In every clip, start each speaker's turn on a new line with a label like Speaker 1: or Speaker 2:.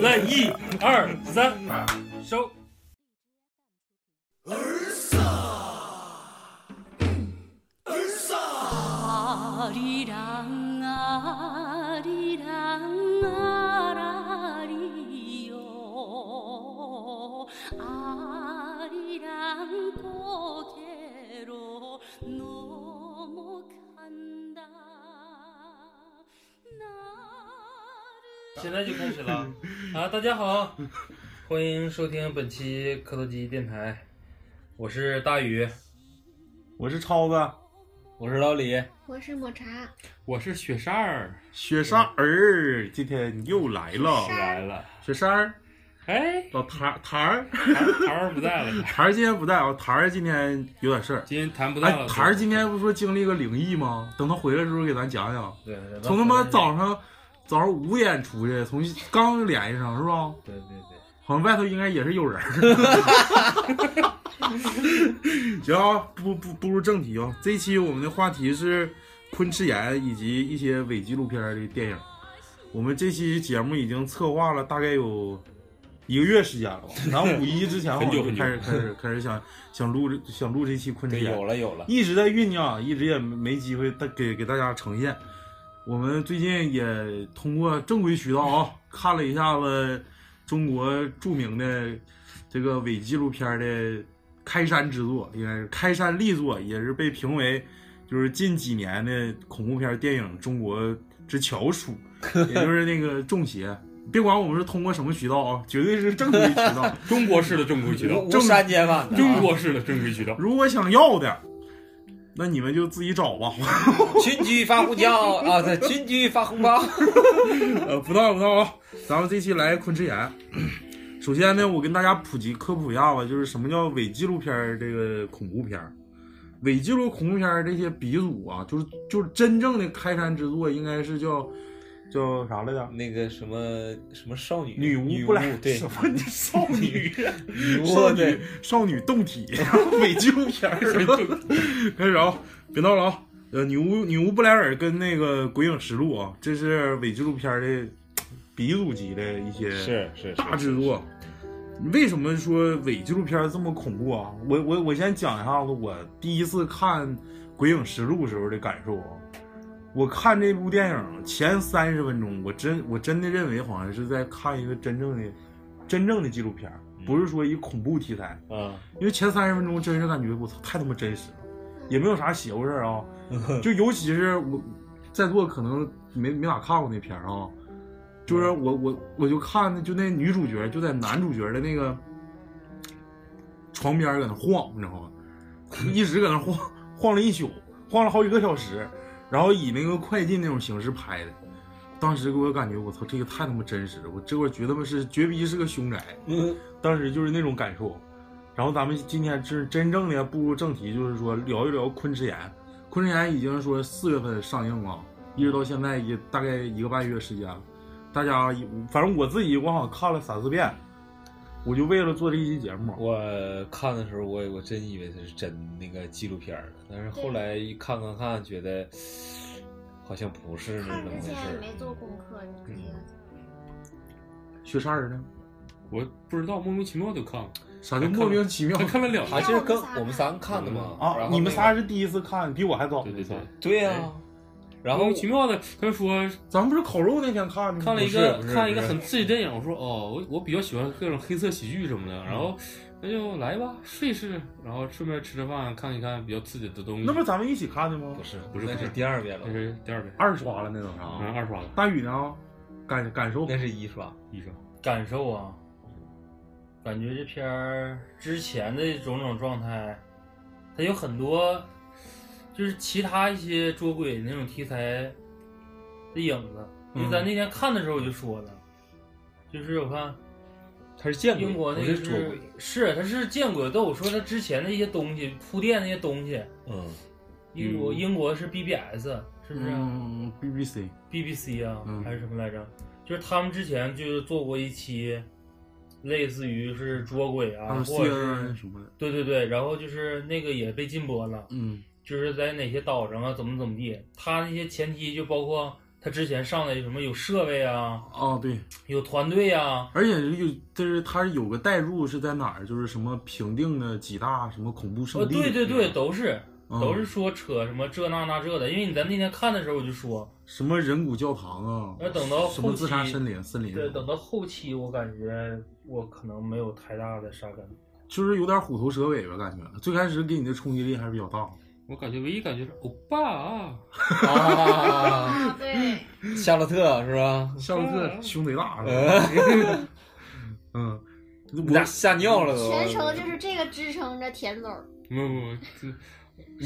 Speaker 1: 来一二三，收。
Speaker 2: 啊哩啷啊哩啷啊啦哩哟，啊哩啷过去喽，诺么看哒那。
Speaker 1: 现在就开 始了啊！大家好，欢迎收听本期磕头机电台，我是大宇，
Speaker 3: 我是超子，
Speaker 1: 我是老李，
Speaker 4: 我是抹茶，
Speaker 1: 我是雪扇儿
Speaker 3: 雪山
Speaker 1: 嗯
Speaker 3: 儿，今天又来了。
Speaker 1: 来了。
Speaker 3: 雪山儿，
Speaker 1: 哎，
Speaker 3: 老谭儿谭儿，
Speaker 1: 谭谭儿不在了，
Speaker 3: 谭儿今天不在啊，谭儿今天有点事儿。
Speaker 1: 今天谭不在
Speaker 3: 哎，
Speaker 1: 了。
Speaker 3: 谭儿今天不是说经历个灵异吗？等他回来的时候给咱讲讲。
Speaker 1: 对，
Speaker 3: 从他妈早上早上五点出去，从刚联系上是吧？
Speaker 1: 对对对，
Speaker 3: 好像外头应该也是有人儿。 行啊，不不不入正题啊，这一期我们的话题是昆池岩以及一些伪纪录片的电影。我们这期节目已经策划了大概有一个月时间了吧？然后五一之前好像
Speaker 1: 很久很
Speaker 3: 就
Speaker 1: 久
Speaker 3: 开始开始开始想想录这想录这期昆池岩，
Speaker 1: 了有了。
Speaker 3: 一直在酝酿，一直也没机会大给给大家呈现。我们最近也通过正规渠道啊，看了一下子中国著名的这个伪纪录片的开山之作，应该是开山力作，也是被评为就是近几年的恐怖片电影中国之翘楚，也就是那个《中邪》。别管我们是通过什么渠道啊，绝对是正规渠道。
Speaker 1: 中国式的正规渠道，
Speaker 3: 正
Speaker 5: 间吧
Speaker 1: 中国式的正规渠道。
Speaker 3: 如果想要的，那你们就自己找吧。
Speaker 5: 群居发胡椒啊，对，群居发红包。
Speaker 3: 呃，不闹不闹啊！咱们这期来昆池岩。首先呢，我跟大家普及科普一下吧，就是什么叫伪纪录片儿这个恐怖片儿。伪纪录恐怖片儿这些鼻祖啊，就是就是真正的开山之作，应该是叫叫啥来着？
Speaker 5: 那个什么什么少女
Speaker 3: 女
Speaker 5: 巫
Speaker 3: 巫不来，
Speaker 5: 对
Speaker 3: 什 么你少女
Speaker 5: 女
Speaker 3: 少
Speaker 5: 巫
Speaker 3: 女
Speaker 5: 对，
Speaker 3: 少女动体伪纪录片儿，开始啊，别闹了啊！呃，女巫女巫布莱尔跟那个《鬼影实录》啊，这是伪纪录片儿的鼻祖级的 一些
Speaker 5: 是是
Speaker 3: 大制作。为什么说伪纪录片这么恐怖啊？我我我先讲一下子我第一次看《鬼影实录》时候的感受啊。我看这部电影前三十分钟，我真我真的认为好像是在看一个真正的、真正的纪录片，不是说一恐怖题材。
Speaker 5: 啊，
Speaker 3: 因为前三十分钟真是感觉我操太他妈真实了，也没有啥邪乎事儿啊。就尤其是我在座可能没没咋看过那片儿啊，就是我我我就看那就那女主角就在男主角的那个床边儿搁那晃，你知道吗？一直搁那晃晃了一宿，晃了好几个小时，然后以那个快进那种形式拍的。当时给我感觉，我操，这个太他妈真实了！我这会儿觉得他妈是绝逼是个凶宅，
Speaker 5: 嗯，
Speaker 3: 当时就是那种感受。然后咱们今天真真正的步入正题，就是说聊一聊昆池岩。昆池岩已经说四月份上映了，一直到现在也大概一个半月时间了。大家反正我自己我好像看了三四遍，我就为了做这一期节目。
Speaker 5: 我看的时候，我我真以为它是真那个纪录片儿呢，但是后来一看看看，觉得好像不是那
Speaker 4: 看
Speaker 6: 네,
Speaker 4: 之
Speaker 5: 么回事
Speaker 4: 前也没
Speaker 5: 儿。
Speaker 4: 做功课，你直接
Speaker 3: 雪山儿呢？
Speaker 1: 我不知道，莫名其妙就 看了，
Speaker 3: 啥叫莫名其妙
Speaker 1: 还？看了两
Speaker 5: 还
Speaker 1: 遍。嗯
Speaker 5: 是跟我们三个看的嘛？然
Speaker 3: 啊
Speaker 5: 后那，个
Speaker 3: 你们仨是第一次看，比我还早。
Speaker 1: 对对对，
Speaker 5: 对呀、
Speaker 1: 哎
Speaker 5: 然
Speaker 1: 莫
Speaker 5: 后
Speaker 1: 名其妙的，他就说
Speaker 3: 咱们不是烤肉那天看的吗？
Speaker 1: 看了一
Speaker 5: 不
Speaker 1: 个
Speaker 5: 是不是
Speaker 1: 看了一个
Speaker 5: 不是
Speaker 1: 很刺激电影，我说哦，我我比较喜欢各种黑色喜剧什么的，然后那就来吧试一试，然后顺便吃吃饭看一看比较刺激的东西。
Speaker 3: 那不是咱们一起看的吗
Speaker 5: 不？是
Speaker 1: 不是嗯
Speaker 5: 那
Speaker 1: 不
Speaker 5: 是
Speaker 1: 是
Speaker 5: 第二遍了
Speaker 1: 那，是第二遍，
Speaker 3: 二刷了那都
Speaker 1: 好
Speaker 3: 啥？
Speaker 1: 像二刷了，
Speaker 3: 大宇呢？感感受
Speaker 5: 那是一刷。
Speaker 1: 一刷。
Speaker 7: 感受啊，感觉这片儿之前的种种状态，它有很多就是其他一些捉鬼那种题材
Speaker 1: 嗯
Speaker 7: 的影子。就咱那天看的时候我就说了，就是我看
Speaker 5: 他是见鬼，
Speaker 7: 英国那
Speaker 5: 不
Speaker 7: 个
Speaker 5: 捉鬼。
Speaker 7: 是他是见鬼斗，说他之前的一些东西铺垫那些东西，
Speaker 5: 嗯，
Speaker 7: 英国、
Speaker 3: 嗯
Speaker 7: 英国是 BBS 是啊不是、
Speaker 3: 嗯，BBC，
Speaker 7: BBC 啊、
Speaker 3: 嗯
Speaker 7: 还是什么来着？就是他们之前就是做过一期，类似于是捉鬼
Speaker 3: 还
Speaker 7: 啊，
Speaker 3: 有
Speaker 7: 或者
Speaker 3: CNN
Speaker 7: 是
Speaker 3: 什么的，
Speaker 7: 对对对，然后就是那个也被禁播了，
Speaker 3: 嗯
Speaker 7: 就是在哪些岛上啊，怎么怎么地，他那些前提就包括他之前上的什么有设备啊，
Speaker 3: 哦对，
Speaker 7: 有团队啊，
Speaker 3: 而且是有，就是它有个代入是在哪儿？就是什么评定的几大什么恐怖
Speaker 7: 呃，
Speaker 3: 圣地，
Speaker 7: 对对对，
Speaker 3: 嗯
Speaker 7: 都是。
Speaker 3: 嗯
Speaker 7: 都是说扯什么这那那这的，因为你在那天看的时候我就说，
Speaker 3: 什么人骨教堂啊，
Speaker 7: 那等到后期
Speaker 3: 什么自杀森林森林，
Speaker 7: 对，等到后期我感觉我可能没有太大的啥感觉。
Speaker 3: 就是有点虎头蛇尾吧，感觉最开始给你的冲击力还是比较大。
Speaker 1: 我感觉唯一感觉是欧巴啊，
Speaker 5: 啊，
Speaker 4: 啊，对，
Speaker 5: 夏洛特是吧？
Speaker 7: 嗯
Speaker 3: 夏洛
Speaker 7: 啊
Speaker 3: 特胸贼大
Speaker 5: 嗯
Speaker 3: 了，嗯，
Speaker 5: 你咋
Speaker 3: 我
Speaker 5: 吓尿了都？
Speaker 6: 全程就是这个支撑着田总
Speaker 1: 没有没有，这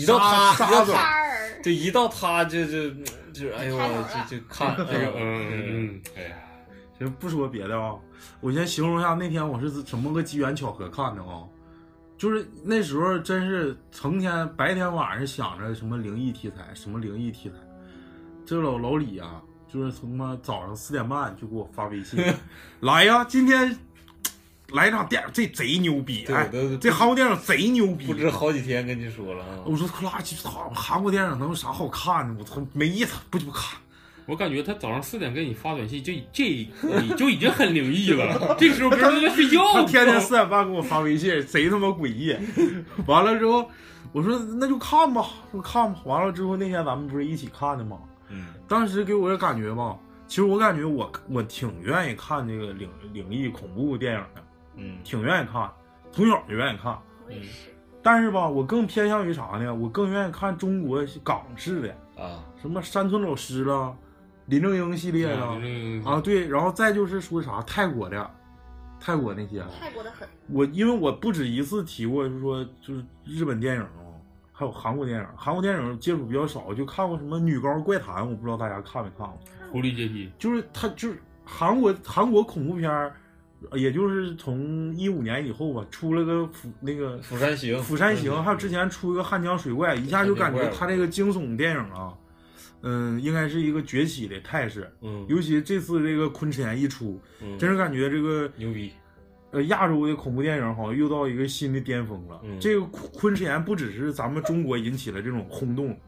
Speaker 5: 一到他，
Speaker 3: 杀
Speaker 5: 一到
Speaker 3: 杀
Speaker 6: 天
Speaker 3: 总
Speaker 5: 他，
Speaker 6: 儿，
Speaker 5: 对，一到他就就就哎呦，我就就看 这
Speaker 1: 这个嗯嗯，哎呀，
Speaker 3: 行不说别的啊、我先形容一下那天我是怎么个机缘巧合看的啊、就是那时候真是成天白天晚上想着什么灵异题材，什么灵异题材。这老老李啊，就是从他妈早上四点半就给我发微信， 来呀，今天来一场电影，这贼牛逼，
Speaker 5: 对
Speaker 3: 哎
Speaker 5: 对对，
Speaker 3: 这韩国电影贼牛逼，
Speaker 5: 不知好几天跟你说了啊。
Speaker 3: 我说克拉去操，韩国电影能有啥好看的？我操，没意思，不就不看。
Speaker 1: 我感觉他早上四点给你发短信，就已这你就已经很灵异 了。这时候别人都在睡觉，
Speaker 3: 他天天四点半给我发微信，贼他妈诡异。完了之后，我说那就看吧，说看吧。完了之后那天咱们不是一起看的吗？
Speaker 5: 嗯，
Speaker 3: 当时给我的感觉吧，其实我感觉我我挺愿意看这个灵灵异恐怖电影的，
Speaker 5: 嗯
Speaker 3: 挺愿意看，从小就愿意看。
Speaker 6: 我也是，
Speaker 3: 但是吧，我更偏向于啥呢？我更愿意看中国港式的，
Speaker 5: 啊，
Speaker 3: 什么山村老师啦，林正英系列啦，
Speaker 1: 嗯
Speaker 3: 啊，对，然后再就是说啥泰国的，泰国那些，
Speaker 6: 泰国的很，
Speaker 3: 我因为我不止一次提过，就是说就是日本电影啊，还有韩国电影，韩国电影接触比较少，就看过什么《女高怪谈》，我不知道大家看没看过，
Speaker 1: 狐狸阶梯，
Speaker 3: 就是它就是韩国韩国恐怖片儿，呃也就是从一五年以后吧，出了个釜那个
Speaker 5: 釜山行，
Speaker 3: 釜山行，还有之前出一个汉江水怪，一下就感觉他这个惊悚电影啊，嗯，应该是一个崛起的态势。
Speaker 5: 嗯，
Speaker 3: 尤其这次这个昆池一出，
Speaker 5: 嗯
Speaker 3: 真是感觉这个
Speaker 5: 牛逼，
Speaker 3: 呃亚洲的恐怖电影好像又到一个新的巅峰了。
Speaker 5: 嗯
Speaker 3: 这个昆昆池岩不只是咱们中国引起了这种轰动，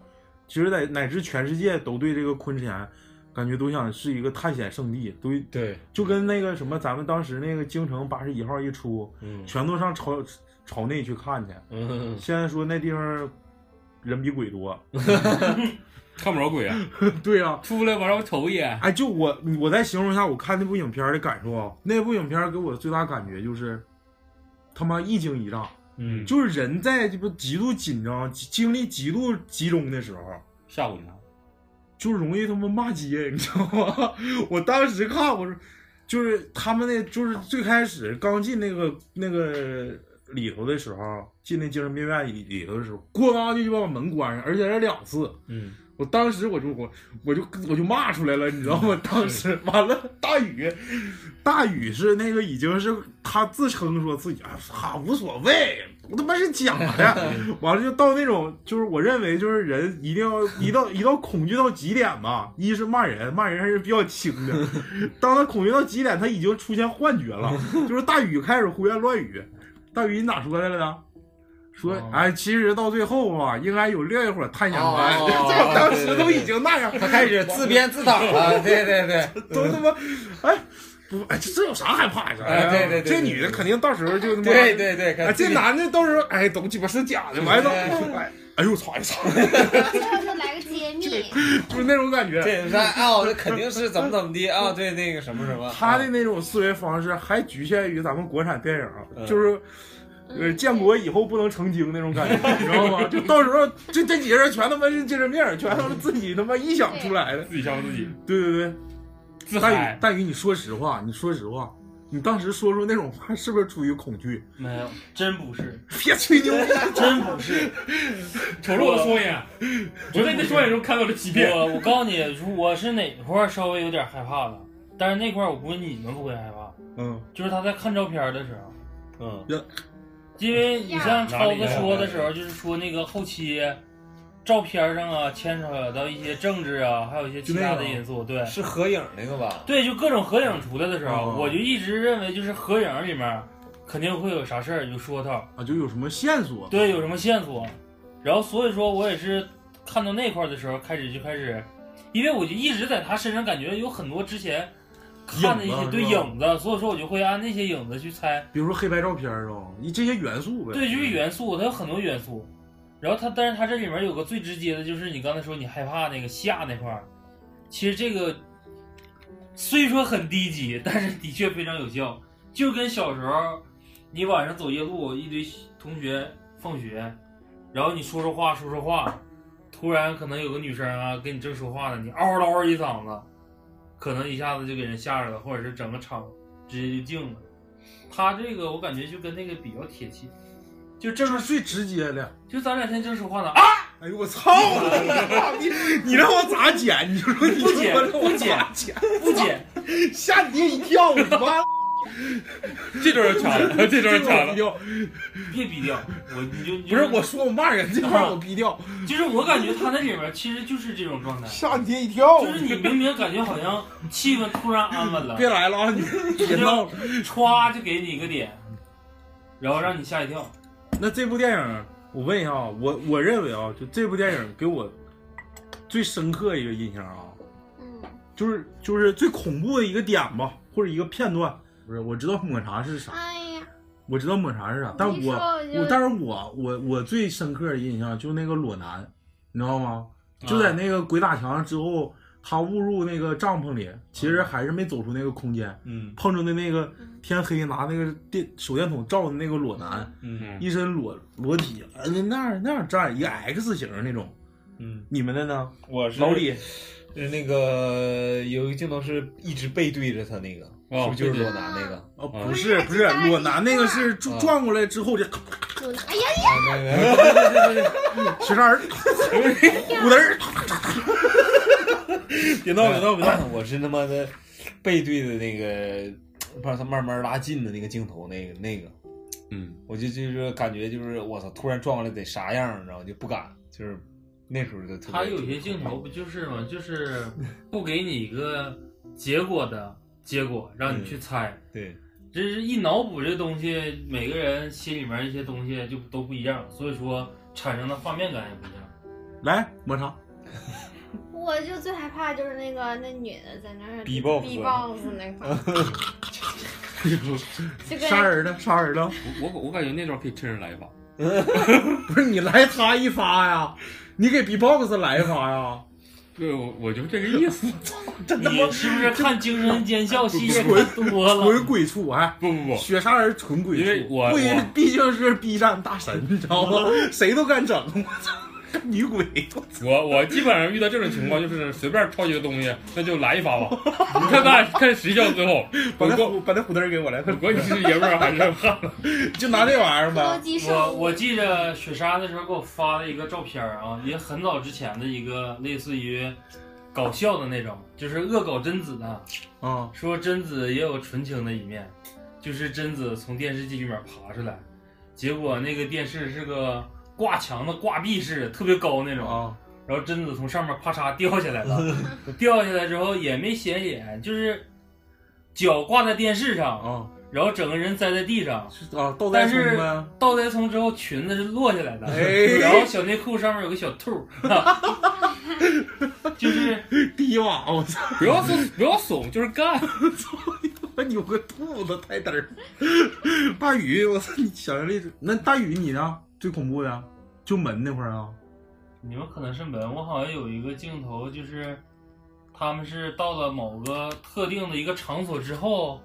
Speaker 3: 其实在乃至全世界都对这个昆池岩感觉都想是一个探险圣地，都
Speaker 5: 对，
Speaker 3: 就跟那个什么咱们当时那个京城八十一号一出，
Speaker 5: 嗯
Speaker 3: 全都上朝朝内去看去。
Speaker 5: 嗯，
Speaker 3: 现在说那地方人比鬼多，
Speaker 1: 看不着鬼啊，
Speaker 3: 对呀、啊。
Speaker 1: 出来玩我瞅一眼，
Speaker 3: 哎，就我我再形容一下我看那部影片的感受啊，那部影片给我最大感觉就是，他妈一惊一乍，
Speaker 1: 嗯，
Speaker 3: 就是人在这不极度紧张、极精力极度集中的时候，
Speaker 1: 吓唬你啊，
Speaker 3: 就容易他妈骂街，你知道吗？ 我当时看我说，就是他们那就是最开始刚进那个那个里头的时候，进那精神病院里里头的时候，咣当就就把门关上，而且是两次，
Speaker 5: 嗯，
Speaker 3: 我当时我就我我就我就骂出来了，你知道 吗？当时完了，大宇，大宇是那个已经是他自称说自己啊哈无所谓，我他妈是假 的。完了就到那种就是我认为就是人一定要一到一到恐惧到极点吧，一是骂人，骂人还是比较轻的。当他恐惧到极点，他已经出现幻觉 了，就是大宇开始胡言乱语。大宇你咋说来了呢？说
Speaker 5: 哦
Speaker 3: 哎，其实到最后啊，应该有另一会儿探险团。
Speaker 5: 哦
Speaker 3: 就当时都已经那样，
Speaker 5: 他开始自编自导了，对对对，
Speaker 3: 都他妈，哎，不，哎，这这有啥害怕呀？
Speaker 5: 哎对对对
Speaker 3: 这女的肯定到时候就他妈，
Speaker 5: 对对对，
Speaker 3: 哎，
Speaker 5: 看自
Speaker 3: 这
Speaker 5: 己
Speaker 3: 男的到时候，哎，都鸡巴是假的，完了，哎，哎呦我操，哎操，
Speaker 6: 就来个揭秘，
Speaker 3: 就是那种感觉。
Speaker 5: 这人说啊，我这肯定是怎么怎么地啊，对那个什么什么，
Speaker 3: 他的那种思维方式还局限于咱们国产电
Speaker 5: 嗯
Speaker 3: 影，啊就是。呃，建国以后不能成精那种感觉，你知道吗？就到时候这这几个人全他妈是精神病，全他妈自己他妈臆想出来的。
Speaker 1: 自己吓唬自己，
Speaker 3: 对对对，
Speaker 1: 自
Speaker 3: 大
Speaker 1: 嗨
Speaker 3: 宇，。大宇，你说实话，你说实话，你当时说出那种话，是不是出于恐惧？
Speaker 7: 没有，真不是，
Speaker 3: 别吹牛逼！
Speaker 7: 真 不是。
Speaker 1: 瞅着我的双眼，我在你的双眼中看到了欺骗。
Speaker 7: 我我告诉你，我是哪块儿稍微有点害怕了，但是那块儿我估计你们不会害怕，
Speaker 3: 嗯，
Speaker 7: 就是他在看照片的时候，
Speaker 5: 嗯，
Speaker 7: 因为你像
Speaker 1: 哪
Speaker 7: 超
Speaker 1: 里
Speaker 7: 子说的时
Speaker 1: 呀
Speaker 7: 候，就是说那个后期照片上啊牵扯到一些政治啊，还有一些其他
Speaker 3: 就那
Speaker 7: 的
Speaker 3: 个
Speaker 7: 因素，对
Speaker 5: 是合影那个吧？
Speaker 7: 对，就各种合影出来的时候，
Speaker 3: 嗯
Speaker 7: 我就一直认为就是合影里面肯定会有啥事儿，有说头，
Speaker 3: 啊，就有什么线索？
Speaker 7: 对，有什么线索。然后所以说我也是看到那块儿的时候，开始就开始，因为我就一直在他身上感觉有很多之前看的一
Speaker 3: 影
Speaker 7: 些
Speaker 3: 子
Speaker 7: 对
Speaker 3: 是吧
Speaker 7: 影子，所以说我就会按那些影子去猜。
Speaker 3: 比如说黑白照片儿啊，你这些元素呗。
Speaker 7: 对，就是元素，它有很多元素。然后它，但是它这里面有个最直接的，就是你刚才说你害怕那个下那块儿，其实这个虽说很低级，但是的确非常有效。就跟小时候，你晚上走夜路，一堆同学放学，然后你说说话说说话，突然可能有个女生啊跟你正说话呢，你嗷嗷一嗓子，可能一下子就给人吓着了，或者是整个场直接就静了。他这个我感觉就跟那个比较贴切，就
Speaker 3: 这
Speaker 7: 正
Speaker 3: 是最直接的。
Speaker 7: 就咱俩天正说话呢啊，
Speaker 3: 哎呦我操！你你让我咋剪？你说你
Speaker 7: 不剪
Speaker 3: 说让我
Speaker 7: 不剪
Speaker 3: 咋剪，
Speaker 7: 不解，
Speaker 3: 吓你一跳！你妈，
Speaker 1: 这招儿抢了，这招儿抢
Speaker 3: 逼
Speaker 1: 了。
Speaker 3: 掉！
Speaker 7: 别逼掉我，你就你
Speaker 3: 不
Speaker 7: 就是
Speaker 3: 我，说我骂人这块儿我逼掉，
Speaker 7: 就是我感觉他那里面其实就是这种 状态，
Speaker 3: 吓你一跳！
Speaker 7: 就是你明明感觉好像气氛突然安稳了，
Speaker 3: 哦别来了啊！你别闹了。
Speaker 7: 歘就给你一个点，然后让你吓一跳。
Speaker 3: 那这部电影，我问一下啊，我我认为啊，就这部电影给我最深刻一个印象啊，
Speaker 6: 嗯，
Speaker 3: 就是就是最恐怖的一个点吧，或者一个片段。不是，我知道抹茶是啥，
Speaker 6: 哎呀，
Speaker 3: 我知道抹茶是啥，但
Speaker 6: 你说
Speaker 3: 我
Speaker 6: 我就
Speaker 3: 我但是我我我最深刻的印象就是那个裸男，你知道吗？就在那个鬼打墙之后，他误入那个帐篷里，其实还是没走出那个空间，
Speaker 5: 嗯
Speaker 3: 碰着的那个
Speaker 6: 嗯
Speaker 3: 天黑拿那个电手电筒照的那个裸男，
Speaker 5: 嗯
Speaker 3: 一身裸裸体，呃那那样那样站一个 X 型那种。
Speaker 5: 嗯，
Speaker 3: 你们的呢？
Speaker 5: 我是
Speaker 3: 老李，
Speaker 5: 是那个呃有一个镜头是一直背对着他那个，
Speaker 1: 哦
Speaker 5: 是不是就是
Speaker 1: 对
Speaker 5: 裸男
Speaker 6: 啊
Speaker 5: 那个？
Speaker 3: 哦，
Speaker 1: 嗯
Speaker 3: 不是不是，裸男那个是转转过来之后就咔咔
Speaker 6: 我哎呀，
Speaker 5: 没没没没
Speaker 3: 斜扇儿，鼓嘚儿，别闹别闹别闹！
Speaker 5: 我是他妈的背对着那个，把他慢慢拉近的那个镜头，那个那个，
Speaker 1: 嗯，
Speaker 5: 我就就是感觉就是我操，突然撞过来得啥样儿，你知道吗就不敢，就是那时候就特别。
Speaker 7: 他有些镜头不就是吗？ 就是不给你一个结果的结果，让你去猜。
Speaker 5: 对，
Speaker 7: 这是一脑补这东西，每个人心里面一些东西就都不一样，所以说产生的画面感也不一样。
Speaker 3: 来抹茶，
Speaker 6: 我就最害怕就是那个那女的在那儿
Speaker 5: B-box
Speaker 6: box 那块儿， 就
Speaker 3: 杀
Speaker 6: 跟
Speaker 3: 人了杀人了！
Speaker 1: 我我我感觉那招儿可以趁人来一发。
Speaker 3: 不是你来他一发呀，你给 B-box 来一发呀，
Speaker 1: 对，我我就这个意思。
Speaker 3: 真他
Speaker 7: 你
Speaker 3: 妈
Speaker 7: 是不是 看《精神尖笑》系列看多
Speaker 3: 纯
Speaker 7: 了？
Speaker 3: 鬼畜哎！
Speaker 1: 不不不，
Speaker 3: 雪杀人纯鬼畜，
Speaker 1: 因为我
Speaker 3: 不也
Speaker 1: 我
Speaker 3: 毕竟是 B 站大 神，你知道吗？谁都敢整，我操，女鬼，我操
Speaker 1: 我我基本上遇到这种情况，就是随便抄一个东西，那 就来一发吧。你看看看谁笑最后。
Speaker 3: 把
Speaker 1: 我
Speaker 3: 那
Speaker 1: 管
Speaker 3: 虎把那虎灯儿给我来，
Speaker 1: 我管你是爷们儿还是汉子。
Speaker 3: 就拿这玩意儿
Speaker 6: 骷髅
Speaker 3: 呗。
Speaker 6: 机
Speaker 7: 我
Speaker 6: 兽，
Speaker 7: 我记着雪莎那时候给我发了一个照片儿啊，也很早之前的一个类似于搞笑的那种，就是恶搞贞子的。
Speaker 3: 啊，
Speaker 7: 说贞子也有纯情的一面，就是贞子从电视机里面爬出来，结果那个电视是个挂墙的挂壁式，特别高那种。
Speaker 3: 啊
Speaker 7: 然后贞子从上面啪嚓掉下来 了，掉下来之后也没显眼，就是脚挂在电视上，
Speaker 3: 啊
Speaker 7: 然后整个人栽在地上。
Speaker 3: 是啊，倒栽
Speaker 7: 但
Speaker 3: 葱
Speaker 7: 是
Speaker 3: 呗。
Speaker 7: 倒栽葱之后，裙子是落下来的，
Speaker 3: 哎
Speaker 7: 然后小内裤上面有个小兔儿， 就是
Speaker 3: 第一把，我操，
Speaker 1: 不要怂，不要怂，就是干。
Speaker 3: 那你有个兔子太嘚儿。大宇，我操，你想象力，那大宇你呢？最恐怖的，就门那块儿啊。
Speaker 7: 你们可能是门，我好像有一个镜头，就是他们是到了某个特定的一个场所之后，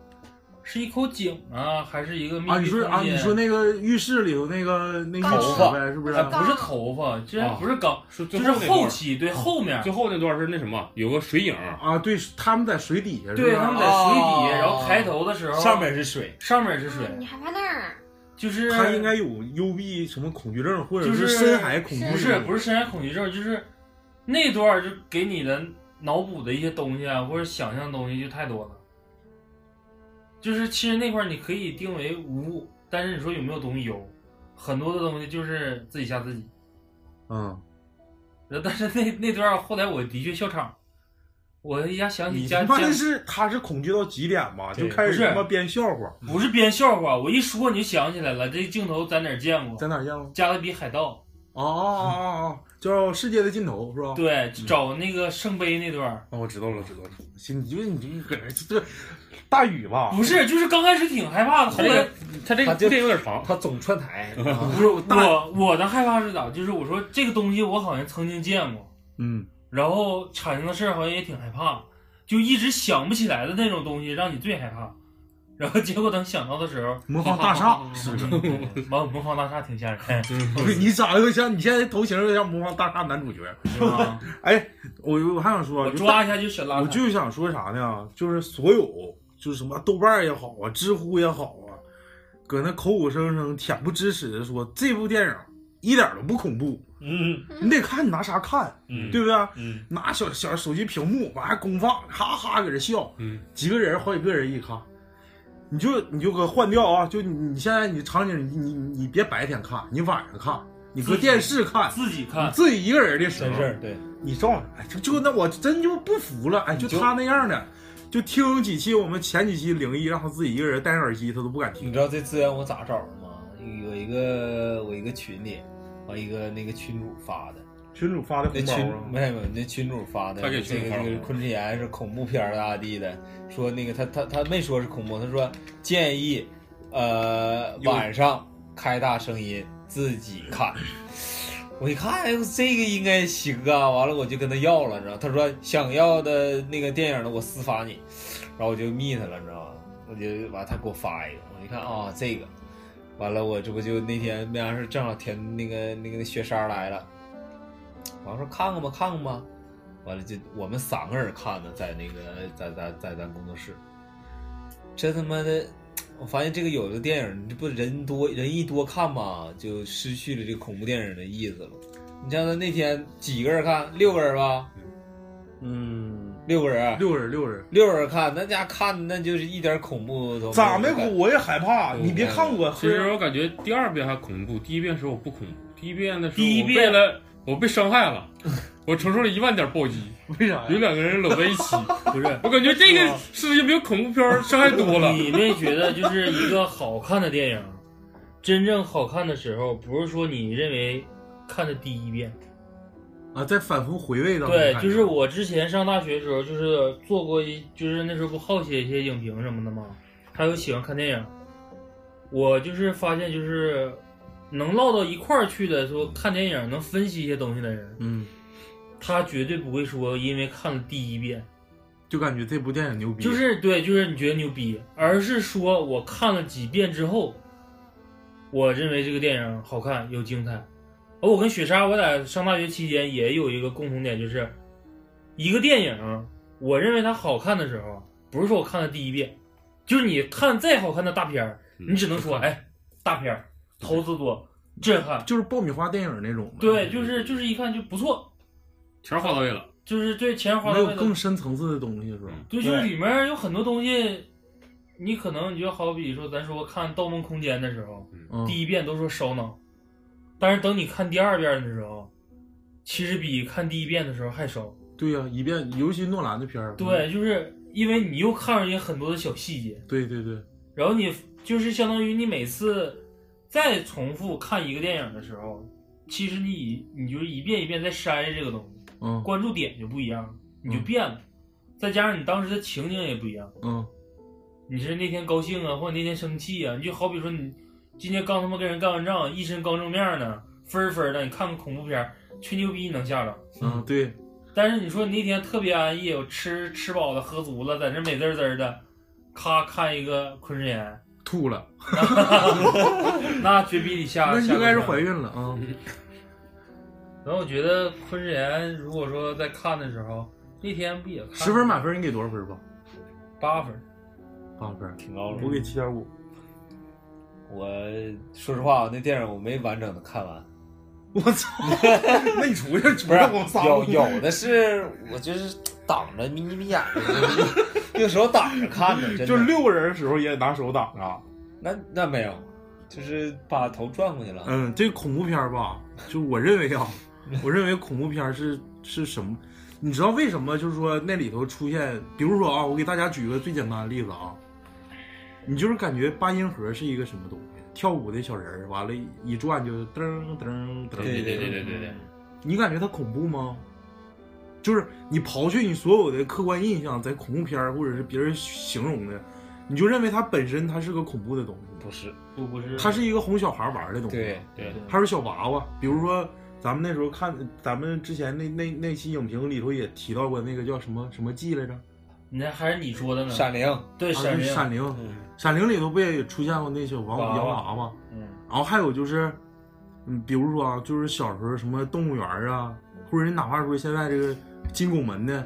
Speaker 7: 是一口井啊，还是一个密闭
Speaker 3: 啊，你说啊，
Speaker 7: 空间
Speaker 3: 你说那个浴室里头那个那浴
Speaker 5: 头
Speaker 3: 池
Speaker 5: 发
Speaker 3: 呗，是不啊哦是？
Speaker 7: 哎不是头发，居然不是刚，
Speaker 1: 是最
Speaker 7: 就是
Speaker 1: 后那段
Speaker 7: 后
Speaker 1: 儿，
Speaker 7: 期对后面，
Speaker 1: 最后那段是那什么，有个水影。
Speaker 3: 啊，对，他们在水底下，啊
Speaker 7: 对
Speaker 3: 是吧
Speaker 7: 他们在水底，
Speaker 5: 哦
Speaker 7: 然后抬头的时候
Speaker 5: 上面是水，
Speaker 7: 上面是水
Speaker 6: 嗯，你害怕那儿？
Speaker 7: 就是
Speaker 3: 他应该有幽闭什么恐惧症，或者
Speaker 7: 就是
Speaker 3: 深海恐惧症。
Speaker 7: 不是不
Speaker 3: 是，
Speaker 7: 是深海恐惧症，就是那段儿就给你的脑补的一些东西啊，或者想象的东西就太多了。就是其实那块儿你可以定为无，但是你说有没有东西有，很多的东西就是自己吓自己。
Speaker 3: 嗯，
Speaker 7: 然后但是那那段儿后来我的确笑场，我一下想起
Speaker 3: 你
Speaker 7: 家
Speaker 3: 他
Speaker 7: 家
Speaker 3: 妈的是他是恐惧到极点吧，
Speaker 7: 对
Speaker 3: 就开
Speaker 7: 不
Speaker 3: 始
Speaker 7: 是
Speaker 3: 他妈编笑话，
Speaker 7: 不是编笑话，我一说你就想起来了，这镜头在哪儿见过？
Speaker 3: 在哪儿见了？
Speaker 7: 加勒比海盗，
Speaker 3: 哦哦哦哦哦，叫世界的尽头是吧？
Speaker 7: 对，找那个圣杯那段儿，
Speaker 3: 哦，我知道了，知道了。行，你就你就搁这这大雨吧，
Speaker 7: 不是，就是刚开始挺害怕的，后
Speaker 1: 这
Speaker 7: 来
Speaker 1: 个他这个
Speaker 5: 他就
Speaker 1: 铺垫有点长，
Speaker 5: 他总串台，
Speaker 3: 啊
Speaker 7: 不是我我的害怕是咋？就是我说这个东西我好像曾经见过，
Speaker 3: 嗯，
Speaker 7: 然后产生的事儿好像也挺害怕，就一直想不起来的那种东西让你最害怕。然后结果等想到的时候，
Speaker 3: 魔方大厦是不是？
Speaker 7: 魔魔方大厦挺吓 人，
Speaker 3: 不是你长得像你现在头型有点像魔方大厦男主角。
Speaker 7: 是吧？
Speaker 3: 哎，我我还想说，啊
Speaker 7: 我
Speaker 3: 就
Speaker 7: 抓一下就选拉
Speaker 3: 我
Speaker 7: 踩，
Speaker 3: 就想说啥呢？就是所有就是什么豆瓣儿也好啊，知乎也好啊，搁那口口声声恬不知耻的说这部电影一点儿都不恐怖，
Speaker 5: 嗯
Speaker 3: 你得看你拿啥看，
Speaker 5: 嗯
Speaker 3: 对不对？
Speaker 5: 嗯，
Speaker 3: 拿小小手机屏幕往还公放，哈哈搁这笑，
Speaker 1: 嗯，
Speaker 3: 几个人好几个人一看，你就你就搁换掉啊，就你你现在你场景你你你别白天看，你晚上看，你搁电视看，
Speaker 7: 自己
Speaker 3: 你
Speaker 7: 看，
Speaker 3: 自己一个人的时
Speaker 5: 真
Speaker 3: 候
Speaker 5: 事，儿对，
Speaker 3: 你照着，哎，就就那我真就不服了，哎，就
Speaker 5: 就
Speaker 3: 他那样的，就听几期我们前几期灵异，让他自己一个人戴上耳机，他都不敢
Speaker 5: 你
Speaker 3: 听。
Speaker 5: 知道这资源我咋找的吗？有一个我一个群里，完一个那个群主发的，
Speaker 3: 群主发的
Speaker 5: 那
Speaker 3: 红包
Speaker 5: 群
Speaker 3: 啊，
Speaker 5: 没有没有，那群主发的，
Speaker 1: 他给
Speaker 5: 这
Speaker 1: 群
Speaker 5: 个
Speaker 1: 主发
Speaker 5: 这个
Speaker 1: 了
Speaker 5: 昆池岩是恐怖片儿咋地的，说那个他他他没说是恐怖，他说建议，呃
Speaker 3: 有
Speaker 5: 晚上开大声音自己看。我一看，哎呦，这个应该行啊！完了，我就跟他要了，你知道？他说想要的那个电影呢，我私发你，然后我就密他了，你知道吗？我就完，他给我发一个，我一看啊、这个，完了，我这不就那天没啥事，正好填那个那个雪莎来了，完说看看吧，看看吧，完了就我们三个人看的，在那个在咱在咱工作室，这他妈的，我发现这个有的电影，这不人多人一多看吧，就失去了这个恐怖电影的意思了。你像他那天几个人看，六个人吧，
Speaker 3: 嗯，
Speaker 5: 六个人，
Speaker 3: 六个人六个人，
Speaker 5: 六个人看，那家看那就是一点恐怖都没有
Speaker 3: 咋没哭？我也害怕，
Speaker 5: 嗯
Speaker 3: 你别看我，
Speaker 1: 其实我感觉第二遍还恐怖，第一遍时候我不恐怖，第一遍的时候
Speaker 7: 第一
Speaker 1: 我
Speaker 7: 遍
Speaker 1: 为了我被伤害了，我承受了一万点暴击，
Speaker 3: 为啥
Speaker 1: 有
Speaker 3: 呀？
Speaker 1: 两个人搂在一起，
Speaker 7: 不是。
Speaker 1: 我感觉这个世界比恐怖片儿伤害多了。
Speaker 7: 你没觉得就是一个好看的电影，真正好看的时候，不是说你认为看的第一遍，
Speaker 3: 啊，在反复回味当中
Speaker 7: 对
Speaker 3: 感，觉，
Speaker 7: 就是我之前上大学的时候，就是做过一，就是那时候不好写一些影评什么的嘛，还有喜欢看电影，我就是发现就是能唠到一块儿去的，说看电影能分析一些东西的人，
Speaker 3: 嗯，
Speaker 7: 他绝对不会说因为看了第一遍，
Speaker 3: 就感觉这部电影牛逼，
Speaker 7: 就是对，就是你觉得牛逼，而是说我看了几遍之后，我认为这个电影好看有精彩。而我跟雪莎，我在上大学期间也有一个共同点，就是一个电影，我认为它好看的时候，不是说我看了第一遍，就是你看再好看的大片儿，
Speaker 3: 嗯
Speaker 7: 你只能说哎，大片儿投资多，震撼，
Speaker 3: 就是爆米花电影那种嘛，
Speaker 7: 对，就是就是一看就不错，
Speaker 1: 全花到位了，
Speaker 7: 就是对钱花
Speaker 3: 没
Speaker 7: 到
Speaker 3: 有
Speaker 7: 位了
Speaker 3: 更深层次的东西是吧？
Speaker 7: 对，就是里面有很多东西，你可能你就好比说，咱说看《盗梦空间》的时候，
Speaker 3: 嗯，
Speaker 7: 第一遍都说烧脑，但是等你看第二遍的时候，其实比看第一遍的时候还烧。
Speaker 3: 对呀，一遍，尤其诺兰的片儿，
Speaker 7: 对，就是因为你又看出去很多的小细节，
Speaker 3: 对对对，
Speaker 7: 然后你就是相当于你每次再重复看一个电影的时候，其实你已你就是一遍一遍在筛这个东西，
Speaker 3: 嗯
Speaker 7: 关注点就不一样了，你就变了，再加上你当时的情景也不一样。
Speaker 3: 嗯
Speaker 7: 你是那天高兴啊，或者那天生气啊，你就好比说你今天刚他妈跟人干完仗，一身刚正面呢，分儿分儿的，你看个恐怖片儿，吹牛逼能吓着。
Speaker 3: 嗯，对，
Speaker 7: 但是你说你那天特别安逸，我吃吃饱了喝足了，在那美滋滋的，咔看一个昆士岩，
Speaker 3: 吐了，
Speaker 7: 那绝逼得吓。
Speaker 3: 那应该
Speaker 7: 吓
Speaker 3: 是
Speaker 7: 够呛
Speaker 3: 怀孕了啊。
Speaker 7: 然后我觉得昆士岩如果说在看的时候，那天不也看
Speaker 3: 十分满分，你给多少分吧？
Speaker 7: 八分儿，
Speaker 3: 八分，
Speaker 5: 挺高了。
Speaker 3: 我给七点五。
Speaker 5: 我说实话，那电影我没完整的看完，
Speaker 3: 我操！那你出去，出
Speaker 5: 不是
Speaker 3: 去我们仨
Speaker 5: 有有的是我就是挡着眯眯眼睛，用手挡着看的，真的
Speaker 3: 就六个人的时候也得拿手挡啊着。
Speaker 5: 那那没有，就是把头转过去了。
Speaker 3: 嗯，这恐怖片儿吧，就我认为啊，我认为恐怖片儿是是什么？你知道为什么？就是说那里头出现，比如说啊，我给大家举个最简单的例子啊，你就是感觉八音盒是一个什么东西，跳舞的小人儿，完了一转就噔噔噔。
Speaker 5: 对
Speaker 1: 对对对对对
Speaker 7: 嗯
Speaker 1: 对，
Speaker 3: 你感觉它恐怖吗？就是你刨去你所有的客观印象，在恐怖片儿或者是别人形容的，你就认为它本身它是个恐怖的东西，
Speaker 5: 不是，
Speaker 7: 不不是，
Speaker 3: 它是一个哄小孩玩儿的东西。
Speaker 5: 对，
Speaker 7: 对
Speaker 3: 还有小娃娃，比如说咱们那时候看，咱们之前那那那期影评里头也提到过那个叫什么什么记来着？
Speaker 7: 你那还是你说的呢，
Speaker 5: 闪灵，
Speaker 7: 对
Speaker 3: 啊，
Speaker 7: 闪
Speaker 3: 就是
Speaker 7: 灵，
Speaker 3: 闪灵，
Speaker 5: 嗯，
Speaker 3: 闪灵里头不也出现过那些王
Speaker 5: 娃娃
Speaker 3: 洋娃娃？
Speaker 5: 嗯，
Speaker 3: 然后还有就是，嗯，比如说啊，就是小时候什么动物园啊，或者你哪怕说现在这个金拱门的，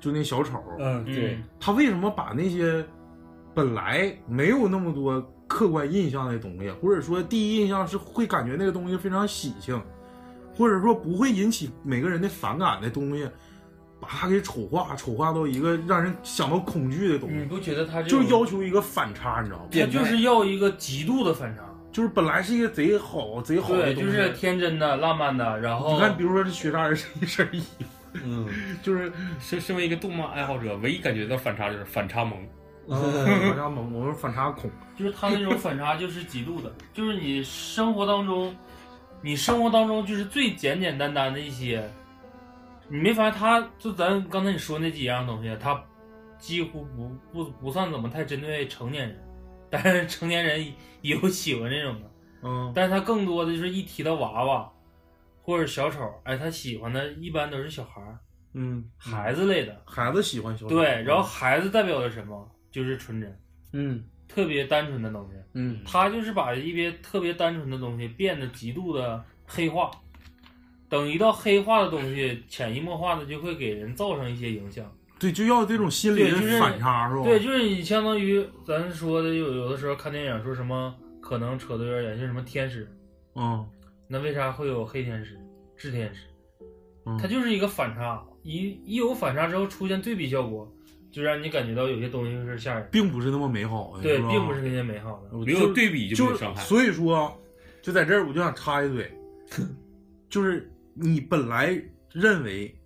Speaker 3: 就那小丑，
Speaker 5: 嗯，对
Speaker 7: 嗯，，
Speaker 3: 他为什么把那些本来没有那么多客观印象的东西，或者说第一印象是会感觉那个东西非常喜庆，或者说不会引起每个人的反感的东西，把它给丑化，丑化到一个让人想到恐惧的东
Speaker 7: 嗯你
Speaker 3: 西，
Speaker 7: 不觉得他这
Speaker 3: 就
Speaker 7: 种
Speaker 3: 是要求一个反差，你知道吗？
Speaker 7: 他就是要一个极度的反差，
Speaker 3: 就是本来是一个贼好贼好的
Speaker 7: 对，
Speaker 3: 东西，
Speaker 7: 就是天真的、浪漫的，然后
Speaker 3: 你看，比如说这学渣人这一身衣服，
Speaker 5: 嗯，
Speaker 3: 就是
Speaker 1: 身身为一个动漫爱好者，唯一感觉到反差就是反差萌。
Speaker 3: 反差萌，我们反差恐，
Speaker 7: 就是他那种反差就是极度的，就是你生活当中，你生活当中就是最简简单单的一些，你没发现他就咱刚才你说那几样东西，他几乎不不不算怎么太针对成年人，但是成年人也有喜欢这种的，
Speaker 3: 嗯，
Speaker 7: 但是他更多的就是一提到娃娃或者小丑，哎，他喜欢的一般都是小孩儿、
Speaker 3: 嗯，
Speaker 7: 孩子类的，
Speaker 3: 孩子喜欢小丑，
Speaker 7: 对，然后孩子代表的什么？就是纯真，
Speaker 3: 嗯
Speaker 7: 特别单纯的东西。
Speaker 3: 嗯
Speaker 7: 他就是把一些特别单纯的东西变得极度的黑化，等一到黑化的东西，潜移默化的就会给人造成一些影响。
Speaker 3: 对，就要这种心理
Speaker 7: 对就是
Speaker 3: 的反差，是吧？
Speaker 7: 对，就是你相当于咱说的有有的时候看电影说什么可能扯得有点远，就是什么天使，
Speaker 3: 嗯，
Speaker 7: 那为啥会有黑天使、炽天使？
Speaker 3: 嗯
Speaker 7: 它就是一个反差，一一有反差之后出现对比效果，就让你感觉到有些东西是吓人。
Speaker 3: 并不是那么美好的，
Speaker 7: 对，
Speaker 3: 吧
Speaker 7: 并不是那些美好的。
Speaker 3: 我
Speaker 1: 没有对比就没有
Speaker 3: 就是
Speaker 1: 伤害。
Speaker 3: 所以说，就在这儿我就想插 一嘴，就是你本来认为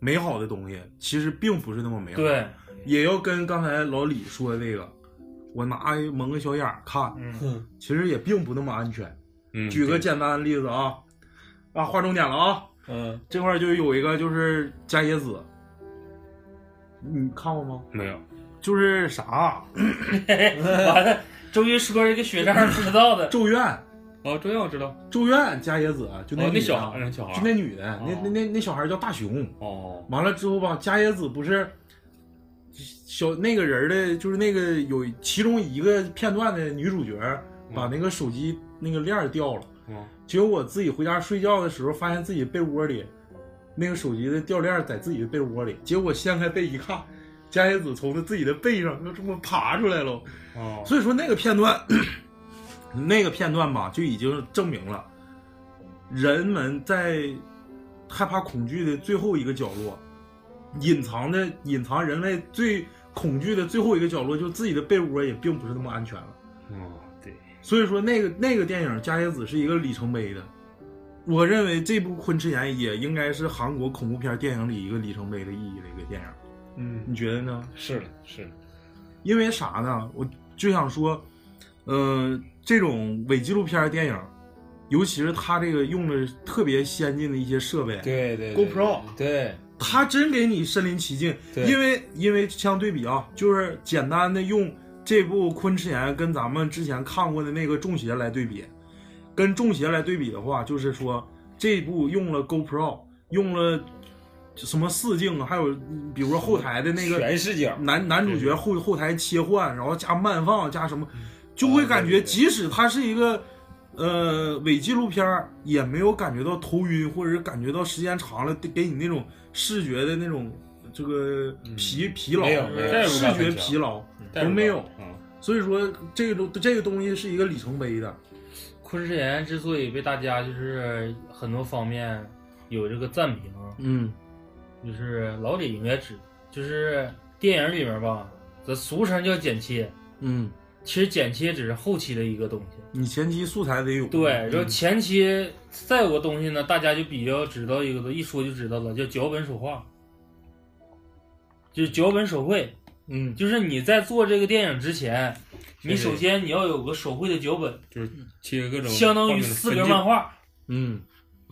Speaker 3: 美好的东西，其实并不是那么美好，
Speaker 7: 对，
Speaker 3: 也要跟刚才老李说的那个，我拿蒙个小眼儿看，
Speaker 7: 嗯，
Speaker 3: 其实也并不那么安全。
Speaker 1: 嗯，
Speaker 3: 举个
Speaker 1: 对，
Speaker 3: 简单的例子啊，啊，划重点了啊，
Speaker 5: 嗯，
Speaker 3: 这块儿就有一个就是加野子，你看过吗？
Speaker 1: 没有，
Speaker 3: 就是啥啊
Speaker 7: 完了，终于说一个雪山不知道的。
Speaker 3: 《咒怨》，《
Speaker 1: 哦，这个我知道。
Speaker 3: 咒怨》加野子啊就
Speaker 1: 哦，
Speaker 3: 那女
Speaker 1: 那
Speaker 3: 的
Speaker 1: 小孩儿，那小孩
Speaker 3: 就
Speaker 1: 儿，
Speaker 3: 那女的，那
Speaker 1: 哦
Speaker 3: 那那那小孩叫大熊。
Speaker 1: 哦，
Speaker 3: 完了之后吧，加野子不是小那个人的，就是那个有其中一个片段的女主角，把那个手机那个链儿掉了。
Speaker 1: 嗯
Speaker 3: 结果我自己回家睡觉的时候，发现自己被窝里那个手机的吊链儿在自己的被窝里。结果掀开被一看，加野子从他自己的背上就这么爬出来了。
Speaker 1: 哦，
Speaker 3: 所以说那个片段， 那个片段吧，就已经证明了，人们在害怕恐惧的最后一个角落，隐藏的隐藏人类最恐惧的最后一个角落，就自己的被窝也并不是那么安全了。
Speaker 5: 嗯
Speaker 1: 哦，对，
Speaker 3: 所以说那个那个电影《加野子》是一个里程碑的。我认为这部《昆池岩》也应该是韩国恐怖片电影里一个里程碑的意义的一个电影，
Speaker 5: 嗯，
Speaker 3: 你觉得呢？
Speaker 5: 是的，是的，
Speaker 3: 因为啥呢？我就想说，呃，这种伪纪录片儿电影，尤其是它这个用的特别先进的一些设备，
Speaker 5: 对对
Speaker 3: GoPro
Speaker 5: 对，
Speaker 3: 它真给你身临其境。
Speaker 5: 对
Speaker 3: 因为因为相对比啊，就是简单的用这部《昆池岩》跟咱们之前看过的那个《中邪》来对比，跟《中邪》来对比的话，就是说这部用了 GoPro，用了什么四镜，还有比如说后台的那个
Speaker 5: 全视角，
Speaker 3: 男男主角后后台切换，然后加慢放加什么，就会感觉即使它是一个呃伪纪录片儿，也没有感觉到头晕，或者是感觉到时间长了给你那种视觉的那种这个疲疲劳呃
Speaker 5: 没有没有
Speaker 7: 代，入
Speaker 3: 视
Speaker 7: 感
Speaker 3: 觉
Speaker 1: 很强
Speaker 3: 疲劳
Speaker 1: 代
Speaker 3: 都
Speaker 1: 入
Speaker 3: 没
Speaker 1: 感
Speaker 3: 有。
Speaker 1: 嗯，
Speaker 3: 所以说这个东这个东西是一个里程碑的，
Speaker 7: 昆池岩之所以被大家就是很多方面有这个赞评，
Speaker 3: 嗯
Speaker 7: 就是老李应该知，就是电影里面吧，咱俗称叫剪切，
Speaker 3: 嗯，
Speaker 7: 其实剪切只是后期的一个东西。
Speaker 3: 你前期素材得有。
Speaker 7: 对，然后
Speaker 3: 嗯
Speaker 7: 前期再有个东西呢，大家就比较知道一个的，一说就知道了，叫脚本手画，就是脚本手绘。
Speaker 5: 嗯，
Speaker 7: 就是你在做这个电影之前，
Speaker 1: 对
Speaker 7: 你首先你要有个手绘的脚本，
Speaker 1: 就是切各种
Speaker 7: 相当
Speaker 1: 画
Speaker 7: 于
Speaker 1: 面的
Speaker 7: 四
Speaker 1: 分
Speaker 7: 格
Speaker 1: 镜
Speaker 7: 漫画，
Speaker 5: 嗯，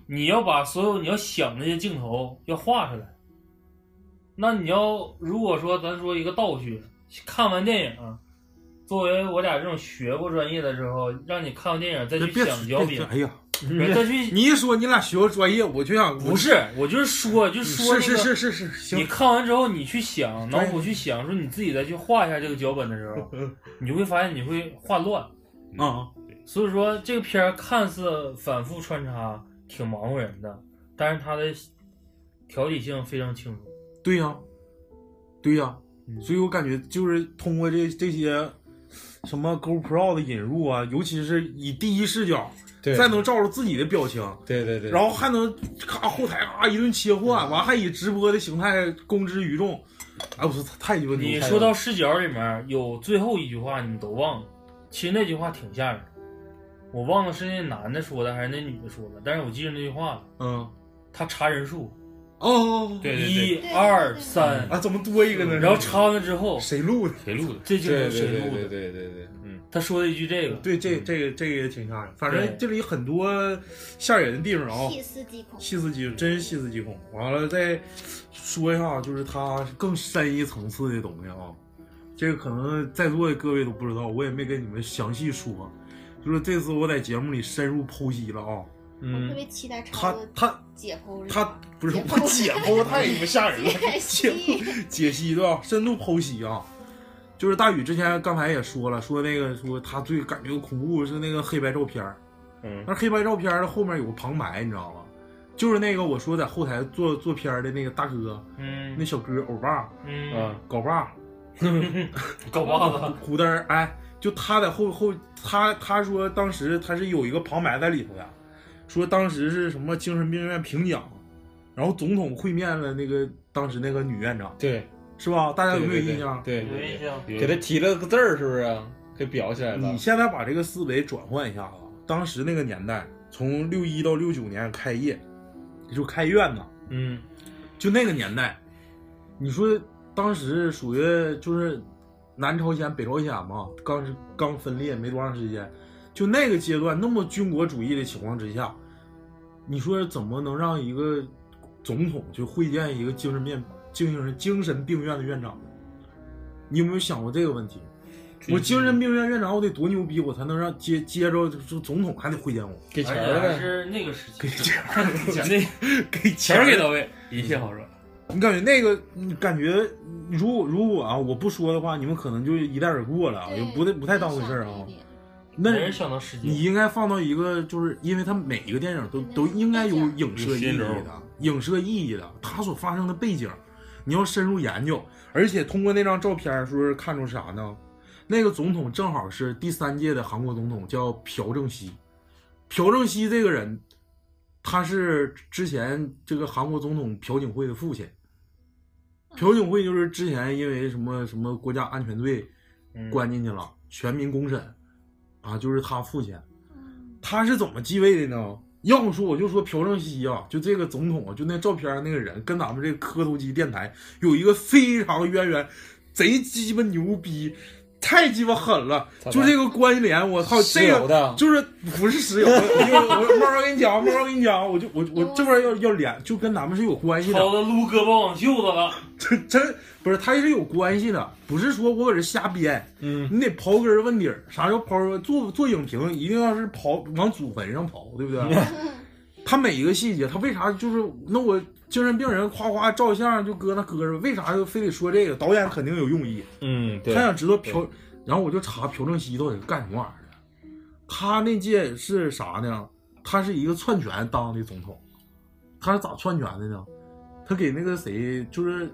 Speaker 7: 你要把所有你要想那些镜头要画出来。那你要如果说咱说一个倒叙，看完电影，作为我俩这种学过专业的之后，让你看完电影再
Speaker 3: 别
Speaker 7: 去
Speaker 3: 嗯别
Speaker 7: 想脚
Speaker 3: 别
Speaker 7: 本，嗯
Speaker 3: 哎呀，
Speaker 7: 再去
Speaker 3: 你一说你俩学过专业，我就想
Speaker 7: 不是，我就是说，就说
Speaker 3: 嗯是
Speaker 7: 那
Speaker 3: 是
Speaker 7: 个，
Speaker 3: 是是是，行
Speaker 7: 你看完之后你去想，脑
Speaker 3: 专业
Speaker 7: 补去想，说你自己再去画一下这个脚本的时 候，
Speaker 3: 嗯
Speaker 7: 你就会发现你会画乱。
Speaker 3: 啊，
Speaker 7: 所以说这个片儿看似反复穿插，挺忙活人的，但是它的条理性非常清楚。
Speaker 3: 对呀、对呀、
Speaker 7: 嗯
Speaker 3: 所以我感觉就是通过这这些什么 GoPro 的引入啊，尤其是以第一视角，
Speaker 5: 对，
Speaker 3: 再能照着自己的表情，
Speaker 5: 对对对，
Speaker 3: 然后还能咔后台啊一顿切换，完还以直播的形态公之于众。哎，我说太鸡巴牛
Speaker 7: 你
Speaker 3: 了！
Speaker 7: 说到视角里面有最后一句话，你们都忘了，其实那句话挺吓人的，我忘了是那男的说的还是那女的说的，但是我记着那句话了，
Speaker 3: 嗯
Speaker 7: 他查人数，
Speaker 3: 哦
Speaker 1: 对对对，
Speaker 7: 一二
Speaker 6: 对
Speaker 7: 三，
Speaker 3: 啊，怎么多一个呢？
Speaker 7: 嗯然后查完了之后，
Speaker 3: 谁录的？
Speaker 1: 谁录的？
Speaker 7: 这就是
Speaker 5: 对对
Speaker 7: 谁
Speaker 5: 对
Speaker 7: 录
Speaker 5: 对
Speaker 7: 的？
Speaker 5: 对对对，嗯，
Speaker 7: 他说了一句这个，
Speaker 3: 对，这这个这个也挺吓人。反正
Speaker 7: 对
Speaker 3: 这里很多吓人的地方啊，
Speaker 6: 细思极恐。
Speaker 3: 细思极，真是细思极恐。完了再说一下，就是它更深一层次的东西啊，这个可能在座的各位都不知道，我也没跟你们详细说，就是这次我在节目里深入剖析了啊。
Speaker 6: 我特
Speaker 7: 嗯，
Speaker 6: 别期待超
Speaker 3: 他
Speaker 6: 哥
Speaker 3: 他
Speaker 6: 解剖
Speaker 3: 他不是
Speaker 6: 解
Speaker 3: 我
Speaker 6: 剖
Speaker 3: 解剖太他妈吓人了，
Speaker 6: 解
Speaker 3: 解
Speaker 6: 析
Speaker 3: 剖解析对吧？深度剖析啊，就是大宇之前刚才也说了，说那个说他最感觉恐怖是那个黑白照片儿，
Speaker 5: 嗯
Speaker 3: 但是黑白照片儿的后面有个旁白，你知道吗？就是那个我说在后台做做片儿的那个大哥，那
Speaker 7: 嗯
Speaker 3: 小哥欧巴、
Speaker 7: 嗯，
Speaker 5: 啊，
Speaker 3: 镐把、
Speaker 7: 狗袜子，
Speaker 3: 胡灯儿，哎，就他在后后，他他说当时他是有一个旁白在里头的，说当时是什么精神病院评奖，然后总统会面了那个当时那个女院长，
Speaker 5: 对，
Speaker 3: 是吧？大家有
Speaker 5: 对
Speaker 3: 没有
Speaker 5: 对
Speaker 3: 印象？
Speaker 5: 对，
Speaker 7: 有
Speaker 5: 对
Speaker 7: 印
Speaker 5: 对
Speaker 7: 象，
Speaker 5: 对给他提了个字儿，是不是？给裱起来了
Speaker 3: 你。现在把这个思维转换一下啊，当时那个年代，从六一到六九年开业，也就开院呐，
Speaker 7: 嗯，
Speaker 3: 就那个年代，你说当时属于就是南朝鲜、北朝鲜嘛，刚是刚分裂没多长时间，就那个阶段那么军国主义的情况之下，你说怎么能让一个总统去会见一个精神病精神精神病院的院长呢？你有没有想过这个问题？我精神病院院长，我得多牛逼，我才能让接接着就总统还得会见我，
Speaker 5: 给钱
Speaker 7: 而且
Speaker 5: 儿
Speaker 7: 还
Speaker 5: 呗，
Speaker 7: 是那个时期，
Speaker 1: 那
Speaker 3: 给
Speaker 1: 钱儿给到位，
Speaker 5: 嗯
Speaker 1: 一切好说。
Speaker 3: 你感觉那个，你感觉如果如果啊，我不说的话，你们可能就一带而过了啊，就不太不太当回事儿啊。那
Speaker 7: 没人想到时间，
Speaker 3: 你应该放到一个，就是因为它每一个电影都都应该有影射
Speaker 1: 有
Speaker 3: 意义
Speaker 1: 时间
Speaker 3: 的，影射意义的，它所发生的背景，你要深入研究，而且通过那张照片儿，说是看出啥呢？那个总统正好是第三届的韩国总统，叫朴正熙。朴正熙这个人，他是之前这个韩国总统朴槿惠的父亲。朴槿惠就是之前因为什么什么国家安全罪
Speaker 7: 嗯
Speaker 3: 关进去了，全民公审，啊，就是他父亲。他是怎么继位的呢？要不说我就说朴正熙啊，就这个总统啊，就那照片上那个人，跟咱们这个磕头机电台有一个非常渊源，贼鸡巴牛逼，太鸡巴狠了！
Speaker 5: 咋的
Speaker 3: 就这个关联，我操，
Speaker 5: 石
Speaker 3: 这
Speaker 5: 油
Speaker 3: 个
Speaker 5: 的，
Speaker 3: 就是不是石油，我我我慢慢跟你讲，慢慢跟你讲，我就我我
Speaker 6: 有啊
Speaker 3: 这边要要连，就跟咱们是有关系的。
Speaker 7: 超的撸胳膊往袖子了，
Speaker 3: 真真不是，它是有关系的，不是说我搁这瞎编，
Speaker 5: 嗯，
Speaker 3: 你得刨根问底儿。啥叫刨根？做做影评一定要是刨往祖坟上刨，对不对？他每一个细节，他为啥就是那我精神病人夸夸照相就搁那搁着，为啥就非得说这个？导演肯定有用意，
Speaker 5: 嗯，对
Speaker 3: 他，想知道朴，然后我就查朴正熙到底是干什么玩意儿的。他那届是啥呢？他是一个篡权当的总统，他是咋篡权的呢？他给那个谁，就是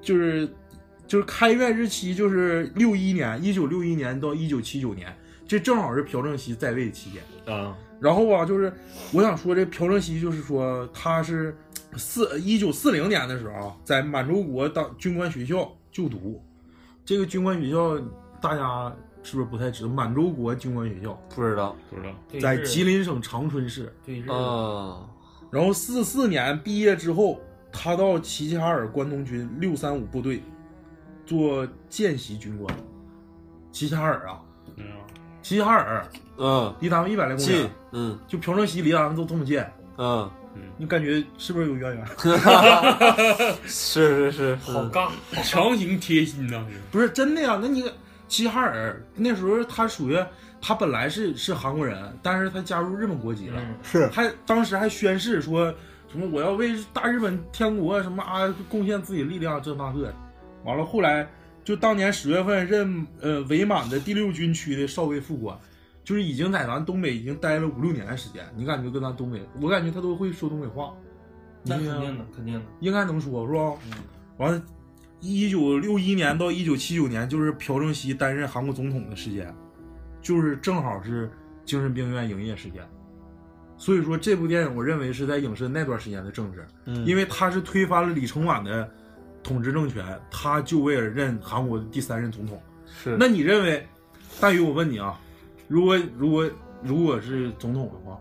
Speaker 3: 就是就是开院日期就是六一年，一九六一年到一九七九年，这正好是朴正熙在位期间。
Speaker 5: 啊，
Speaker 3: 然后啊，就是我想说，这朴正熙就是说他是四一九四零年的时候啊，在满洲国当军官学校就读。这个军官学校大家是不是不太知道？满洲国军官学校
Speaker 8: 不知道
Speaker 1: 不知道。
Speaker 7: 对
Speaker 3: 在
Speaker 7: 日
Speaker 3: 吉林省长春市。
Speaker 7: 对日
Speaker 8: 啊，
Speaker 3: 然后四四年毕业之后，他到齐齐哈尔关东军六三五部队做见习军官。齐齐哈尔啊，
Speaker 1: 嗯，
Speaker 3: 齐齐哈尔
Speaker 8: 嗯，
Speaker 3: 离咱们一百来公里啊
Speaker 8: 近，，嗯
Speaker 3: 就朴正熙离咱们都这么近，
Speaker 8: 嗯，
Speaker 3: 你感觉是不是有渊源？
Speaker 8: 是是是，
Speaker 7: 好
Speaker 8: 嗯
Speaker 7: 尬，
Speaker 1: 强行贴心呐，
Speaker 3: 不是真的呀，那你齐齐哈尔那时候他属于他本来是是韩国人，但是他加入日本国籍了，
Speaker 7: 嗯
Speaker 9: 是
Speaker 3: 还当时还宣誓说什么我要为大日本天国什么啊贡献自己力量这那个，完了后来就当年十月份任呃伪满的第六军区的少尉副官。就是已经在咱东北已经待了五六年的时间，你感觉跟咱东北，我感觉他都会说东北话，
Speaker 7: 那
Speaker 3: 你
Speaker 7: 肯定的，肯定的。
Speaker 3: 应该能说是吧？完了，一九六一年到一九七九年，就是朴正熙担任韩国总统的时间，就是正好是精神病院营业时间。所以说，这部电影我认为是在影射那段时间的政治，因为他是推翻了李承晚的统治政权，他就位而任韩国的第三任总统。
Speaker 8: 是
Speaker 3: 那你认为，大宇，我问你啊，如果如果如果是总统的话，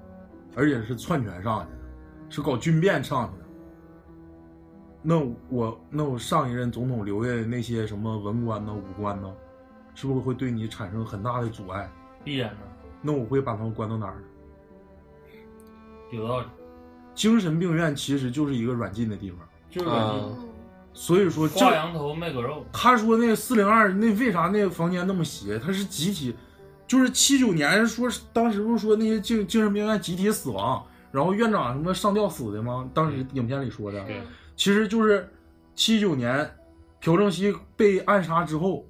Speaker 3: 而且是篡权上去的，是搞军变上去的，那我那我上一任总统留下的那些什么文官呢、武官呢，是不是会对你产生很大的阻碍？
Speaker 7: 必然的，
Speaker 3: 那我会把他们关到哪儿呢？
Speaker 7: 有道理，
Speaker 3: 精神病院其实就是一个软禁的地方，
Speaker 7: 就是感觉
Speaker 6: 嗯
Speaker 8: 啊
Speaker 3: 所以说这
Speaker 7: 挂羊头卖狗肉，
Speaker 3: 他说那个四零二那为啥那个房间那么邪？他是集体，就是七九年说是当时不是说那些精精神病院集体死亡，然后院长什么上吊死的吗？当时影片里说的，
Speaker 6: 嗯
Speaker 1: 对
Speaker 3: 其实就是七九年朴正熙被暗杀之后，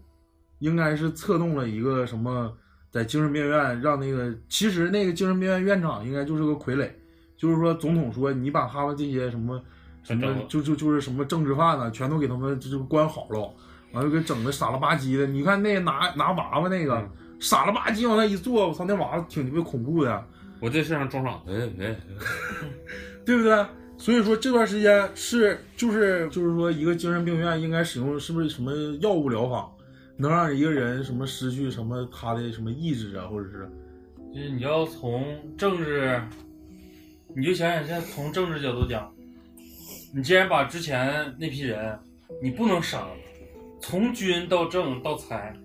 Speaker 3: 应该是策动了一个什么，在精神病院让那个其实那个精神病院院长应该就是个傀儡，就是说总统说你把他们这些什么。什
Speaker 1: 全整
Speaker 3: 么
Speaker 1: 了
Speaker 3: 就就就是什么政治犯呢，全都给他们就就关好了，完了给整的傻了吧唧的。你看那拿拿娃娃那个、傻了吧唧往那一坐，我操，那娃娃挺鸡巴恐怖的，
Speaker 1: 我这事上装傻子，哎
Speaker 3: 对不对？所以说这段时间是就是就是说一个精神病院应该使用是不是什么药物疗法，能让一个人什么失去什么他的什么意志啊，或者是
Speaker 7: 就是你要从政治，你就想想现在从政治角度讲，你既然把之前那批人，你不能杀，从军到政到财，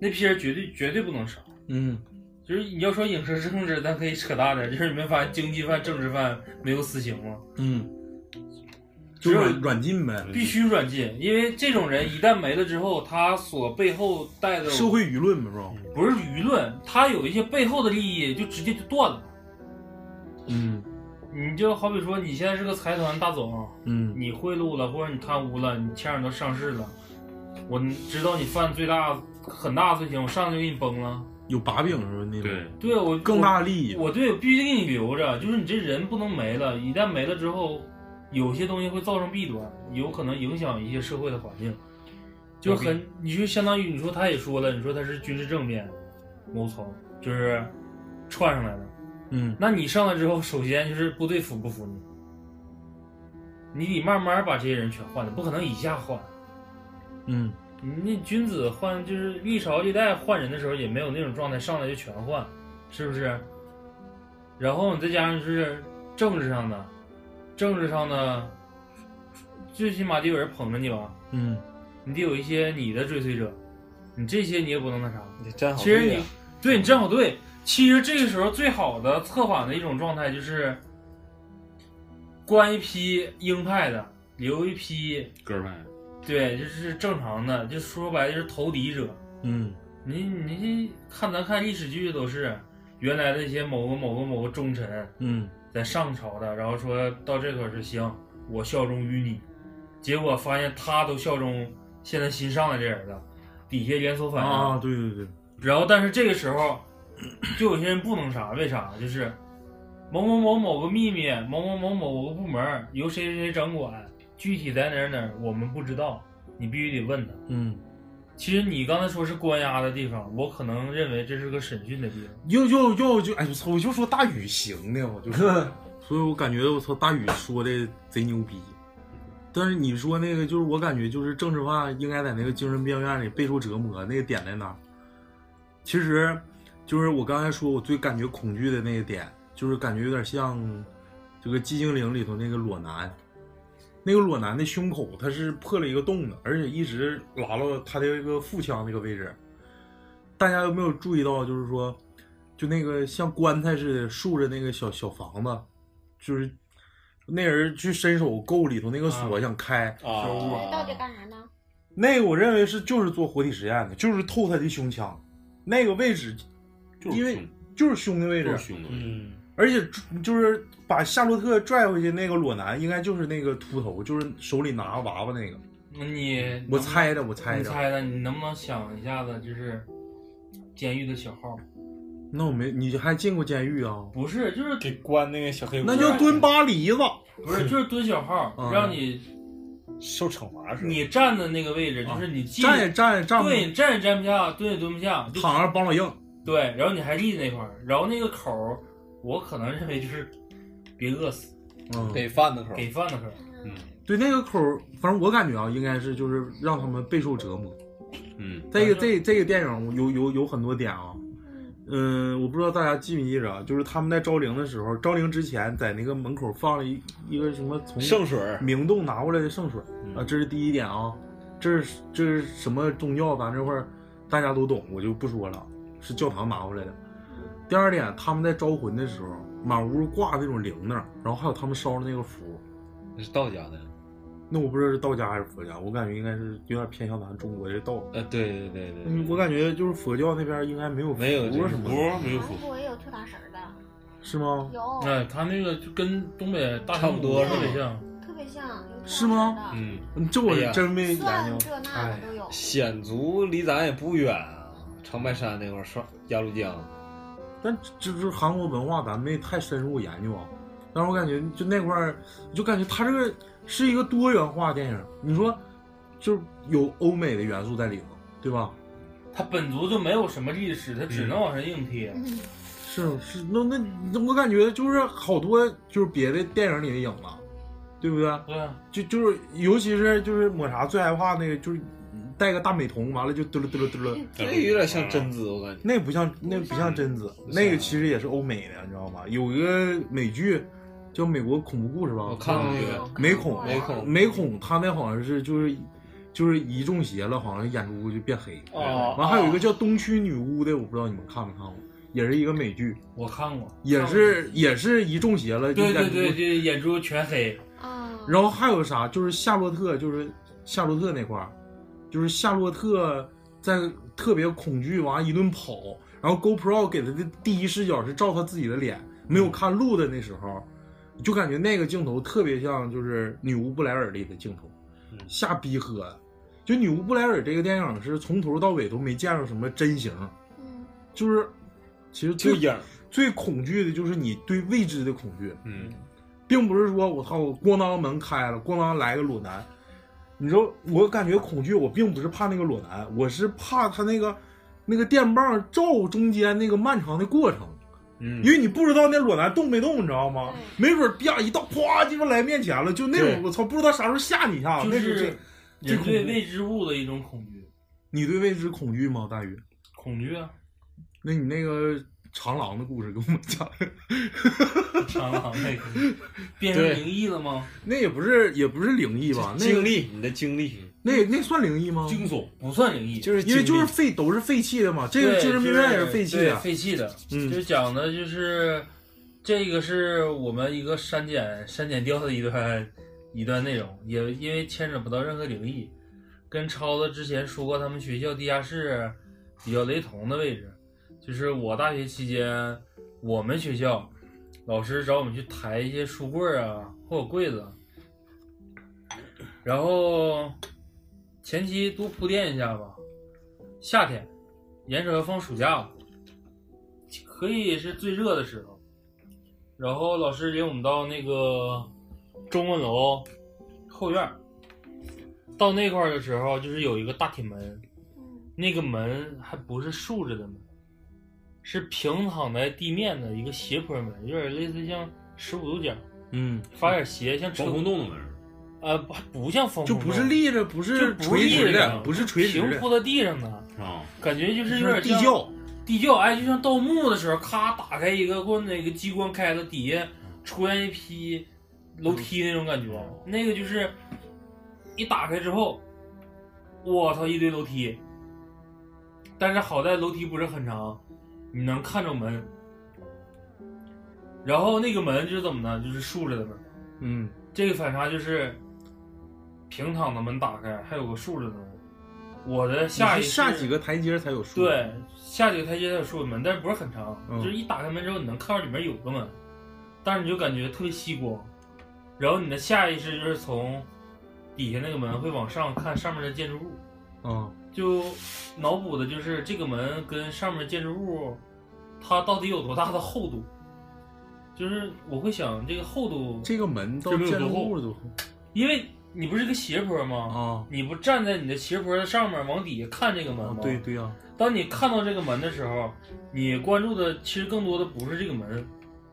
Speaker 7: 那批人绝对绝对不能杀。
Speaker 3: 嗯，
Speaker 7: 就是你要说影射政治，咱可以扯大点，就是你们发现经济犯、政治犯没有死刑吗？
Speaker 3: 嗯，就
Speaker 7: 只有
Speaker 3: 软软禁呗，
Speaker 7: 必须软禁，因为这种人一旦没了之后，他所背后带的
Speaker 3: 社会舆论嘛是吧？
Speaker 7: 不是舆论，他有一些背后的利益就直接就断了。
Speaker 3: 嗯
Speaker 7: 你就好比说，你现在是个财团大总，啊
Speaker 3: 嗯
Speaker 7: 你贿赂了或者你贪污了，你欠着都上市了，我知道你犯最大很大的罪行，我上去就给你崩了。
Speaker 3: 有把柄是吧？那种
Speaker 1: 对，
Speaker 7: 对我
Speaker 3: 更大的利益，
Speaker 7: 我对我必须得给你留着，就是你这人不能没了，一旦没了之后，有些东西会造成弊端，有可能影响一些社会的环境，就很，你就相当于你说他也说了，你说他是军事政变，谋从就是串上来的，
Speaker 3: 嗯
Speaker 7: 那你上来之后，首先就是部队服不服你，你得慢慢把这些人全换的，不可能一下换。
Speaker 3: 嗯。
Speaker 7: 你那君子换就是历朝历代换人的时候也没有那种状态，上来就全换，是不是？然后你再加上就是政治上的，政治上的，最起码得有人捧着你吧，
Speaker 3: 嗯
Speaker 7: 你得有一些你的追随者，你这些你也不能那啥。
Speaker 5: 你站好
Speaker 7: 其实
Speaker 5: 队
Speaker 7: 你
Speaker 5: 呀，
Speaker 7: 对你站好队，其实这个时候最好的策反的一种状态就是，关一批鹰派的，留一批
Speaker 1: 哥们儿，
Speaker 7: 对，就是正常的，就说白了就是投敌者。
Speaker 3: 嗯
Speaker 7: 你你看咱看历史剧都是原来的一些某个某个某个忠臣
Speaker 3: 嗯
Speaker 7: 在上朝的，然后说到这块儿是行，我效忠于你，结果发现他都效忠现在新上来这人了，底下连锁反应。
Speaker 3: 啊，对对对，
Speaker 7: 然后但是这个时候， 就有些人不能杀，为啥？就是某某某某个秘密，某某某某个部门由谁谁谁掌管，具体在哪儿哪儿我们不知道，你必须得问他。
Speaker 3: 嗯，
Speaker 7: 其实你刚才说是关押的地方，我可能认为这是个审讯的地方。
Speaker 3: 又又又就哎，我操，我就说大宇行的，我就说，所以我感觉我操，大宇说的贼牛逼，但是你说那个，就是我感觉就是郑智化应该在那个精神病院里备受折磨，那个点在哪儿？其实，就是我刚才说我最感觉恐惧的那个点，就是感觉有点像这个《寂静岭》里头那个裸男，那个裸男的胸口他是破了一个洞的，而且一直拉到他的一个腹腔那个位置。大家有没有注意到？就是说，就那个像棺材似的竖着那个小小房子，就是那人去伸手够里头那个锁
Speaker 1: 啊
Speaker 3: 想开，
Speaker 6: 这到
Speaker 5: 啊
Speaker 6: 底，干啥呢？
Speaker 3: 那个我认为是就是做活体实验的，就是透他的胸腔，那个位置，
Speaker 1: 就是
Speaker 3: 因为
Speaker 1: 胸
Speaker 3: 就是胸的位
Speaker 1: 就
Speaker 3: 置
Speaker 1: 是，凶的位置，
Speaker 5: 嗯，
Speaker 3: 而且就是把夏洛特拽回去那个裸男，应该就是那个秃头，就是手里拿个娃娃那个。
Speaker 7: 那你
Speaker 3: 我猜的，我
Speaker 7: 能不能
Speaker 3: 猜
Speaker 7: 你
Speaker 3: 的。
Speaker 7: 猜的，你能不能想一下子就是监狱的小号？
Speaker 3: 那我没，你还进过监狱啊？
Speaker 7: 不是，就是
Speaker 5: 给关那个小黑屋，
Speaker 3: 那就蹲巴黎子。
Speaker 7: 不是就是蹲小号，
Speaker 3: 嗯
Speaker 7: 让你
Speaker 5: 受惩罚是吧？
Speaker 7: 你站的那个位置，就是你既
Speaker 3: 啊站也站也站不，
Speaker 7: 对，你站也站不下，蹲也蹲不下，就
Speaker 3: 躺着帮老硬。
Speaker 7: 对，然后你还立那块儿，然后那个口儿，我可能认为就是别饿死，
Speaker 3: 嗯，
Speaker 5: 给饭的口，
Speaker 7: 给饭的口儿。
Speaker 1: 嗯
Speaker 3: 对那个口儿，反正我感觉啊，应该是就是让他们备受折磨。
Speaker 1: 嗯，
Speaker 3: 这个这这个电影有有有很多点啊，嗯，我不知道大家记没记着啊，就是他们在招灵的时候，招灵之前在那个门口放了一一个什么从
Speaker 5: 圣水嗯儿
Speaker 3: 明洞拿过来的圣水啊，这是第一点啊，这是这是什么宗教？咱这块儿大家都懂，我就不说了，是教堂拿过来的。
Speaker 5: 嗯
Speaker 3: 第二点，他们在招魂的时候，满屋挂那种铃铛，然后还有他们烧的那个符，
Speaker 5: 那是道家的，
Speaker 3: 那我不知道是道家还是佛家，我感觉应该是有点偏向咱中国的道。
Speaker 5: 呃，对对对对，
Speaker 3: 嗯，我感觉就是佛教那边应该没有
Speaker 5: 没有这
Speaker 3: 符
Speaker 5: 个
Speaker 3: 什么的，
Speaker 1: 不
Speaker 5: 哎
Speaker 1: 没有
Speaker 6: 韩
Speaker 1: 符，
Speaker 6: 国也有跳大神儿的，
Speaker 3: 是吗？
Speaker 6: 有，
Speaker 7: 哎，他那个就跟东北大
Speaker 5: 差不多
Speaker 7: 特别
Speaker 6: 是吧
Speaker 7: 像。
Speaker 6: 特别像，有跳大
Speaker 3: 是吗
Speaker 7: 啊
Speaker 6: 神儿
Speaker 1: 嗯，
Speaker 3: 嗯这我
Speaker 5: 哎呀
Speaker 3: 真没
Speaker 6: 的
Speaker 3: 研
Speaker 6: 蒜
Speaker 3: 究。
Speaker 6: 这那的都有。
Speaker 5: 显族离咱也不远啊，长白山那块儿，上鸭绿江，
Speaker 3: 但这就是韩国文化，咱没太深入研究啊。但是我感觉就那块儿，就感觉它这个是一个多元化电影。你说，就是有欧美的元素在里头，对吧？
Speaker 7: 他本族就没有什么历史，他只能往上硬贴。
Speaker 6: 嗯
Speaker 3: 是是，那那那我感觉就是好多就是别的电影里的影了，对不对？
Speaker 7: 对啊，
Speaker 3: 就就是尤其是就是抹茶最害怕那个，就是戴个大美瞳，完了就嘚了嘚了嘚了。
Speaker 5: 这个有点像贞子，我感觉。
Speaker 3: 那不像，那不像贞子，那个其实也是欧美的，你知道吗？有一个美剧叫《美国恐怖故事》吧，
Speaker 5: 我看
Speaker 7: 嗯
Speaker 5: 过这个，
Speaker 3: 嗯没恐
Speaker 7: 啊
Speaker 5: 没恐
Speaker 3: 没恐，他那好像是就是就是一中邪了，好像眼珠就变黑。
Speaker 7: 哦
Speaker 3: 完还有一个叫《东区女巫》的，我不知道你们看没看过，也是一个美剧，
Speaker 7: 我看过，
Speaker 3: 也
Speaker 7: 看过
Speaker 3: 是也是一中邪了，就
Speaker 7: 对对
Speaker 3: 眼珠
Speaker 7: 对，这眼珠全黑。
Speaker 6: 啊，
Speaker 3: 然后还有啥？就是夏洛特，就是夏洛特那块儿，就是夏洛特在特别恐惧，完一顿跑，然后 GoPro 给他的第一视角是照他自己的脸，没有看路的那时候，就感觉那个镜头特别像就是《女巫布莱尔》里的镜头，瞎逼喝。就《女巫布莱尔》这个电影是从头到尾都没见着什么真形，
Speaker 6: 嗯，
Speaker 3: 就是其实
Speaker 5: 就
Speaker 3: 最
Speaker 5: 影儿，
Speaker 3: 最恐惧的就是你对未知的恐惧。
Speaker 1: 嗯，
Speaker 3: 并不是说我操，我咣当门开了，咣当来个裸男。你知道，我感觉恐惧，我并不是怕那个裸男，我是怕他那个那个电棒照中间那个漫长的过程，
Speaker 5: 嗯
Speaker 3: 因为你不知道那裸男动没动，你知道吗？
Speaker 6: 对
Speaker 3: 没准啪一到，咵鸡巴来面前了，就那种
Speaker 5: 对
Speaker 3: 我操，不知道啥时候吓你一下子，
Speaker 7: 就
Speaker 3: 啊那是
Speaker 7: 是
Speaker 3: 这这
Speaker 7: 人
Speaker 3: 恐
Speaker 7: 对
Speaker 3: 怖
Speaker 7: 未知物的一种恐惧，
Speaker 3: 你对未知恐惧吗？大宇，
Speaker 7: 恐惧 啊，
Speaker 3: 那你那个长廊的故事给我们讲，
Speaker 7: 蟑螂那个变成
Speaker 5: 对
Speaker 7: 灵异了吗？
Speaker 3: 那也不是也不是灵异吧？那
Speaker 5: 经
Speaker 3: 个
Speaker 5: 历，你的经历
Speaker 3: 那那算灵异吗？
Speaker 1: 惊悚，
Speaker 7: 不算灵异，
Speaker 5: 就是
Speaker 3: 因为就
Speaker 5: 经
Speaker 3: 是
Speaker 5: 历
Speaker 3: 废都是废弃的嘛，这个
Speaker 7: 对
Speaker 3: 精神病院也是废弃
Speaker 7: 对
Speaker 3: 的。
Speaker 7: 废弃的，
Speaker 3: 嗯
Speaker 7: 就讲的就是这个是我们一个删减删减掉的一段一段内容，也因为牵扯不到任何灵异，跟超子之前说过他们学校地下室比较雷同的位置，就是我大学期间我们学校老师找我们去抬一些书柜儿啊或者柜子，然后前期多铺垫一下吧。夏天，眼瞅要放暑假了，可以是最热的时候。然后老师领我们到那个中文楼后院儿，到那块儿的时候，就是有一个大铁门，
Speaker 6: 嗯
Speaker 7: 那个门还不是竖着的门，是平躺在地面的一个斜坡门，有点类似像十五度角，
Speaker 3: 嗯
Speaker 7: 发点斜，像车
Speaker 1: 防空洞的门，
Speaker 7: 呃，不不像风
Speaker 3: 就
Speaker 7: 中
Speaker 3: 不是立着，不
Speaker 7: 就是不是
Speaker 3: 垂
Speaker 7: 立着
Speaker 3: 直的，
Speaker 7: 的
Speaker 3: 不是垂直
Speaker 7: 平
Speaker 3: 的，
Speaker 7: 铺在地上的，
Speaker 1: 啊，
Speaker 7: 感觉就是有
Speaker 3: 是
Speaker 7: 点
Speaker 3: 地
Speaker 7: 像
Speaker 3: 窖。
Speaker 7: 地窖，哎，就像盗墓的时候，咔打开一个或者哪个机关开了，底下出来一批楼梯那种感觉，那个就是一打开之后，我操一堆楼梯，但是好在楼梯不是很长，你能看着门，然后那个门就是怎么呢？就是竖着的门，
Speaker 3: 嗯，
Speaker 7: 这个反差就是平躺的门打开，还有个竖着的门。我的下一
Speaker 3: 你是下
Speaker 7: 世
Speaker 3: 几个台阶才有树。
Speaker 7: 对，下几个台阶它有竖着门，但是不是很长，
Speaker 3: 嗯
Speaker 7: 就是一打开门之后，你能看到里面有个门，但是你就感觉特别吸光，然后你的下意识就是从底下那个门会往上看上面的建筑物，
Speaker 3: 嗯，
Speaker 7: 就脑补的就是这个门跟上面的建筑物，它到底有多大的厚度，就是我会想这个厚度，
Speaker 3: 这个门到
Speaker 7: 这没有
Speaker 3: 建筑
Speaker 7: 多厚
Speaker 3: 物都
Speaker 7: 因为你不是一个斜坡吗？
Speaker 3: 啊
Speaker 7: 你不站在你的斜坡的上面往底下看这个门
Speaker 3: 啊
Speaker 7: 吗？，
Speaker 3: 对对啊，
Speaker 7: 当你看到这个门的时候，你关注的其实更多的不是这个门，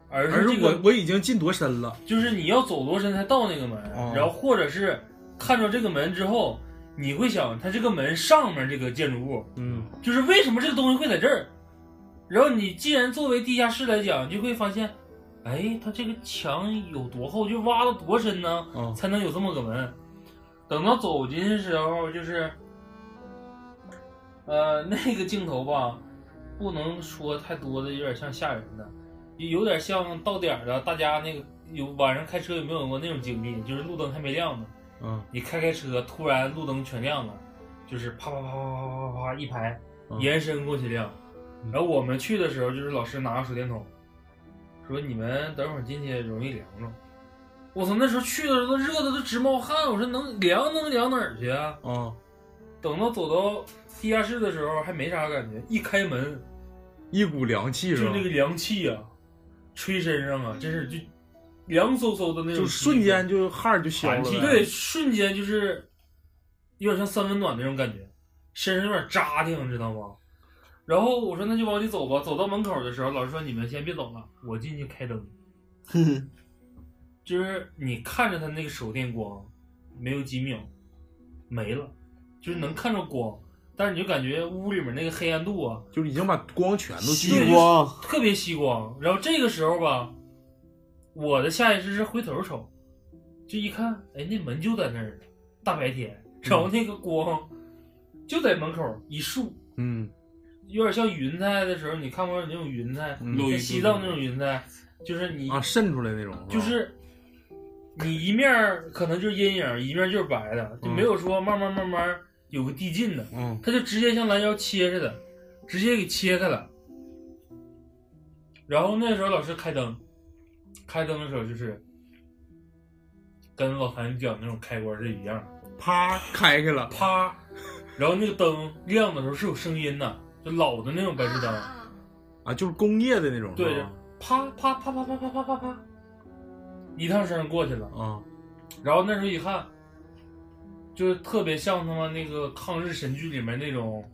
Speaker 7: 而
Speaker 3: 而
Speaker 7: 是
Speaker 3: 是
Speaker 7: 这
Speaker 3: 我
Speaker 7: 个，
Speaker 3: 我已经进多深了，
Speaker 7: 就是你要走多深才到那个门，
Speaker 3: 哦
Speaker 7: 然后或者是看到这个门之后，你会想它这个门上面这个建筑物，
Speaker 3: 嗯，
Speaker 7: 就是为什么这个东西会在这儿？然后你既然作为地下室来讲，你就会发现，哎，它这个墙有多厚，就挖了多深呢？
Speaker 3: 啊，
Speaker 7: 才能有这么个门。等到走进的时候，就是，呃，那个镜头吧，不能说太多的，有点像吓人的，有点像到点儿了，大家那个有晚上开车有没有过那种经历？就是路灯还没亮呢，
Speaker 3: 嗯
Speaker 7: 你开开车，突然路灯全亮了，就是啪啪啪啪啪啪啪一排
Speaker 3: 嗯
Speaker 7: 延伸过去亮。
Speaker 3: 嗯
Speaker 7: 然后我们去的时候，就是老师拿个手电筒，说你们等会儿进去容易凉着。我操，那时候去的时候都热的都直冒汗，我说能凉能凉哪儿去啊？
Speaker 3: 啊，
Speaker 7: 等到走到地下室的时候还没啥感觉，一开门
Speaker 3: 一股凉气
Speaker 7: 就是
Speaker 3: 吧
Speaker 7: 那？个凉气啊，吹身上啊，真是就凉飕飕的那种，
Speaker 3: 就瞬间就汗儿就消了
Speaker 7: 寒气，
Speaker 3: 呗，
Speaker 7: 对，瞬间就是有点像三温暖那种感觉，身上有点扎挺，你知道吗？然后我说那就往里走吧，走到门口的时候，老师说你们先别走了，我进去开灯。 就是你看着他那个手电光，没有几秒没了，就是能看着光，但是你就感觉屋里面那个黑暗度啊，
Speaker 3: 就是已经把光全都
Speaker 7: 对
Speaker 9: 吸
Speaker 7: 就是
Speaker 9: 光，
Speaker 7: 特别吸光。然后这个时候吧，我的下意识是回头瞅，就一看，哎，那门就在那儿呢，大白天，然后那个光就在门口一束，
Speaker 3: 嗯
Speaker 7: 有点像云彩的时候，你看过那种云彩，
Speaker 3: 嗯
Speaker 7: 在西藏那种云彩，就是你、
Speaker 3: 啊，渗出来那种，吧
Speaker 7: 就是。你一面儿可能就是阴影，一面儿就是白的，就没有说慢慢慢慢有个递进的，
Speaker 3: 嗯
Speaker 7: 它就直接像拦腰切似的，直接给切开了。然后那时候老师开灯，开灯的时候就是跟老谭讲那种开关是一样的，
Speaker 3: 啪开开了，
Speaker 7: 啪，然后那个灯亮的时候是有声音的，就老的那种白炽灯，
Speaker 6: 啊
Speaker 3: 啊，就是工业的那种，
Speaker 7: 对
Speaker 3: 是吧，
Speaker 7: 啪啪啪啪啪啪啪啪啪，一趟声过去了。
Speaker 3: 啊，
Speaker 7: 然后那时候一看，就是特别像他妈那个抗日神剧里面那种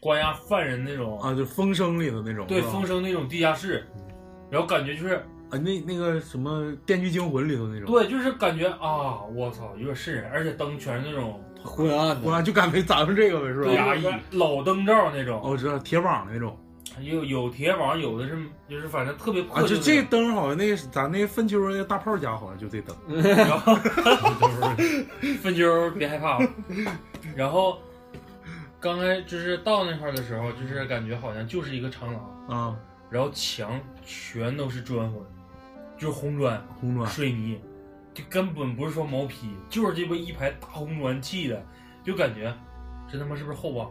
Speaker 7: 关押犯人那种
Speaker 3: 啊，就风声里头那种，
Speaker 7: 对，
Speaker 3: 是吧
Speaker 7: 风声那种地下室，
Speaker 3: 嗯
Speaker 7: 然后感觉就是，
Speaker 3: 啊，那那个什么《电锯惊魂》里头那种，
Speaker 7: 对，就是感觉啊，我操，有点瘆人，而且灯全是那种
Speaker 5: 昏暗的，
Speaker 3: 哇，就感觉咱们这个呗，是
Speaker 7: 对压
Speaker 3: 吧？
Speaker 7: 抑老灯罩那
Speaker 3: 哦，
Speaker 7: 种，
Speaker 3: 我知道铁网那种
Speaker 7: 有有铁网，有的是就是反正特别破
Speaker 3: 啊，
Speaker 7: 旧
Speaker 3: 就
Speaker 7: 的，
Speaker 3: 这灯好像那咱那粪丘那个大炮家好像就这灯，
Speaker 7: 然后 粪球别害怕啊，然后刚开就是到那块儿的时候，就是感觉好像就是一个长廊，
Speaker 3: 啊，
Speaker 7: 然后墙全都是砖混，就是红砖，
Speaker 3: 红砖
Speaker 7: 水泥，就根本不是说毛坯，就是这不一排大红砖砌的，就感觉这他妈是不是后挖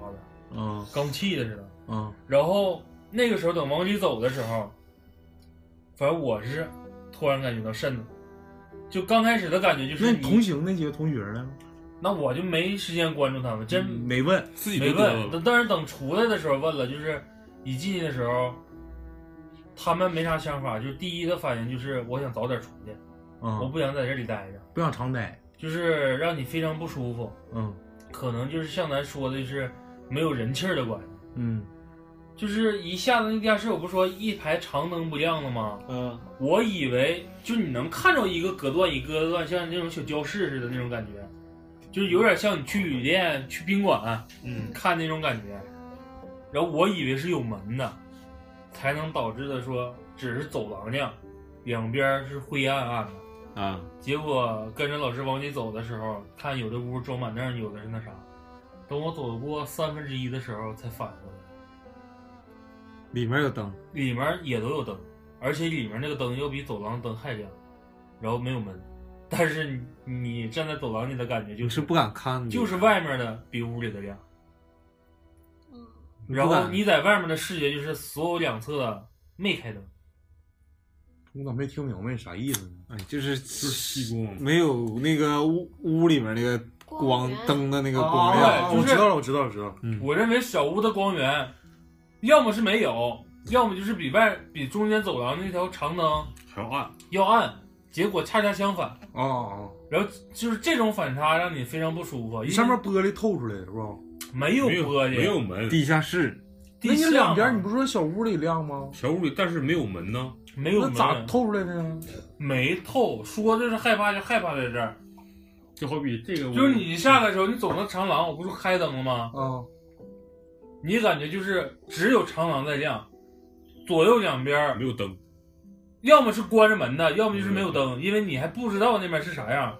Speaker 7: 的，
Speaker 3: 啊
Speaker 7: 刚砌的似的。
Speaker 3: 啊
Speaker 7: 然后那个时候等往里走的时候，反正我是突然感觉到瘆的，就刚开始的感觉就是
Speaker 3: 那
Speaker 7: 你
Speaker 3: 你同行那几个同学呢？嗯
Speaker 7: 那我就没时间关注他们，真
Speaker 3: 没问
Speaker 1: 自己
Speaker 7: 没
Speaker 1: 就
Speaker 7: 问。
Speaker 1: 得
Speaker 7: 但但是等出来的时候问了，就是一进去的时候，他们没啥想法，就是第一的反应就是我想早点出去，
Speaker 3: 啊
Speaker 7: 我，不想在这里待着。
Speaker 3: 不想常待，
Speaker 7: 就是让你非常不舒服，
Speaker 3: 嗯
Speaker 7: 可能就是像咱说的是没有人气儿的关系。
Speaker 3: 嗯
Speaker 7: 就是一下子那电视，我不说一排长灯不亮了吗？
Speaker 5: 嗯，
Speaker 7: 我以为就你能看着一个隔断一个隔断，像那种小教室似的那种感觉，就是有点像你去旅店、去宾馆，嗯，看那种感觉。然后我以为是有门的，才能导致的说只是走廊亮，两边是灰暗暗的。
Speaker 1: 啊，
Speaker 7: 结果跟着老师往里走的时候，看有的屋装板凳，有的是那啥。等我走过三分之一的时候，才反应过来。
Speaker 1: 里面有灯，
Speaker 7: 里面也都有灯，而且里面那个灯要比走廊灯还亮，然后没有门，但是你你站在走廊里的感觉就
Speaker 1: 你是不敢看的，
Speaker 7: 就是外面的比屋里的亮，
Speaker 1: 不
Speaker 7: 然
Speaker 1: 敢，
Speaker 7: 后你在外面的视觉就是所有两侧没开灯，
Speaker 3: 我咋没听明白啥意思呢？
Speaker 1: 哎，就是
Speaker 3: 是西宫
Speaker 1: 没有那个屋屋里面那个
Speaker 6: 光
Speaker 1: 光
Speaker 6: 源
Speaker 1: 灯的那个光
Speaker 7: 源
Speaker 1: 亮，
Speaker 3: 啊
Speaker 7: 对
Speaker 3: 我
Speaker 7: 就是
Speaker 3: 知道了，我知道了，我知道了。
Speaker 1: 嗯，
Speaker 7: 我认为小屋的光源，要么是没有，要么就是比外比中间走廊那条长灯
Speaker 1: 还暗，
Speaker 7: 要暗，结果恰恰相反，
Speaker 3: 啊啊
Speaker 7: 然后就是这种反差让你非常不舒服，
Speaker 3: 啊！
Speaker 7: 因为
Speaker 3: 上面玻璃透出来是不？
Speaker 7: 没有
Speaker 8: 没有
Speaker 7: 玻璃，
Speaker 8: 没有门，
Speaker 1: 地下室
Speaker 7: 地
Speaker 3: 那你
Speaker 7: 下嘛
Speaker 3: 两边你不是说小屋里亮吗？
Speaker 8: 小屋里，但是没有门呢。
Speaker 7: 没有
Speaker 3: 那
Speaker 7: 门啊
Speaker 3: 咋透出来的呀？
Speaker 7: 没透，说就是害怕就害怕在这儿，
Speaker 1: 就好比这个屋，
Speaker 7: 就是你下来的时候，你走那长廊，我不是开灯了吗？
Speaker 3: 啊，
Speaker 7: 你感觉就是只有长廊在亮，左右两边儿
Speaker 8: 没有灯，
Speaker 7: 要么是关着门的，要么就是没有灯，因为你还不知道那边是啥样。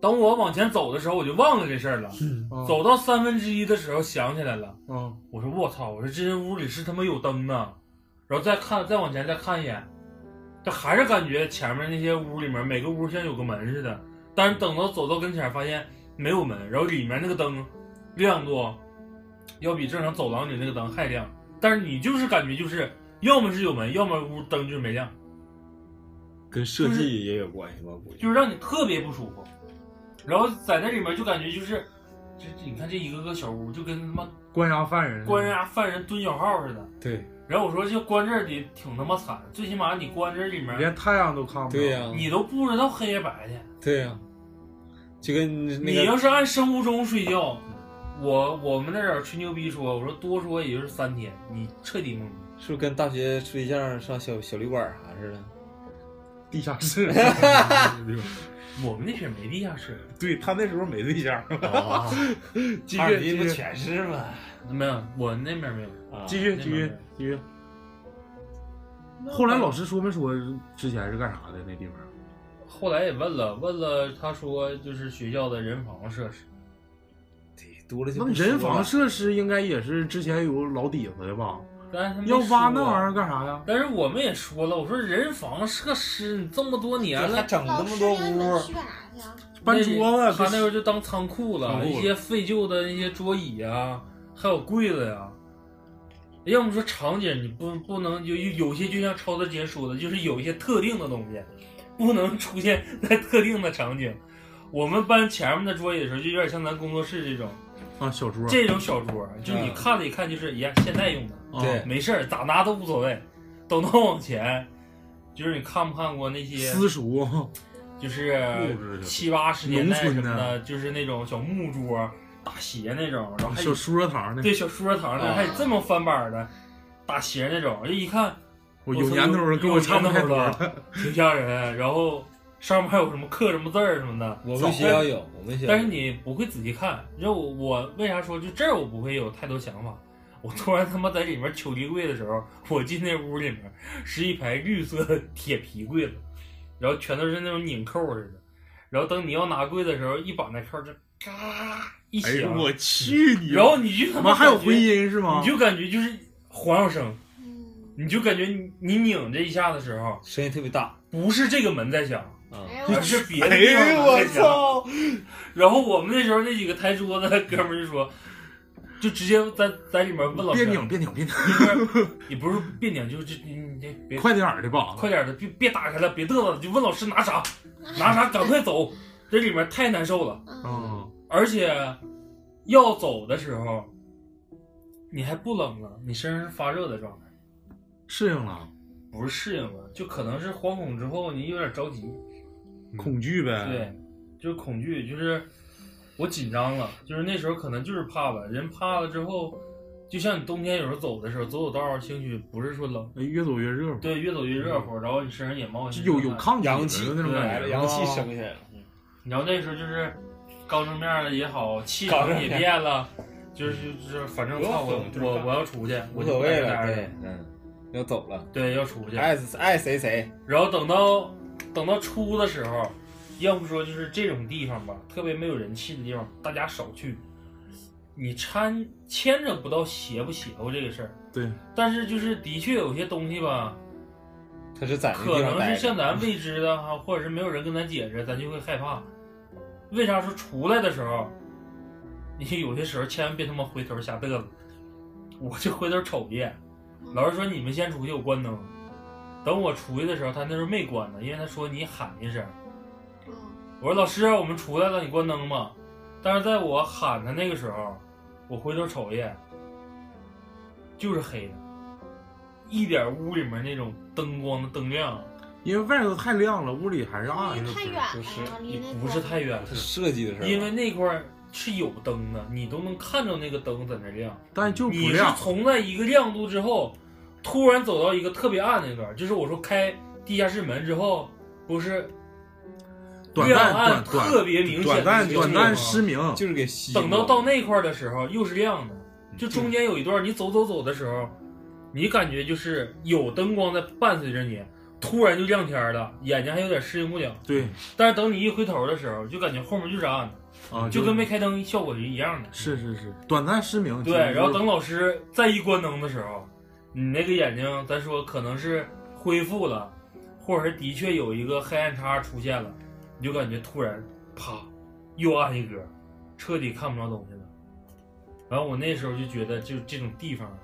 Speaker 7: 等我往前走的时候，我就忘了这事儿了。
Speaker 3: 啊
Speaker 7: 走到三分之一的时候，想起来了，
Speaker 3: 啊！
Speaker 7: 我说我操，我说这屋里是他妈有灯呢。然后再看，再往前再看一眼，这还是感觉前面那些屋里面每个屋像有个门似的。但是等到走到跟前儿，发现没有门，然后里面那个灯亮度要比正常走廊里那个灯还亮。但是你就是感觉就是要么是有门，要么屋灯就是没亮，
Speaker 1: 跟设计也有关系吧？估计
Speaker 7: 就是让你特别不舒服。然后在那里面就感觉就是，这这你看这一个个小屋就跟他妈
Speaker 3: 关押犯人，
Speaker 7: 关押犯人蹲小号似的。
Speaker 1: 对
Speaker 7: 然后我说就关这儿里挺他妈惨，最起码你关这里面，
Speaker 3: 连太阳都看不着。
Speaker 1: 对呀，
Speaker 7: 你都不知道黑夜白天。
Speaker 1: 对呀，就跟那
Speaker 7: 你要
Speaker 1: 个
Speaker 7: 是按生物钟睡觉，我我们那点儿吹牛逼说，我说多说也就是三天，你彻底懵逼。
Speaker 5: 是不是跟大学处对象上小小旅馆啥似的？
Speaker 3: 地下室。
Speaker 7: 我们那片没地下室，
Speaker 3: 对他那时候没对象。 继
Speaker 5: 哈尔滨
Speaker 3: 续哦继
Speaker 5: 不
Speaker 3: 续
Speaker 5: 全是吗？
Speaker 7: 没有，我那边没有。
Speaker 3: 继续继续继续。后来老师说没说之前是干啥的那地方？
Speaker 7: 后来也问了，问了，他说就是学校的人防设施，
Speaker 5: 对，多了就
Speaker 3: 那
Speaker 5: 不说
Speaker 3: 人防
Speaker 5: 了
Speaker 3: 设施应该也是之前有老底子的吧？
Speaker 7: 但是他们
Speaker 3: 要挖那
Speaker 7: 没说
Speaker 3: 玩意儿干啥呀？
Speaker 7: 但是我们也说了，我说人防设施，你这么多年
Speaker 5: 还
Speaker 7: 了，
Speaker 5: 整那
Speaker 6: 老
Speaker 5: 么
Speaker 6: 师
Speaker 5: 多
Speaker 6: 让你们去
Speaker 5: 屋，
Speaker 6: 干啥去啊？
Speaker 3: 搬桌子，
Speaker 7: 他那时候就当仓库了，
Speaker 1: 仓库了
Speaker 7: 一些废旧的那些桌椅啊，还有柜子呀、要么说场景你不不能有有有些就像超子之前说的，就是有一些特定的东西，不能出现在特定的场景。我们搬前面的桌椅的时候，就有点像咱工作室这种
Speaker 3: 啊小桌，
Speaker 7: 这种小桌，就你看了一看就是，哎呀，现在用的，
Speaker 3: 啊
Speaker 5: 对，
Speaker 7: 没事儿，咋拿都无所谓。等到往前，就是你看不看过那些
Speaker 3: 私塾
Speaker 7: 就是
Speaker 1: 木质
Speaker 7: 七八十年代什么
Speaker 3: 农村
Speaker 7: 的，
Speaker 3: 的
Speaker 7: 就是那种小木桌、大斜那种，然后还
Speaker 3: 小书桌堂的
Speaker 7: 哎对，小书桌堂的，
Speaker 5: 啊
Speaker 7: 还有这么翻板的、大斜那种，一看
Speaker 3: 我有年头了，跟我差不太多
Speaker 7: 了
Speaker 3: 了。，
Speaker 7: 挺吓人。然后上面还有什么刻什么字儿什么的，
Speaker 5: 我们学校有，我们学校
Speaker 7: 但
Speaker 5: 有。
Speaker 7: 是你不会仔细看。你知道我我为啥说就这儿我不会有太多想法？我突然他妈在里面取立柜的时候，我进那屋里面是一排绿色的铁皮柜子，然后全都是那种拧扣似的。然后等你要拿柜子的时候，一绑那扣就嘎一
Speaker 1: 哎呦
Speaker 7: 响，
Speaker 1: 我 去你！
Speaker 7: 啊然后你就他
Speaker 3: 怎
Speaker 7: 妈
Speaker 3: 么还有
Speaker 7: 感觉
Speaker 3: 回，啊音是吗
Speaker 7: 你？就感觉就是环绕声，
Speaker 6: 嗯，
Speaker 7: 你就感觉你你拧这一下的时候，
Speaker 5: 声音特别大，
Speaker 7: 不是这个门在响，
Speaker 6: 哎呀，
Speaker 7: 而
Speaker 6: 我
Speaker 7: 是别的地
Speaker 3: 哎
Speaker 7: 方在响。
Speaker 5: 操！
Speaker 7: 然后我们那时候那几个抬桌子的哥们儿就说，就直接在在里面问老
Speaker 3: 别
Speaker 7: 师，
Speaker 3: 拧别拧别拧，
Speaker 7: 就是也不是别拧，就是你你你 别
Speaker 3: 快点儿的吧。
Speaker 7: 快点的，别别打开了，别嘚瑟了，就问老师拿啥，拿啥，赶快走， 这里面太难受了，
Speaker 6: 嗯
Speaker 3: 啊！
Speaker 7: 而且要走的时候，你还不冷了，你身上是发热的状态，
Speaker 3: 适应了，
Speaker 7: 不是适应了，就可能是惶恐之后你有点着急，
Speaker 3: 恐惧呗。
Speaker 7: 嗯
Speaker 5: 嗯
Speaker 7: 对，就是恐惧，就是我紧张了，就是那时候可能就是怕了，人怕了之后，就像你冬天有时候走的时候，走走道儿兴许不是说冷，
Speaker 3: 哎越走越热乎，
Speaker 7: 对，越走越热乎，然后你身上也冒一些
Speaker 3: 有
Speaker 7: 热
Speaker 3: 有
Speaker 7: 汗
Speaker 3: 抗体
Speaker 5: 阳
Speaker 3: 的
Speaker 5: 气
Speaker 3: 那种
Speaker 7: 对
Speaker 3: 感觉，
Speaker 5: 阳气
Speaker 3: 啊
Speaker 5: 升起来了。嗯
Speaker 7: 然后那时候就是高正面了也好，气
Speaker 5: 高正
Speaker 7: 场
Speaker 5: 面
Speaker 7: 也变了，就是就是反正
Speaker 5: 不用
Speaker 7: 操我
Speaker 5: 懂就是
Speaker 7: 我
Speaker 5: 干
Speaker 7: 我要出去，
Speaker 5: 无
Speaker 7: 我
Speaker 5: 所
Speaker 7: 就不
Speaker 5: 谓
Speaker 7: 在这哎
Speaker 5: 了，
Speaker 7: 待
Speaker 5: 对
Speaker 7: 着，
Speaker 5: 嗯，要走了，
Speaker 7: 对，要出去。
Speaker 5: 爱爱谁谁，
Speaker 7: 然后等到等到初的时候，要不说就是这种地方吧，特别没有人气的地方，大家少去。你掺牵扯不到邪不邪乎这个事儿，
Speaker 3: 对，
Speaker 7: 但是就是的确有些东西吧，
Speaker 5: 他是在那
Speaker 7: 可
Speaker 5: 地方
Speaker 7: 能是
Speaker 5: 待着嗯
Speaker 7: 像咱未知的哈，或者是没有人跟咱解释，咱就会害怕。为啥说出来的时候，你有些时候千万别他妈回头瞎嘚瑟。我就回头瞅一眼，老师说你们先出去，我关灯。等我出去的时候，他那时候没关呢，因为他说你喊一声。
Speaker 6: 嗯
Speaker 7: 我说老师，啊我们出来了，你关灯吧。但是在我喊他那个时候，我回头瞅一眼，就是黑的，一点屋里面那种灯光的灯亮。
Speaker 3: 因为外头太亮了，屋里还是暗
Speaker 6: 因
Speaker 3: 的。
Speaker 6: 为太远了，嗯离
Speaker 7: 你
Speaker 6: 那
Speaker 7: 不是太远，
Speaker 5: 设计的事儿吧，
Speaker 7: 因为那块儿是有灯的，你都能看着那个灯在那亮。
Speaker 3: 但就是
Speaker 7: 你
Speaker 3: 不
Speaker 7: 是
Speaker 3: 亮。
Speaker 7: 从那一个亮度之后，突然走到一个特别暗那段儿，就是我说开地下室门之后，不是
Speaker 3: 短
Speaker 7: 亮
Speaker 3: 暂
Speaker 7: 暗
Speaker 3: 短短
Speaker 7: 特别明显
Speaker 3: 短
Speaker 7: 的
Speaker 3: 暂
Speaker 7: 一个
Speaker 3: 短
Speaker 7: 地方
Speaker 3: 暂失明，
Speaker 5: 就是给吸引
Speaker 7: 等到
Speaker 5: 我
Speaker 7: 到那块儿的时候又是亮的，就中间有一段你走走走的时候，你感觉就是有灯光在伴随着你。突然就亮天儿了，眼睛还有点适应不了。
Speaker 3: 对
Speaker 7: 但是等你一回头的时候，就感觉后面就是暗的，
Speaker 3: 啊，
Speaker 7: 就跟没开灯效果是一样的。
Speaker 3: 是是是短暂 失明。
Speaker 7: 对
Speaker 3: 其实，
Speaker 7: 然后
Speaker 3: 就是
Speaker 7: 等老师再一关灯的时候，你那个眼睛，咱说可能是恢复了，或者是的确有一个黑暗叉出现了，你就感觉突然啪又暗一格，彻底看不着东西了。然后我那时候就觉得，就这种地方啊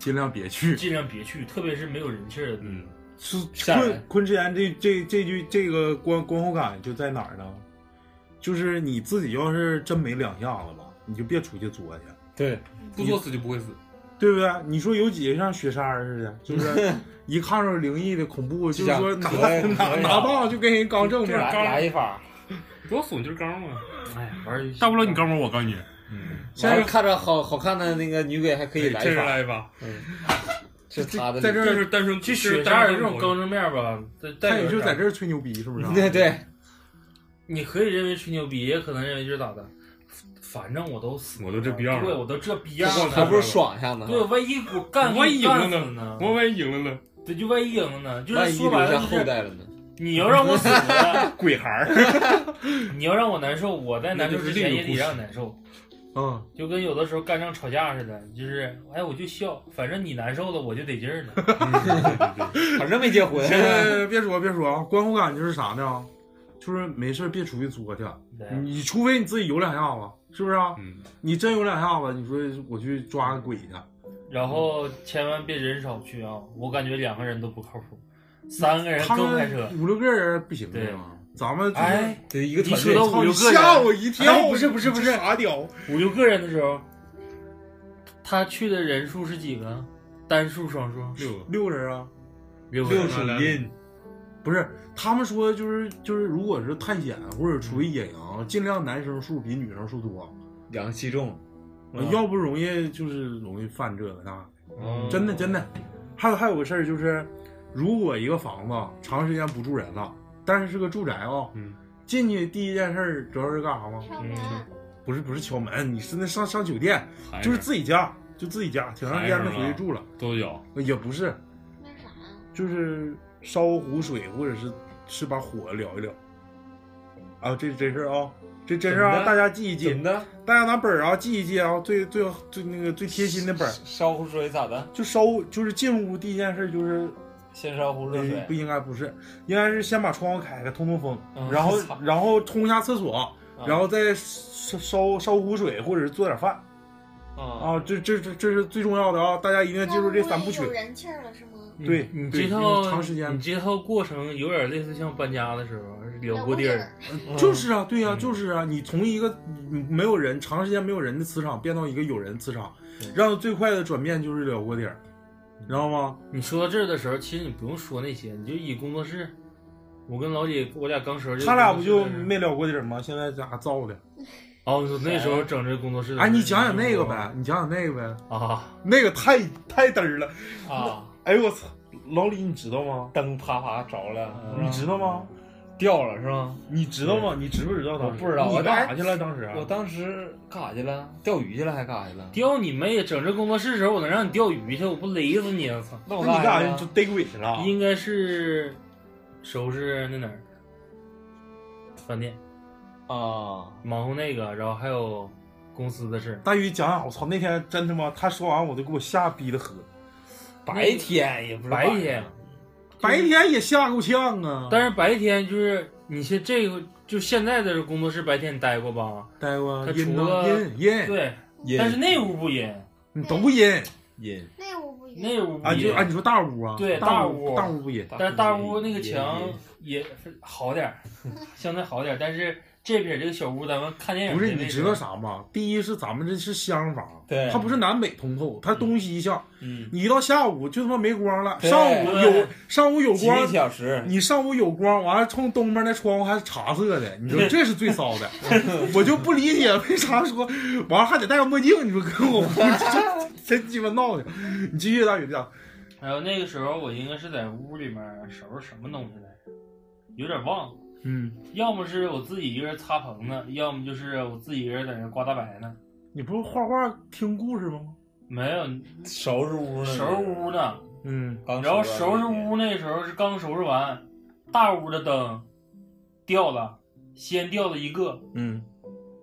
Speaker 3: 尽量别去。
Speaker 7: 尽量别去，特别是没有人气儿的地方。
Speaker 1: 嗯，
Speaker 3: 是
Speaker 5: 吓人
Speaker 3: 昆昆池岩这这这句这个观观后感就在哪儿呢？就是你自己要是真没两下子吧，你就别出去作去，
Speaker 5: 对，
Speaker 1: 不作死就不会 死。
Speaker 3: 对不对？你说有几个像雪山儿似的，就是 一看着灵异的恐怖，就是说拿
Speaker 5: 就想
Speaker 3: 拿
Speaker 5: 对
Speaker 3: 拿棒就跟人刚正
Speaker 5: 就
Speaker 3: 面
Speaker 5: 来来
Speaker 3: 刚。
Speaker 5: 一发，
Speaker 1: 主要怂就是刚嘛，
Speaker 7: 哎呀，玩儿游戏
Speaker 1: 大不了你刚我，我刚你，
Speaker 5: 现在看着好好看的那个女鬼还可以来
Speaker 1: 这
Speaker 5: 一
Speaker 1: 是
Speaker 5: 发，
Speaker 1: 来吧，
Speaker 5: 是他的
Speaker 3: 在
Speaker 5: 理
Speaker 3: 这
Speaker 1: 这是单身
Speaker 7: 去
Speaker 1: 是
Speaker 7: 雪
Speaker 1: 单
Speaker 7: 山
Speaker 1: 身
Speaker 7: 有这种
Speaker 1: 狗
Speaker 7: 刚正面吧，在
Speaker 3: 他
Speaker 7: 带
Speaker 3: 也
Speaker 7: 有
Speaker 3: 就
Speaker 7: 点
Speaker 3: 在
Speaker 7: 儿
Speaker 3: 这儿吹牛逼，是不是啊？
Speaker 5: 对对，
Speaker 7: 你可以认为吹牛逼，也可能认为就是咋的，反正我都死了，
Speaker 1: 我都这逼样了
Speaker 7: 对我都这逼样
Speaker 5: 还
Speaker 7: 了，
Speaker 5: 还不是爽一下呢？
Speaker 7: 对，万一我干
Speaker 1: 万一赢了
Speaker 7: 干死
Speaker 1: 呢
Speaker 3: 嗯
Speaker 7: 呢？
Speaker 1: 我万一赢了呢？
Speaker 7: 对，就万一赢了呢？就
Speaker 5: 万
Speaker 7: 是
Speaker 5: 一
Speaker 7: 说
Speaker 5: 留
Speaker 7: 白
Speaker 5: 下
Speaker 7: 了，就
Speaker 5: 后
Speaker 7: 是
Speaker 5: 代了呢？
Speaker 7: 你要让我 死了，
Speaker 1: 鬼孩儿，
Speaker 7: 你要让我难受，我在难受之前也
Speaker 1: 那就是另
Speaker 7: 得
Speaker 1: 一个
Speaker 7: 让你难受。
Speaker 3: 嗯，
Speaker 7: 就跟有的时候干仗吵架似的，就是哎，我就笑，反正你难受了，我就得劲儿 了。
Speaker 5: 反正没结婚，
Speaker 3: 现在别说别说啊，观后感就是啥呢？就是没事儿别出去作去，
Speaker 7: 对
Speaker 3: 你除非你自己有两下子，是不是啊？
Speaker 1: 嗯，
Speaker 3: 你真有两下子，你说我去抓个鬼去，
Speaker 7: 然后千万别人少去啊，我感觉两个人都不靠谱，三个人
Speaker 3: 他
Speaker 7: 更开车。
Speaker 3: 们五六个人不行
Speaker 7: 对
Speaker 3: 吗？咱们就是
Speaker 7: 哎，
Speaker 5: 对一个
Speaker 7: 你
Speaker 5: 团
Speaker 7: 说
Speaker 5: 队
Speaker 7: 到
Speaker 3: 操
Speaker 7: 五
Speaker 3: 你
Speaker 7: 六个人，
Speaker 3: 吓我一跳！
Speaker 5: 哎不是不是不是
Speaker 3: 傻屌！
Speaker 7: 五六个人的时候，他去的人数是几个？单数、双数？
Speaker 1: 六个
Speaker 3: 六个人啊，
Speaker 7: 六个人
Speaker 5: 六属阴，
Speaker 3: 不是他们说就是就是，如果是探险或者出去野营，尽量男生数比女生数多，
Speaker 5: 阳气重，嗯
Speaker 3: 要不容易就是容易犯这个那。
Speaker 7: 嗯
Speaker 3: 真的真的，还有还有个事儿就是，如果一个房子长时间不住人了，但是是个住宅啊、
Speaker 1: 嗯
Speaker 3: 进去第一件事儿知道是干啥吗？
Speaker 6: 敲门，
Speaker 3: 不嗯是不是敲门，你是那上上酒店，
Speaker 5: 哎
Speaker 1: 还
Speaker 3: 就是自己家，就自己家，挺长时间没回去住了，
Speaker 1: 都有，
Speaker 5: 哎
Speaker 3: 也不是，
Speaker 6: 那啥呀？
Speaker 3: 就是烧壶水或者是是把火燎一燎。啊，这是真事儿啊，这真事儿
Speaker 5: 怎么
Speaker 3: 啊，
Speaker 5: 的
Speaker 3: 大家记一
Speaker 5: 怎
Speaker 3: 记
Speaker 5: 么，的？
Speaker 3: 大家拿本儿啊记一记啊，最最最那个最贴心的本儿，
Speaker 5: 烧壶水咋的？
Speaker 3: 就烧就是进屋第一件事就是
Speaker 5: 先烧壶热
Speaker 3: 呃不
Speaker 5: 水，
Speaker 3: 应该不是，应该是先把窗户开开通通风，
Speaker 5: 嗯
Speaker 3: 然后
Speaker 5: 操
Speaker 3: 然后冲一下厕所，
Speaker 5: 啊
Speaker 3: 然后再烧烧烧壶水或者是做点饭
Speaker 5: 啊，
Speaker 3: 啊，这这这这是最重要的啊！大家一定要记住这三部曲
Speaker 6: 那屋里有。人气儿了是吗？
Speaker 7: 嗯
Speaker 5: 嗯
Speaker 3: 对
Speaker 7: 你
Speaker 3: 对
Speaker 7: 这
Speaker 3: 因
Speaker 7: 套
Speaker 3: 为长时间
Speaker 7: 你这套过程有点类似像搬家的时候撩锅底儿，
Speaker 3: 就是啊，对呀、
Speaker 5: 嗯
Speaker 3: 就是啊，你从一个没有人、长时间没有人的磁场变到一个有人磁场，让最快的转变就是了锅底儿，你知道吗？
Speaker 7: 你说到这儿的时候，其实你不用说那些，你就以工作室，我跟老李，我俩刚说，
Speaker 5: 嗯
Speaker 3: 他俩不就没了锅底儿吗？现在咋造的？
Speaker 1: 哦，那时候整这工作室的，
Speaker 3: 哎，你讲讲那个呗，你讲讲那个呗，
Speaker 1: 啊
Speaker 3: 那个太太嘚儿了。
Speaker 5: 啊，
Speaker 3: 哎呦我操，老李你知道吗？
Speaker 5: 灯啪啪着了，是吧
Speaker 3: 你知道吗？
Speaker 5: 掉了是吗？
Speaker 3: 你知道吗？你知不知道当时？
Speaker 5: 我不知道
Speaker 3: 你
Speaker 5: 我
Speaker 3: 干啥去了当时？啊
Speaker 5: 我当时干啥去了？钓鱼去了还干啥去了？
Speaker 7: 钓你妹！整这工作室的时候，我能让你钓鱼去，我不勒死你！我操！
Speaker 5: 那
Speaker 3: 那
Speaker 5: 我
Speaker 3: 你干啥
Speaker 5: 啥
Speaker 3: 去？就逮鬼去了？
Speaker 7: 应该是收拾那哪儿饭店，
Speaker 5: 啊？
Speaker 7: 忙活那个，然后还有公司的事儿。
Speaker 3: 大宇讲啊讲，我操，那天真他妈，他说完我都给我吓逼的喝，
Speaker 5: 白天也不是
Speaker 7: 白
Speaker 5: 晚上
Speaker 7: 天，
Speaker 3: 白天也吓够呛啊。
Speaker 7: 但是白天就是你现这个就现在的工作室白天你待过吧？
Speaker 3: 待过
Speaker 7: 他
Speaker 3: 啊阴
Speaker 7: 除
Speaker 3: 呢？
Speaker 7: 了
Speaker 3: 阴阴，
Speaker 7: 对，
Speaker 5: 阴
Speaker 7: 但是那屋不阴，
Speaker 3: 你都不阴
Speaker 5: 阴
Speaker 6: 那我不一样。
Speaker 7: 那屋不
Speaker 3: 啊？你
Speaker 7: 阴
Speaker 3: 就。啊，你说大屋啊？
Speaker 7: 对
Speaker 3: 大
Speaker 7: 大屋
Speaker 3: 大屋不阴。
Speaker 7: 但是大屋那个
Speaker 5: 阴
Speaker 7: 墙
Speaker 5: 阴
Speaker 7: 也好点儿，相对好点儿。但是这边这个小屋，咱们看电影
Speaker 3: 不是，
Speaker 7: 这
Speaker 3: 你
Speaker 7: 位
Speaker 3: 知
Speaker 7: 置
Speaker 3: 道？啥吗？第一是咱们这是厢房，
Speaker 5: 对
Speaker 3: 它不是南北通透，它东西向。
Speaker 5: 嗯，
Speaker 3: 你一到下午就他妈没光了，
Speaker 5: 对
Speaker 3: 上午有
Speaker 7: 对
Speaker 3: 上午有
Speaker 5: 几个
Speaker 3: 光，
Speaker 5: 小时，
Speaker 3: 你上午有光，完了冲东边那窗户还是茶色的，你说这是最骚的，我就不理解为啥说完了还得戴个墨镜，你说跟我这真鸡巴闹的。你继续大宇讲，
Speaker 7: 还有那个时候，我应该是在屋里面收拾什么东西来着，有点忘了。
Speaker 3: 嗯，
Speaker 7: 要么是我自己一个人擦棚子，要么就是我自己一个人在那刮大白呢。
Speaker 3: 你不是画画听故事吗？
Speaker 7: 没有
Speaker 5: 收拾屋呢，
Speaker 7: 收拾屋呢，
Speaker 3: 嗯，
Speaker 5: 刚
Speaker 7: 然后
Speaker 5: 完
Speaker 7: 收拾屋那时候是刚收拾完，大屋的灯掉了，先掉了一个。
Speaker 5: 嗯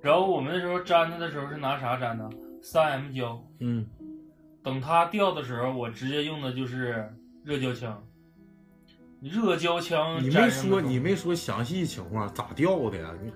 Speaker 7: 然后我们那时候粘它的时候是拿啥粘的？三 M 胶。
Speaker 5: 嗯，
Speaker 7: 等它掉的时候，我直接用的就是热胶枪。热胶枪
Speaker 3: 你没
Speaker 7: 粘上的
Speaker 3: 说
Speaker 7: 东西，
Speaker 3: 你没说详细情况咋掉的呀？你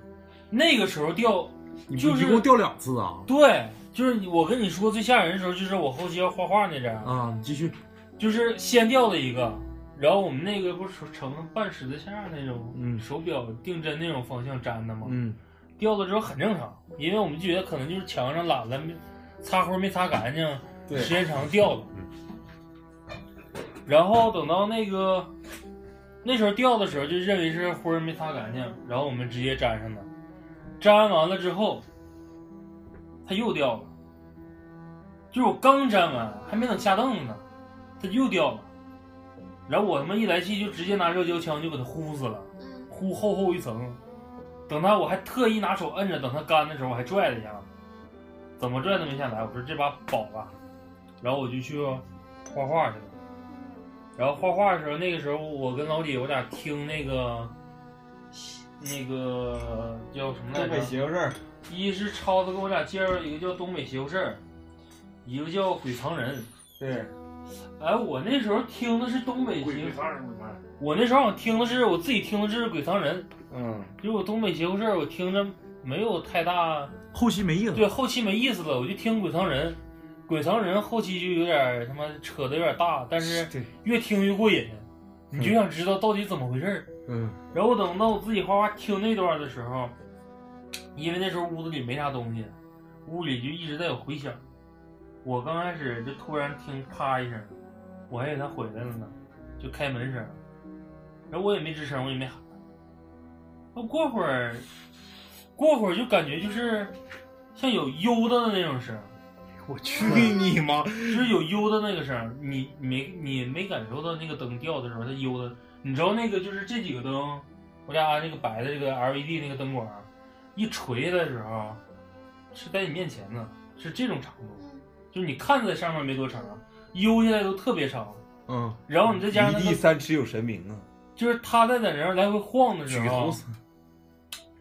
Speaker 7: 那个时候掉
Speaker 3: 你不
Speaker 7: 就是
Speaker 3: 一共掉两次啊？
Speaker 7: 对，就是你我跟你说最吓人的时候，就是我后期要画画那阵儿，
Speaker 3: 啊，你继续，
Speaker 7: 就是先掉了一个，然后我们那个不是成半十字架那种，
Speaker 3: 嗯
Speaker 7: 手表定针那种方向粘的吗？
Speaker 3: 嗯，
Speaker 7: 掉了之后很正常，因为我们觉得可能就是墙上懒了，没擦灰没擦干净，
Speaker 5: 对
Speaker 7: 时间长掉了。然后等到那个那时候掉的时候，就认为是灰儿没擦干净，然后我们直接粘上的。粘完了之后，它又掉了，就是我刚粘完，还没等下凳子呢，它又掉了。然后我他妈一来气，就直接拿热胶枪就给它呼死了。
Speaker 6: 嗯，
Speaker 7: 糊厚厚一层。等它，我还特意拿手摁着，等它干的时候，我还拽了一下，怎么拽都没下来。我说这把保了，然后我就去画画去了。然后画画的时候，那个时候我跟老姐我俩听那个，那个叫什么来
Speaker 5: 东北
Speaker 7: 着？
Speaker 5: 媳妇儿，
Speaker 7: 一是超子给我俩介绍一个叫东北邪乎事儿，一个叫鬼藏人。
Speaker 5: 对，
Speaker 7: 哎，我那时候听的是东北邪乎我那时候好像听的是我自己听的是鬼藏人。
Speaker 5: 嗯，
Speaker 7: 如果东北邪乎事儿，我听着没有太大
Speaker 3: 后期没意思。
Speaker 7: 对后期没意思了，我就听鬼藏人。鬼藏人后期就有点儿他妈扯的有点大，但是
Speaker 5: 对
Speaker 7: 越听越过瘾，你就想知道到底怎么回事儿。
Speaker 3: 嗯，
Speaker 7: 然后等到我自己画画听那段的时候，因为那时候屋子里没啥东西，屋里就一直在有回响。我刚开始就突然听啪一声，我还以为他回来了呢，就开门声。然后我也没吱声，我也没喊。那过会儿，过会儿就感觉就是像有悠的那种声，
Speaker 3: 我去你妈！
Speaker 7: 就是有悠的那个声，你你没你没感受到那个灯掉的时候它悠的，你知道那个就是这几个灯，我家安那个白的这个 LED 那个灯管，一垂下来的时候，是在你面前呢，是这种长度，
Speaker 6: 嗯
Speaker 7: 就是你看在上面没多长，悠下来都特别长，
Speaker 3: 嗯，
Speaker 7: 然后你再加上
Speaker 5: 离
Speaker 7: 它
Speaker 5: 地三尺有神明啊，
Speaker 7: 就是它在在那儿来回晃的时
Speaker 3: 举头
Speaker 7: 候，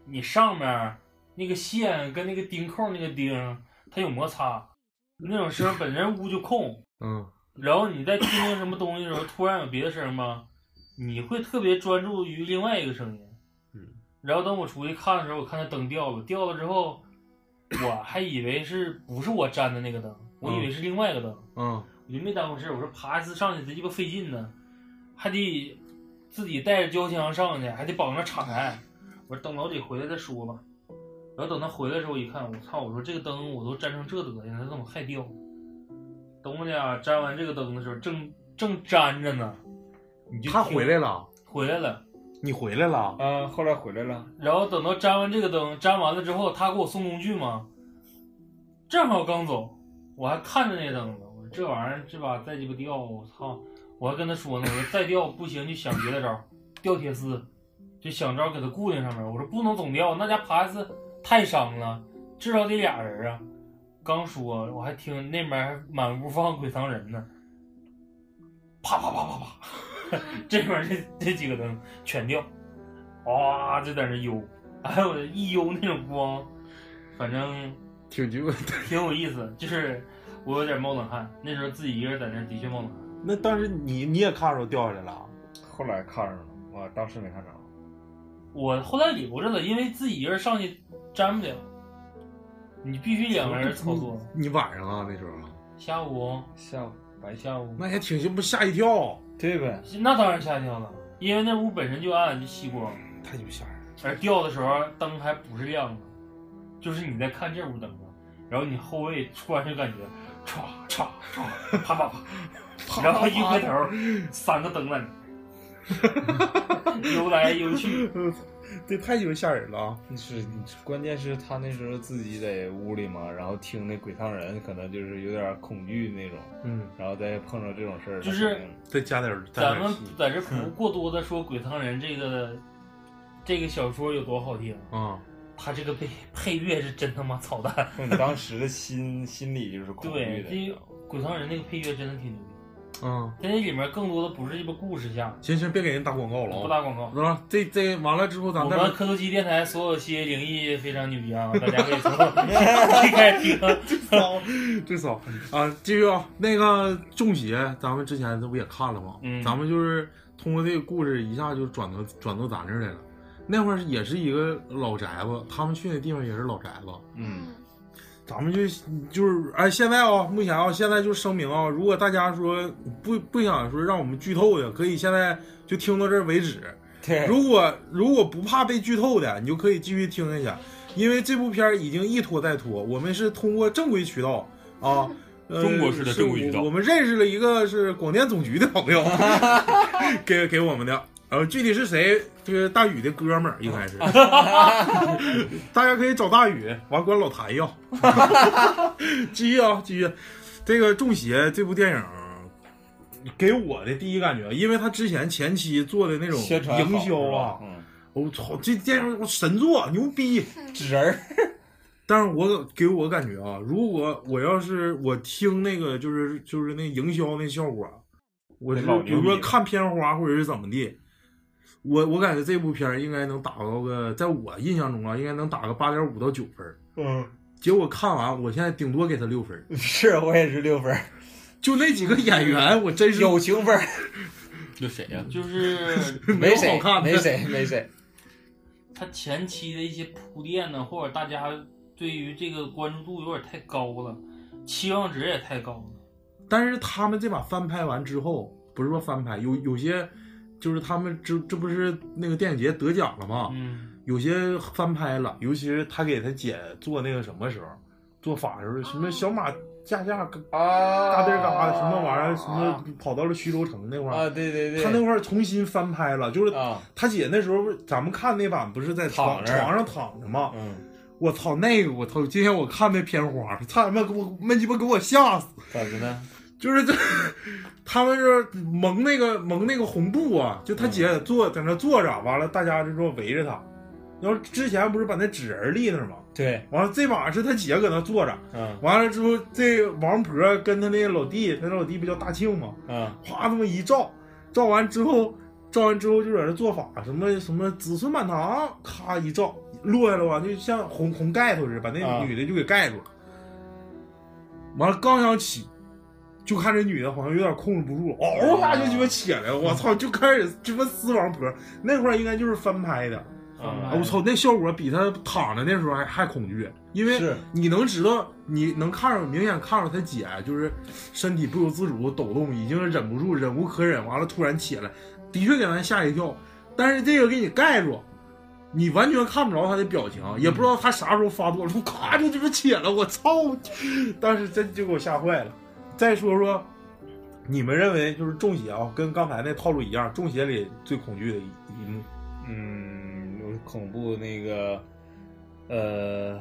Speaker 7: 你上面那个线跟那个钉扣那个钉它有摩擦，那种声本身屋就空。
Speaker 3: 嗯，
Speaker 7: 然后你在听听什么东西的时候，突然有别的声儿吗？你会特别专注于另外一个声音。
Speaker 3: 嗯。
Speaker 7: 然后等我出去看的时候，我看它灯掉了，掉了之后，我还以为是不是我粘的那个灯，我以为是另外一个灯，
Speaker 3: 嗯，
Speaker 7: 我就没当回事儿。我说爬一次上去贼鸡巴费劲呢，还得自己带着胶枪上去，还得绑着插台。我说等老李回来再说吧。然后等他回来的时候，一看，我操！我说这个灯我都粘成这德行了，它怎么还掉？等我俩粘完这个灯的时候，正正粘着呢，你就
Speaker 3: 他
Speaker 7: 听
Speaker 3: 回来了，
Speaker 7: 回来了，
Speaker 3: 你回来了，
Speaker 5: 啊，后来回来了，
Speaker 7: 然后等到粘完这个灯，粘完了之后，他给我送工具嘛，正好刚走，我还看着那灯呢，我说这玩意儿这把再鸡巴掉，我操！我还跟他说呢，我说再掉不行就想别的招儿，吊铁丝，就想招儿给它固定上面。我说不能总吊，那家爬一次太伤了，至少得俩人啊。刚说，我还听那边还满屋放鬼藏人呢，啪啪啪啪啪， 这边这这几个灯全掉。哇，就在那悠，哎呦我一悠那种光，反正
Speaker 3: 挺鸡巴。
Speaker 7: 挺有意思。就是我有点冒冷汗，那时候自己一个人在那儿的确冒冷汗。
Speaker 3: 那当时你你也看着掉下来了，
Speaker 5: 后来看上了，我当时没看着，
Speaker 7: 我后来留着了，因为自己一个人上去粘不了，你必须两个人操作。
Speaker 3: 你你晚上啊那时候，
Speaker 7: 下午，
Speaker 5: 嗯下午白天，
Speaker 7: 下午，
Speaker 3: 那也挺鸡巴吓一跳，
Speaker 5: 对呗，
Speaker 7: 那当然吓一跳了，因为那屋本身就暗，就吸光，
Speaker 3: 太鸡巴吓人了。
Speaker 7: 而哎掉的时候啊灯还不是亮的，就是你在看这屋灯啊，然后你后背突然就感觉歘歘歘啪 啪啪，然后一回头，三个灯了，悠来悠去，
Speaker 3: 对，太鸡巴吓人了啊！
Speaker 5: 是，关键是他那时候自己在屋里嘛，然后听那鬼唱人，可能就是有点恐惧那种，
Speaker 3: 嗯，
Speaker 5: 然后再碰着这种事儿，
Speaker 7: 就
Speaker 5: 他
Speaker 7: 是
Speaker 5: 肯定
Speaker 3: 再加点儿，
Speaker 7: 咱
Speaker 3: 加点儿
Speaker 7: 们
Speaker 3: 气
Speaker 7: 在这不过多的说《鬼唐人》这个这个小说有多好听，
Speaker 3: 啊，
Speaker 7: 它这个配配乐是真他妈操蛋。
Speaker 5: 那你当时的心心里就是恐惧
Speaker 7: 对，
Speaker 5: 的，
Speaker 7: 这
Speaker 5: 你知
Speaker 7: 《
Speaker 5: 道吗
Speaker 7: 鬼唐人》那个配乐真的挺牛逼，
Speaker 3: 嗯，
Speaker 7: 但那里面更多的不是这个故事下，
Speaker 3: 行行，别给人打广告
Speaker 7: 不
Speaker 3: 了啊。
Speaker 7: 打广告。
Speaker 3: 啊，这这完了之后，咱
Speaker 1: 啊
Speaker 7: 我
Speaker 3: 再
Speaker 7: 们科头基电台所有期灵异非常牛逼啊，大家可以从 一开始听。啊
Speaker 3: 骚，这骚啊！继续啊，那个中邪，咱们之前这不也看了吗？
Speaker 7: 嗯
Speaker 3: 咱们就是通过这个故事，一下就转到转到咱这儿来了。那会儿也是一个老宅子，他们去那地方也是老宅子。
Speaker 5: 嗯，
Speaker 3: 咱们就就是哎，现在啊、目前啊、现在就声明啊、如果大家说不不想说让我们剧透的，可以现在就听到这儿为止。
Speaker 5: 对，
Speaker 3: 如果如果不怕被剧透的，你就可以继续听一下，因为这部片儿已经一拖再拖，我们是通过正规渠道啊。呃
Speaker 1: 中国式的
Speaker 3: 是
Speaker 1: 正规渠道
Speaker 3: 我我们认识了一个是广电总局的朋友，给给我们的，呃，具体是谁，就是大宇的哥们儿，应该是，大家可以找大宇，完管老谭要，继续啊，继续，这个《中邪》这部电影，给我的第一感觉，因为他之前前期做的那种
Speaker 5: 宣传好
Speaker 3: 营销
Speaker 5: 是吧
Speaker 3: 啊，
Speaker 5: 嗯，
Speaker 3: 我操，这电影神作，牛逼！
Speaker 5: 纸人儿，
Speaker 3: 但是我给我感觉啊，如果我要是我听那个就是就是那营销那效果，我是
Speaker 5: 那老牛
Speaker 3: 比
Speaker 5: 逼
Speaker 3: 如说看片花或者是怎么地，我我感觉这部片儿应该能打到个，在我印象中啊，应该能打个八点五到九分儿。
Speaker 5: 嗯，
Speaker 3: 结果看完，我现在顶多给他六分儿，
Speaker 5: 是我也是六分儿，
Speaker 3: 就那几个演员，我真是
Speaker 5: 友情分儿，
Speaker 1: 这谁呀、
Speaker 7: 就是
Speaker 5: 没
Speaker 3: 有好
Speaker 5: 谁
Speaker 3: 看的，
Speaker 5: 没谁，没谁，
Speaker 7: 它前期的一些铺垫呢，或者大家对于这个关注度有点太高了，期望值也太高了。
Speaker 3: 但是他们这把翻拍完之后，不是说翻拍，有有些就是他们这这不是那个电影节得奖了
Speaker 1: 啊
Speaker 3: 吗？
Speaker 7: 嗯，
Speaker 3: 有些翻拍了，尤其是他给他姐做那个什么时候，做法的时候，什么小马驾驾嘎
Speaker 5: 啊，
Speaker 3: 嘎嘚儿嘎的什么玩意儿，什么跑到了徐州城那块
Speaker 5: 啊，
Speaker 3: 儿，
Speaker 5: 对对对，
Speaker 3: 他那块儿重新翻拍了，就是
Speaker 5: 啊，
Speaker 3: 他姐那时候咱们看那版不是在床
Speaker 5: 躺着
Speaker 3: 床上躺着吗？
Speaker 5: 嗯，
Speaker 3: 我操那个我操！今天我看那片花，差点没给我没鸡巴给我吓死。
Speaker 5: 咋的呢？
Speaker 3: 就是这，他们是蒙那个蒙那个红布啊，就他姐坐在那坐着，完了大家就说围着他。然后之前不是把那纸人立那儿吗？
Speaker 5: 对，
Speaker 3: 完了这把是他姐搁那坐着，
Speaker 5: 嗯
Speaker 3: 完了之后这王婆跟他那老弟，他那老弟不叫大庆吗？
Speaker 5: 嗯，
Speaker 3: 哗这么一照，照完之后，照完之后就在那做法，什么什么子孙满堂，咔一照落下来吧，就像红红盖头似的，把那
Speaker 5: 啊
Speaker 3: 女的就给盖住了。完了刚想起，就看这女的好像有点控制不住，嗷一下就鸡巴起来了，我操，就开始鸡巴撕王婆。那块儿应该就是翻拍的，
Speaker 7: 翻
Speaker 5: 嗯
Speaker 3: 啊
Speaker 7: 拍
Speaker 3: 我操，那效果比他躺着那时候还还恐惧，因为
Speaker 5: 是
Speaker 3: 你能知道，你能看着明显看着他姐就是身体不由自主抖动，已经忍不住，忍无可忍，完了突然起来，的确给咱吓一跳。但是这个给你盖住，你完全看不着他的表情，也不知道他啥时候发作，说咔就这么起来了，我操！当时真就给我吓坏了。再说说，你们认为就是中邪啊，跟刚才那套路一样，中邪里最恐惧的一一幕
Speaker 5: 嗯，有恐怖那个，呃，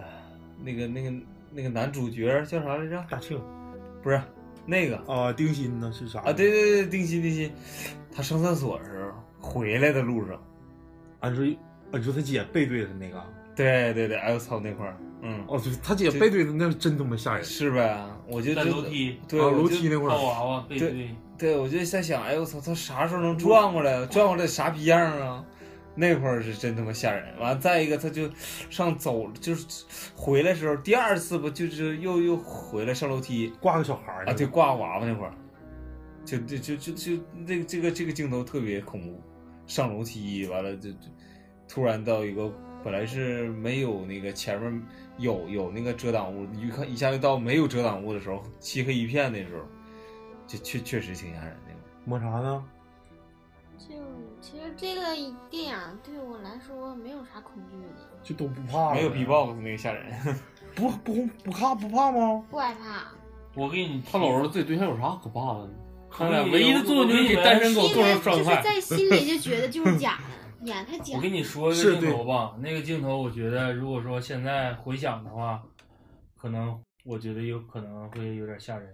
Speaker 5: 那个那个那个男主角叫啥来着？
Speaker 8: 大庆
Speaker 5: 不是那个
Speaker 3: 呃
Speaker 8: 啊，丁鑫呢是啥
Speaker 5: 啊，对对对，丁鑫丁鑫，他上厕所的时候回来的路上，
Speaker 8: 啊，你说啊，你说他姐背对他那个，
Speaker 5: 对对对，哎呦操那块儿，嗯，
Speaker 3: 哦，就是他姐背对着那真他妈吓人。
Speaker 5: 是呗？我就
Speaker 7: 在
Speaker 5: 就
Speaker 7: 楼梯
Speaker 5: 对
Speaker 3: 啊
Speaker 5: 我就
Speaker 3: 楼梯那块
Speaker 7: 抱
Speaker 3: 儿，
Speaker 7: 娃娃背
Speaker 5: 对
Speaker 7: 对，
Speaker 5: 对，我就在想，哎呦我操，他啥时候能转过来？转过来啥逼样啊？那会儿是真他妈吓人。完，再一个，他就上走，就是回来时候，第二次不就是又又回来上楼梯
Speaker 8: 挂个小孩儿
Speaker 5: 啊？对，挂娃娃那会儿，就就就就就那个这个这个镜头特别恐怖。上楼梯完了就就突然到一个本来是没有那个前面有有那个遮挡物，一看一下就到没有遮挡物的时候，漆黑一片的时候，就确确实挺吓人的。
Speaker 8: 抹啥呢？
Speaker 6: 就其实这个电影对我来说没有啥恐惧的，
Speaker 8: 就都不怕
Speaker 3: 啊
Speaker 8: 了，
Speaker 5: 没有 B-box 那个吓人，
Speaker 8: 不不不怕不怕吗？
Speaker 6: 不害怕。
Speaker 7: 我给你
Speaker 1: 他搂着自己对象有啥可怕的呢？他俩
Speaker 7: 我
Speaker 1: 唯一的作用就是给单身狗
Speaker 6: 因
Speaker 1: 做
Speaker 6: 为
Speaker 1: 成
Speaker 6: 就
Speaker 1: 伤
Speaker 6: 是
Speaker 1: 害。
Speaker 6: 在心里就觉得就是假的，演太假
Speaker 7: 我
Speaker 6: 了
Speaker 7: 跟。你说一
Speaker 3: 是
Speaker 7: 个镜
Speaker 3: 对
Speaker 7: 头吧，那个镜头我觉得，如果说现在回想的话，可能我觉得有可能会有点吓人。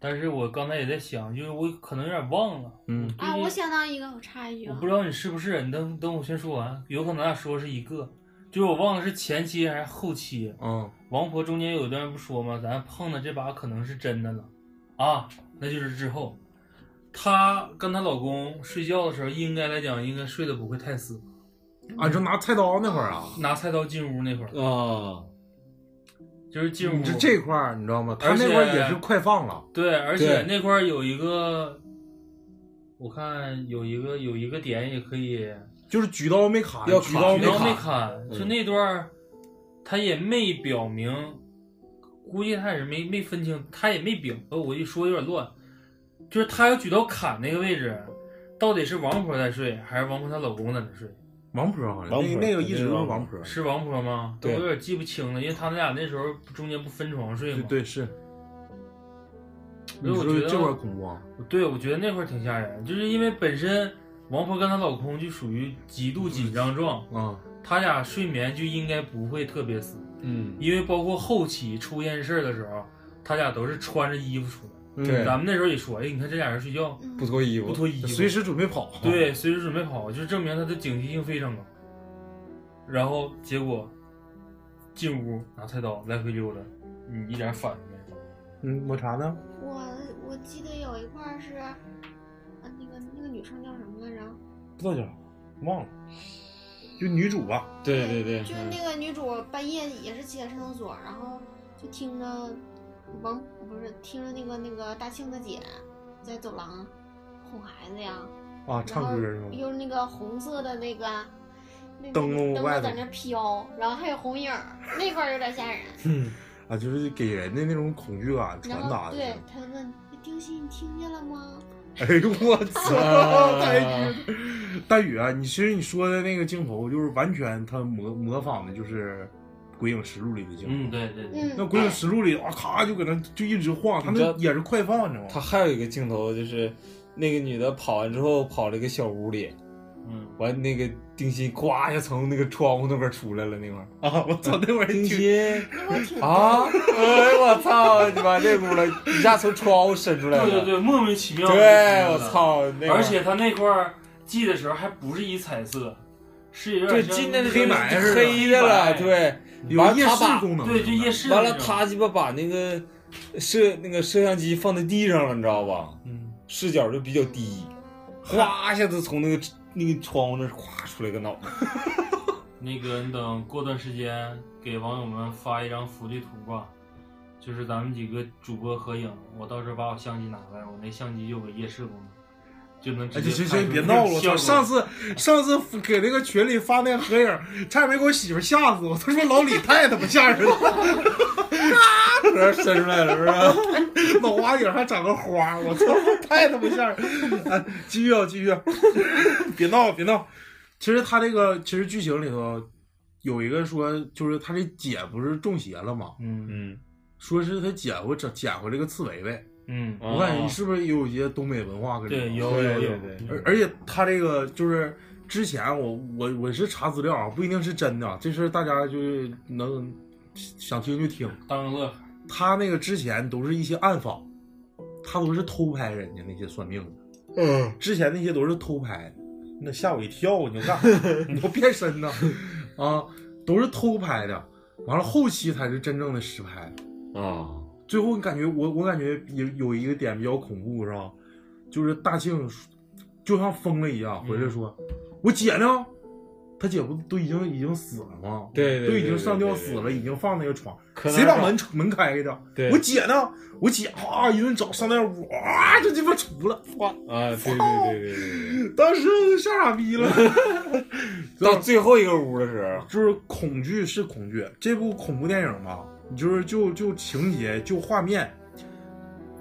Speaker 7: 但是我刚才也在想，就是我可能有点忘了，
Speaker 3: 嗯，
Speaker 6: 啊，我想到一个，我插一句
Speaker 7: 我
Speaker 6: 啊
Speaker 7: 不，知道你是不是，你等等我先说完，有可能咱俩说是一个，就是我忘了是前期还是后期。
Speaker 3: 嗯，
Speaker 7: 王婆中间有一段不说吗？咱碰的这把可能是真的了，啊，那就是之后，她跟她老公睡觉的时候，应该来讲应该睡得不会太死，
Speaker 3: 啊，你说拿菜刀那会儿啊，
Speaker 7: 拿菜刀进屋那会儿，
Speaker 5: 啊，
Speaker 7: 就是进屋
Speaker 3: 呃你这这块儿你知道吗？
Speaker 7: 嗯
Speaker 3: 他
Speaker 7: 而且
Speaker 3: 那块儿也是快放了，
Speaker 7: 对，而且
Speaker 5: 对
Speaker 7: 那块儿有一个，我看有一个有一个点也可以，
Speaker 3: 就是举刀没砍，
Speaker 5: 要砍
Speaker 3: 举刀
Speaker 7: 然后没
Speaker 3: 砍，
Speaker 7: 砍，就那段儿，他也没表明，估计他也是没没分清，他也没表，呃我一说有点乱，就是他要举刀砍那个位置，到底是王婆在睡，还是王婆她老公在那睡？
Speaker 3: 王婆好像
Speaker 5: 王
Speaker 3: 那
Speaker 5: 婆
Speaker 3: 那个一直都是王
Speaker 5: 王
Speaker 3: 婆，
Speaker 7: 是王婆吗？都
Speaker 5: 对
Speaker 7: 有点记不清了，因为他们俩那时候中间不分床睡
Speaker 3: 对
Speaker 7: 吗？
Speaker 3: 对是。
Speaker 7: 所
Speaker 3: 你
Speaker 7: 以我
Speaker 3: 说
Speaker 7: 觉得
Speaker 3: 这块儿恐怖啊？
Speaker 7: 对，我觉得那块儿挺吓人，就是因为本身王婆跟她老公就属于极度紧张状，
Speaker 3: 啊，
Speaker 7: 他俩睡眠就应该不会特别死，
Speaker 5: 嗯，
Speaker 7: 因为包括后期出现事儿的时候，他俩都是穿着衣服出来。
Speaker 3: 嗯
Speaker 5: 对，
Speaker 7: 咱们那时候也说，哎，你看这俩人睡觉
Speaker 6: 嗯
Speaker 5: 不脱衣
Speaker 7: 不
Speaker 5: 服，
Speaker 7: 脱衣服，
Speaker 3: 随时准备跑。
Speaker 7: 对，随时准备跑，就证明他的警惕性非常高。然后结果进屋拿菜刀来回溜达，你一点反应没有。
Speaker 8: 嗯，抹茶呢？
Speaker 6: 我我记得有一块儿是，啊，那个那个女生叫什么来着？
Speaker 8: 不知道叫啥，忘了，就女主吧。
Speaker 5: 对对对，
Speaker 6: 就是那个女主半夜也是起来上厕所，然后就听着王不是听着那个那个大庆的姐在走廊哄孩子呀，
Speaker 8: 啊，
Speaker 6: 然后
Speaker 8: 唱歌是吗？
Speaker 6: 用那个红色的那个那个
Speaker 8: 灯笼
Speaker 6: 灯
Speaker 8: 外
Speaker 6: 笼
Speaker 8: 头
Speaker 6: 在那飘，然后还有红影儿，那块儿有点吓人。
Speaker 5: 嗯
Speaker 3: 啊，就是给人的那种恐惧感传
Speaker 6: 然
Speaker 3: 达
Speaker 6: 后
Speaker 3: 的。
Speaker 6: 对他问丁鑫，你听见了吗？
Speaker 3: 哎呦我
Speaker 5: 啊
Speaker 3: 操！大宇， 大宇啊，你其实你说的那个镜头，就是完全他模模仿的就是《鬼影实录》里的镜头。
Speaker 7: 嗯，对对对。
Speaker 6: 嗯，
Speaker 3: 那《鬼影实录》里啊，咔就搁那就一直晃，他
Speaker 5: 你知道
Speaker 3: 那也是快放，你知道吗？
Speaker 5: 他 还有一个镜头就是，那个女的跑完之后跑了一个小屋里，
Speaker 7: 嗯，
Speaker 5: 完那个丁鑫呱一下从那个窗户那边出来了，那块儿
Speaker 3: 啊，我操，那会儿
Speaker 5: 丁
Speaker 3: 挺
Speaker 5: 鑫
Speaker 6: 那块儿挺
Speaker 5: 啊，哎我操，你妈那屋了，一下从窗户伸出来
Speaker 7: 对
Speaker 5: 了，
Speaker 7: 对对，莫名其妙。
Speaker 5: 对我！操，那
Speaker 7: 而且他那块儿系的时候还不是一彩色，是有
Speaker 5: 就
Speaker 7: 点像
Speaker 5: 进那
Speaker 7: 那个
Speaker 3: 黑白似的
Speaker 5: 黑的了，
Speaker 7: 黑白
Speaker 5: 对，
Speaker 3: 有
Speaker 5: 完
Speaker 3: 夜
Speaker 5: 他
Speaker 3: 视
Speaker 5: 把
Speaker 3: 功能。
Speaker 7: 对，就夜市
Speaker 5: 完
Speaker 7: 那
Speaker 5: 了，
Speaker 7: 种
Speaker 5: 他鸡巴把那个摄那个摄像机放在地上了，你知道吧？
Speaker 3: 嗯，
Speaker 5: 视角就比较低，哗一下子从那个那个窗户那咵出来个脑袋。
Speaker 7: 那个，你等过段时间给网友们发一张福利图吧，就是咱们几个主播合影，我到时候把我相机拿来，我那相机有个夜视功能，就能
Speaker 3: 哎，
Speaker 7: 直接
Speaker 3: 行行
Speaker 7: 拍
Speaker 3: 行，
Speaker 7: 出
Speaker 3: 别
Speaker 7: 那
Speaker 3: 闹
Speaker 7: 种
Speaker 3: 了！我
Speaker 7: 效
Speaker 3: 操，
Speaker 7: 果
Speaker 3: 上次上次给那个群里发那个合影，差点没给我媳妇吓死我。他说老李太他妈吓人了，
Speaker 5: 然后伸出来了，是吧？
Speaker 3: 脑瓜顶还长个花，我操，太他妈吓人了！哎，继续啊，继续啊， 别闹，别闹。其实他这个其实剧情里头有一个说，就是他这姐不是中邪了吗？
Speaker 7: 嗯
Speaker 5: 嗯
Speaker 3: 说是他捡回整捡回来个刺猬呗。
Speaker 7: 嗯，
Speaker 3: 我感觉你是不是也有一些东北文化跟
Speaker 7: 对，有
Speaker 5: 哦对
Speaker 7: 有有
Speaker 5: 对对，
Speaker 3: 而而且他这个就是之前我我我是查资料啊，不一定是真的啊，这事儿大家就是能想听就听，
Speaker 1: 当个乐呵。
Speaker 3: 他那个之前都是一些暗访，他都是偷拍人家那些算命的，
Speaker 8: 嗯，
Speaker 3: 之前那些都是偷拍的，那吓我一跳，你干啥？你都变身呢？啊，都是偷拍的，完了后期才是真正的实拍。
Speaker 1: 啊，
Speaker 3: 最后你感觉我我感觉有有一个点比较恐怖是吧？就是大庆就像疯了一样，回来说、我姐呢，他姐不都已经已经死了吗？
Speaker 5: 对对对
Speaker 3: 都已经上吊
Speaker 5: 对对
Speaker 3: 死
Speaker 5: 对
Speaker 3: 了，已经放那个床，
Speaker 5: 可能
Speaker 3: 谁把
Speaker 5: 是
Speaker 3: 门门开的？
Speaker 5: 啊对
Speaker 3: 我姐呢？我姐啊一顿找上那屋，哇就鸡巴出了，哇！
Speaker 5: 啊，对对对对对
Speaker 3: 当时我都吓傻逼了。
Speaker 5: 对，到最后一个屋的时候，
Speaker 3: 就是恐惧是恐惧，这部恐怖电影吧，你就是就就情节就画面，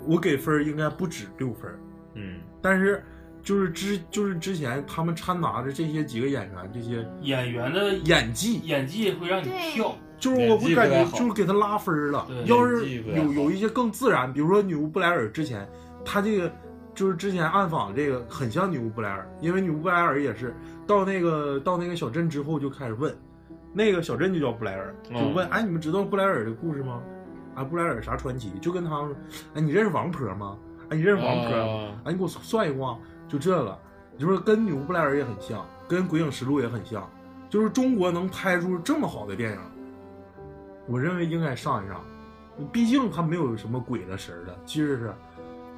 Speaker 3: 我给分儿应该不止六分儿，
Speaker 5: 嗯，
Speaker 3: 但是就是之就是之前他们掺杂着这些几个演员这些
Speaker 7: 演员的
Speaker 3: 演技，
Speaker 7: 演技会让你跳，
Speaker 3: 就是我会感
Speaker 5: 演技不太
Speaker 3: 觉
Speaker 5: 好
Speaker 3: 就是给他拉分儿了
Speaker 7: 对。
Speaker 3: 要
Speaker 5: 演
Speaker 3: 是
Speaker 5: 技不太好
Speaker 3: 有有一些更自然，比如说女巫布莱尔之前，他这个就是之前暗访这个很像女巫布莱尔，因为女巫布莱尔也是到那个到那个小镇之后就开始问，那个小镇就叫布莱尔，
Speaker 5: 哦
Speaker 3: 就问、哎你们知道布莱尔的故事吗？啊布莱尔啥传奇？就跟他们哎你认识王婆吗？哎你认识王婆吗？
Speaker 5: 啊
Speaker 3: 哎，你给我算一卦，就这个，就是跟《女巫布莱尔》也很像，跟《鬼影实录》也很像，就是中国能拍出这么好的电影，我认为应该上一上，毕竟它没有什么鬼的神儿的，其实是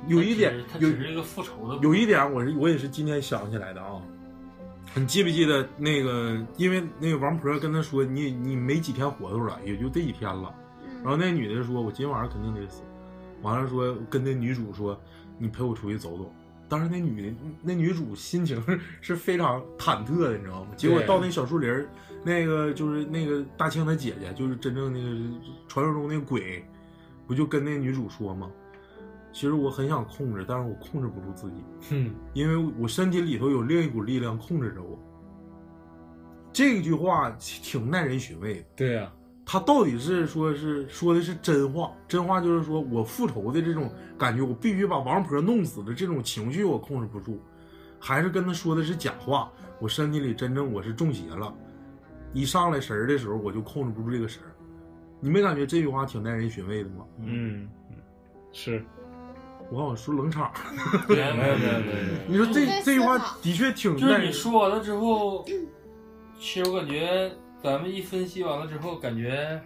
Speaker 3: 有一点
Speaker 7: 它
Speaker 3: 有
Speaker 7: 只是一个复仇的，
Speaker 3: 有一点，我是我也是今天想起来的啊。你记不记得那个？因为那个王婆跟他说：“你你没几天活头了，也就这几天了。”然后
Speaker 6: 嗯，
Speaker 3: 那女的说：“我今晚上肯定得死。”完了说跟那女主说：“你陪我出去走走。”当时那女的那女主心情是非常忐忑的，你知道吗？结果
Speaker 5: 对
Speaker 3: 到那小树林儿，那个就是那个大庆他姐姐，就是真正那个传说中那个鬼，不就跟那女主说吗？其实我很想控制，但是我控制不住自己，
Speaker 5: 哼，
Speaker 3: 因为我身体里头有另一股力量控制着我。这句话挺耐人寻味的。
Speaker 5: 对呀，
Speaker 3: 他到底是说是说的是真话，真话就是说我复仇的这种感觉，我必须把王婆弄死的这种情绪我控制不住，还是跟他说的是假话，我身体里真正我是中邪了，一上来神儿的时候我就控制不住这个神儿，你没感觉这句话挺耐人寻味的吗？
Speaker 5: 嗯，是，
Speaker 3: 我好像说冷场，
Speaker 6: 嗯
Speaker 7: 没
Speaker 6: 啊
Speaker 5: 没有没有没有没
Speaker 3: 你
Speaker 5: 有，
Speaker 3: 说这
Speaker 6: 我在思考
Speaker 3: 这句话的确 挺
Speaker 7: 就
Speaker 3: 耐
Speaker 7: 是你
Speaker 3: 人，
Speaker 7: 说完了之后，其实我感觉咱们一分析完了之后，感觉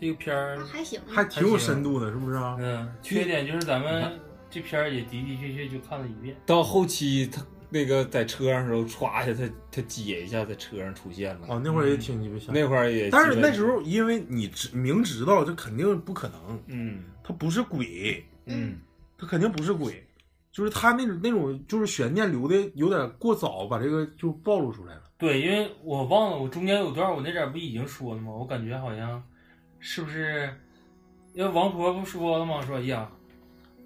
Speaker 7: 这个片儿
Speaker 6: 啊，还行吧，
Speaker 3: 还挺有深度的，是不是啊？
Speaker 7: 嗯，缺点就是咱们这片儿也的的确确就看了一遍，
Speaker 5: 到后期他那个在车上的时候，歘一下他他姐一下在车上出现了，
Speaker 3: 哦，那会儿也挺鸡巴吓
Speaker 5: 嗯
Speaker 3: 人，
Speaker 5: 那会儿也，
Speaker 3: 但是那时，候因为你知明知道这肯定不可能，
Speaker 5: 嗯
Speaker 3: 他不是鬼。
Speaker 5: 嗯，
Speaker 3: 他肯定不是鬼，就是他那种那种就是悬念留的有点过早，把这个就暴露出来了。
Speaker 7: 对，因为我忘了我中间有段我那点儿不已经说了吗？我感觉好像是不是，因为王婆不说了吗？说哎呀，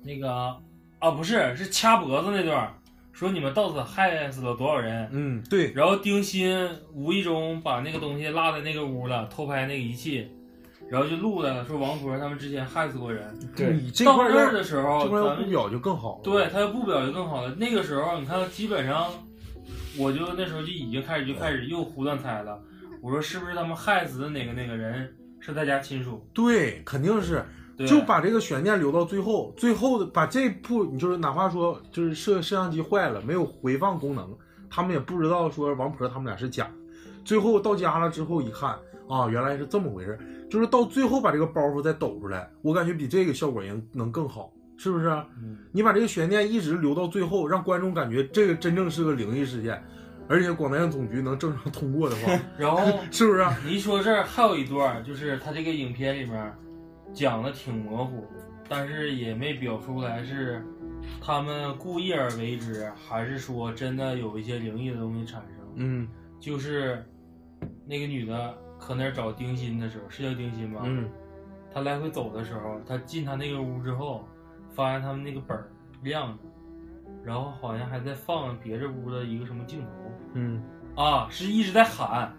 Speaker 7: 那个啊不是是掐脖子那段儿，说你们到此害死了多少人，
Speaker 3: 嗯，对，
Speaker 7: 然后丁鑫无意中把那个东西落在那个屋了，偷拍那个仪器，然后就录了，说王婆他们之前害死过人。
Speaker 5: 嗯对，
Speaker 3: 你这
Speaker 7: 到
Speaker 3: 块儿
Speaker 7: 那儿
Speaker 3: 要
Speaker 7: 的时候，
Speaker 3: 这块儿要
Speaker 7: 咱
Speaker 3: 不
Speaker 7: 们
Speaker 3: 表就更好了。
Speaker 7: 对他要不表就更好了。那个时候你看，基本上我就那时候就已经开始就开始又胡乱猜了，我说是不是他们害死的哪个哪个人是他家亲属？
Speaker 3: 对，肯定是
Speaker 7: 对，啊
Speaker 3: 就把这个悬念留到最后，最后的把这部你就是哪怕说就是摄摄像机坏了，没有回放功能，他们也不知道说王婆他们俩是假。最后到家了之后一看啊，原来是这么回事，就是到最后把这个包袱再抖出来，我感觉比这个效果应能更好，是不是？
Speaker 7: 嗯，
Speaker 3: 你把这个悬念一直留到最后，让观众感觉这个真正是个灵异事件，而且广电总局能正常通过的话，
Speaker 7: 然后
Speaker 3: 是不是？
Speaker 7: 你一说这儿还有一段儿，就是他这个影片里面讲的挺模糊，但是也没表出来是他们故意而为之，还是说真的有一些灵异的东西产生。
Speaker 3: 嗯
Speaker 7: 就是那个女的可那儿找丁鑫的时候，是叫丁鑫吧？
Speaker 3: 嗯，
Speaker 7: 她来回走的时候，她进她那个屋之后，发现他们那个本儿亮着，然后好像还在放别的屋的一个什么镜头
Speaker 3: 嗯
Speaker 7: 啊，是一直在喊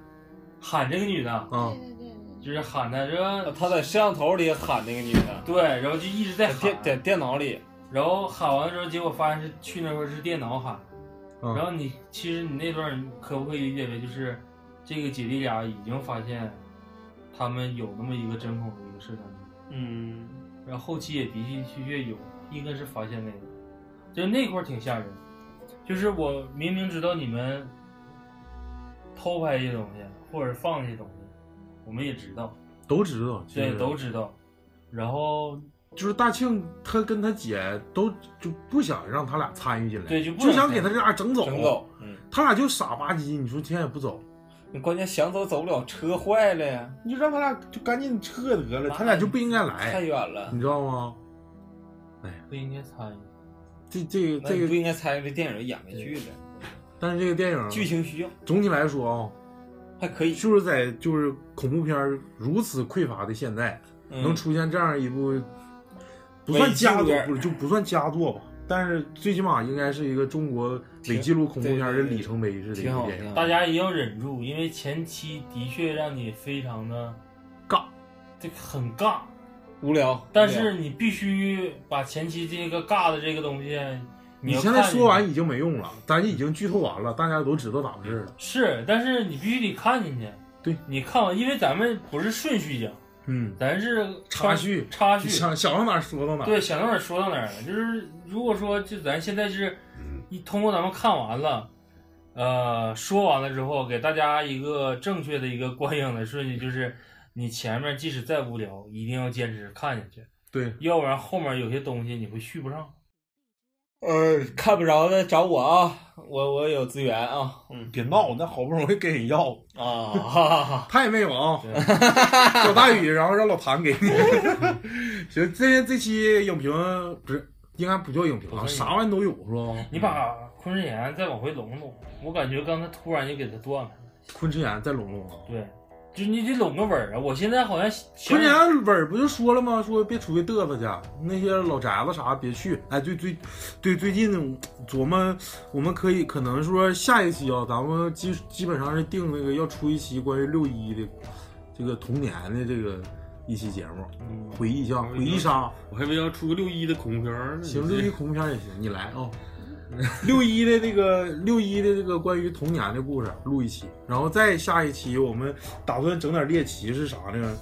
Speaker 7: 喊这个女的，
Speaker 3: 啊
Speaker 6: 对，对对对，
Speaker 7: 就是喊她说
Speaker 5: 他在摄像头里喊那个女的，
Speaker 7: 对，然后就
Speaker 5: 呃
Speaker 7: 一直在
Speaker 5: 在电在
Speaker 7: 喊，
Speaker 5: 电脑里，
Speaker 7: 然后喊完之后，结果发现是去那块儿是电脑喊，
Speaker 3: 嗯
Speaker 7: 然后你其实你那段儿可不可以理解为就是这个姐弟俩已经发现他们有那么一个针孔的一个摄像机，
Speaker 8: 嗯，
Speaker 7: 然后后期也的的确确有，应该是发现那个，就那块儿挺吓人，就是我明明知道你们偷拍这些东西或者放这些东西，我们也知道，
Speaker 3: 都知道，其
Speaker 7: 对，
Speaker 3: 实
Speaker 7: 都知道，然后
Speaker 3: 就是大庆他跟他姐都就不想让他俩参与进来，
Speaker 7: 对就不
Speaker 3: 就
Speaker 7: 想
Speaker 3: 想给他这俩整走，
Speaker 5: 整走，嗯，
Speaker 3: 他俩就傻吧唧，你说天也不走，
Speaker 5: 你关键想走走不了，车坏了呀，
Speaker 3: 你就让他俩就赶紧撤得了，他俩就不应该
Speaker 5: 太
Speaker 3: 来，
Speaker 5: 远了
Speaker 3: 你，知道吗？
Speaker 7: 不应该参与。
Speaker 3: 这这个
Speaker 5: 那你
Speaker 3: 这
Speaker 5: 不
Speaker 3: 个，
Speaker 5: 应该参与这电影，演没剧了，
Speaker 3: 但是这个电影
Speaker 5: 剧情需要，
Speaker 3: 总体来说啊、
Speaker 5: 还可以，
Speaker 3: 就是在就是恐怖片儿如此匮乏的现在，
Speaker 5: 嗯
Speaker 3: 能出现这样一部，不算佳作
Speaker 5: 伪纪录片，
Speaker 3: 不是就不算佳作吧？但是最起码应该是一个中国伪纪录恐怖片儿的里程碑式的一
Speaker 5: 挺
Speaker 3: 部
Speaker 5: 好，
Speaker 3: 电影。
Speaker 7: 大家也要忍住，因为前期的确让你非常的
Speaker 3: 尬，
Speaker 7: 这个很尬。
Speaker 5: 无聊，
Speaker 7: 但
Speaker 3: 啊
Speaker 7: 是你必须把前期这个尬的这个东西，
Speaker 3: 你
Speaker 7: 要
Speaker 3: 现在
Speaker 7: 看
Speaker 3: 说完
Speaker 7: 进去
Speaker 3: 已经没用了，咱已经剧透完了，大家都知道咋回事了。
Speaker 7: 是，但是你必须得看进去。
Speaker 3: 对，
Speaker 7: 你看完，因为咱们不是顺序讲，
Speaker 3: 嗯，
Speaker 7: 咱是
Speaker 3: 插叙
Speaker 7: 插
Speaker 3: 你
Speaker 7: 叙，
Speaker 3: 想想到哪儿说到哪儿。
Speaker 7: 对，想到哪儿说到哪儿了。就是如果说就咱现在是，
Speaker 3: 嗯
Speaker 7: 一通过咱们看完了，呃，说完了之后，给大家一个正确的一个观影的顺序，就是你前面即使再无聊，一定要坚持看下去，
Speaker 3: 对，
Speaker 7: 要不然后面有些东西你会续不上。
Speaker 5: 呃，看不着的找我啊，我我有资源啊，嗯
Speaker 8: 别闹，那好不容易给人要，
Speaker 5: 啊，哈哈 哈，
Speaker 3: 他也没有啊
Speaker 7: 对，
Speaker 3: 小大宇，然后让老谭给你。 行，这这期影评不是应该不叫影评啊，
Speaker 7: 不算影评
Speaker 3: 啥玩意都有是吧？
Speaker 7: 你把昆池岩再往回拢拢，我感觉刚才突然就给他断了。
Speaker 3: 嗯昆池岩再拢拢啊。
Speaker 7: 对，就你得拢个尾儿啊！我现在好像前
Speaker 3: 昆池岩本儿不就说了吗？说别出去嘚瑟去，那些老宅子啥别去。哎，对最对最近琢磨，我们可以可能说下一期啊，咱们基基本上是定那个要出一期关于六一的这个童年的这个一期节目，
Speaker 7: 嗯
Speaker 3: 回忆一下，啊
Speaker 1: 嗯
Speaker 3: 回忆杀。
Speaker 1: 我还以为要出个六一的恐怖片儿呢。
Speaker 3: 行，
Speaker 1: 你
Speaker 3: 六
Speaker 1: 这哦
Speaker 3: 一恐怖片也行，你来啊、 六一的这个六一的这个关于童年的故事录一期，然后再下一期我们打算整点猎奇是啥呢？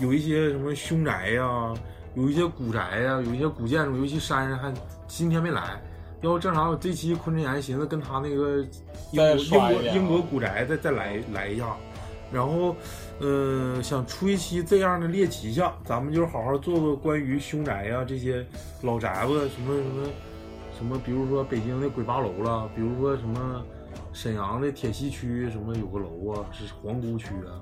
Speaker 3: 有一些什么凶宅呀、有一些古宅呀、有一些古建筑，尤其山上还今天没来。要正好这期昆池岩寻思跟他那个英
Speaker 5: 再
Speaker 3: 国英
Speaker 5: 刷一
Speaker 3: 国
Speaker 5: 遍啊
Speaker 3: 英国古宅再再来来一下，然后，呃，想出一期这样的猎奇项，咱们就好好做个关于凶宅呀、这些老宅子什么什么什么，比如说北京的鬼八楼了，比如说什么沈阳的铁西区什么有个楼啊，是皇姑区啊，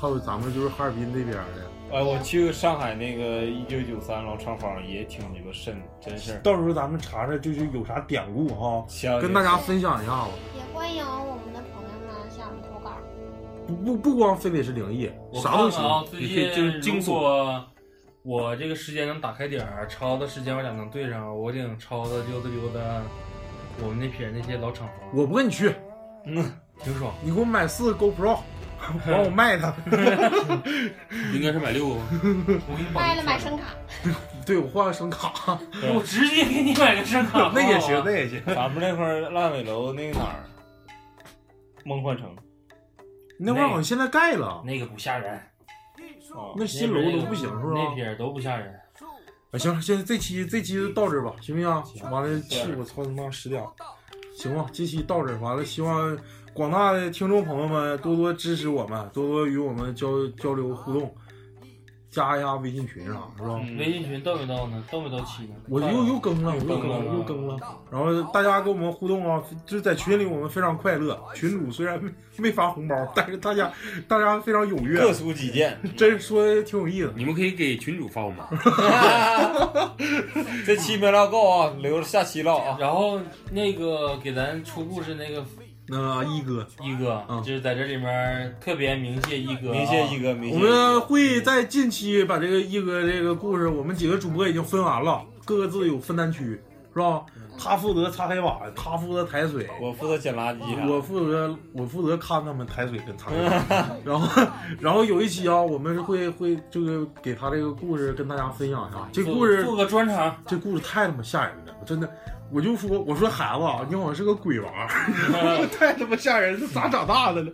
Speaker 3: 还有咱们就是哈尔滨这边的，
Speaker 5: 哎，我去上海那个一九九三老厂房也挺鸡巴瘆，真 是。
Speaker 3: 到时候咱们查查就是有啥典故哈、
Speaker 5: 行
Speaker 3: 跟大家分享一下子。
Speaker 6: 也欢迎我们的朋友们向我们投稿。
Speaker 3: 不不不光非得是灵异，
Speaker 7: 我
Speaker 3: 啥
Speaker 7: 看
Speaker 3: 都行
Speaker 7: 看。啊，最
Speaker 1: 你可以就是惊
Speaker 7: 近如
Speaker 1: 悚
Speaker 7: 果我这个时间能打开点儿，超的时间我俩能对上，我得超的溜达溜达我们那撇那些老厂房，
Speaker 3: 我不跟你去，
Speaker 7: 挺爽。
Speaker 3: 你给我买四个 GoPro，完我卖它。
Speaker 1: 应该是买六个吧？
Speaker 7: 我给你绑
Speaker 6: 卖
Speaker 7: 一
Speaker 6: 了
Speaker 7: 圈
Speaker 6: 买声卡，
Speaker 3: 对我换个声卡，
Speaker 7: 我直接给你买个声卡，
Speaker 3: 那也行
Speaker 7: 好，不
Speaker 3: 那
Speaker 7: 好
Speaker 3: 也行。
Speaker 5: 咱们那块儿烂尾楼那个哪 儿，梦幻城
Speaker 3: 那块儿好像现在盖了，
Speaker 7: 那个不吓人，
Speaker 5: 啊，
Speaker 3: 那新楼都不行是吧
Speaker 7: 那？撇都不吓人，
Speaker 3: 啊，行，现在这期这期就到这儿吧，行不行？
Speaker 7: 行
Speaker 3: 完了，去我操他妈十点了，行吧，这期到这儿，完了，希望广大的听众朋友们多多支持我们，多多与我们交交流互动，加一下微信群啥啊是吧？
Speaker 7: 微信群到没到呢？到没到期呢？
Speaker 3: 嗯我又又更了，我又
Speaker 5: 更
Speaker 3: 更
Speaker 5: 了
Speaker 3: 了，又更了。然后大家跟我们互动啊，就是在群里我们非常快乐。群主虽然没没发红包，但是大家大家非常踊
Speaker 5: 各
Speaker 3: 跃，
Speaker 5: 抒己见。
Speaker 3: 真说的挺有意思。
Speaker 1: 你们可以给群主发红包。
Speaker 5: 这期没唠够啊，留着下期唠 啊。
Speaker 7: 然后那个给咱出故事那个
Speaker 3: 那一哥，
Speaker 7: 一哥，
Speaker 3: 嗯
Speaker 7: 就是在这里面特别鸣谢一哥啊，
Speaker 5: 明谢一哥，明谢
Speaker 3: 我
Speaker 5: 一哥
Speaker 3: 们会在近期把这个一哥这个故事，我们几个主播已经分完了，各自有分担区，是吧？他负责擦黑瓦，他负责抬水，
Speaker 5: 我负责捡垃圾
Speaker 3: 我
Speaker 5: 啊。
Speaker 3: 负责我负责看他们抬水跟擦黑 瓦。然后然后有一期啊，我们是会会这个给他这个故事跟大家分享一下，这
Speaker 7: 做
Speaker 3: 故事
Speaker 7: 做个专场，
Speaker 3: 这故事太他妈吓人了，我真的，我就说我说孩子，啊你好像是个鬼娃 儿，
Speaker 5: 嗯
Speaker 3: 太他妈吓人了，咋长大的了？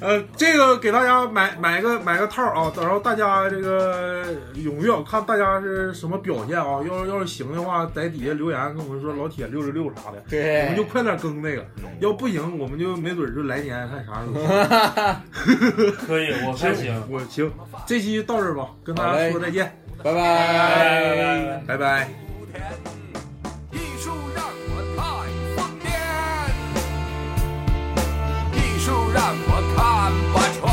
Speaker 3: 呃，这个给大家买买个买个套儿啊，然后大家这个踊跃，我看大家是什么表现啊？要是要是行的话，在底下留言跟我们说老铁六六六啥的，
Speaker 5: 对
Speaker 3: 我们就快点更那个。
Speaker 5: 哎
Speaker 3: 要不行，我们就没准儿就来年看啥 时候。
Speaker 7: 可以，我看行，
Speaker 3: 我行，这期到这儿吧，跟大
Speaker 5: 好
Speaker 3: 家
Speaker 5: 嘞
Speaker 3: 说再见，
Speaker 5: 拜拜。
Speaker 3: 拜拜。
Speaker 10: 艺术让我太疯癫，艺术让我看不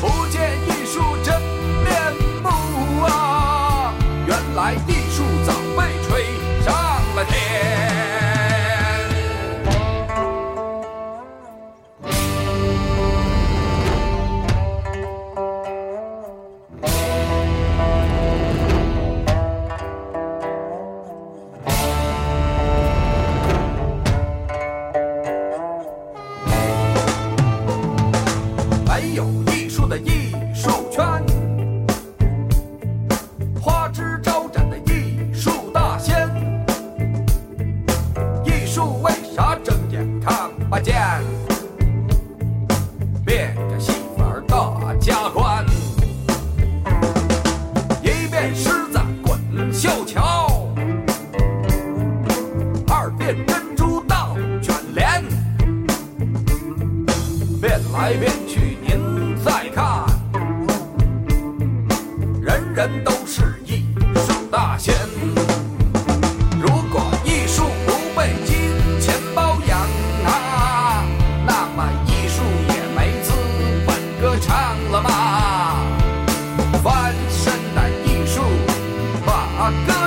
Speaker 10: 穿，不见艺术真面目啊！原来艺术早被吹上了天。没有艺术的艺术圈，花枝招展的艺术大仙，艺术为啥睁眼看不见？变着戏法大家观，一遍狮子滚绣桥，二遍珍珠倒卷帘。变来变去，您再看，人人都是艺术大仙。如果艺术不被金钱包养啊，那么艺术也没资本歌唱了吧？翻身的艺术，把歌。啊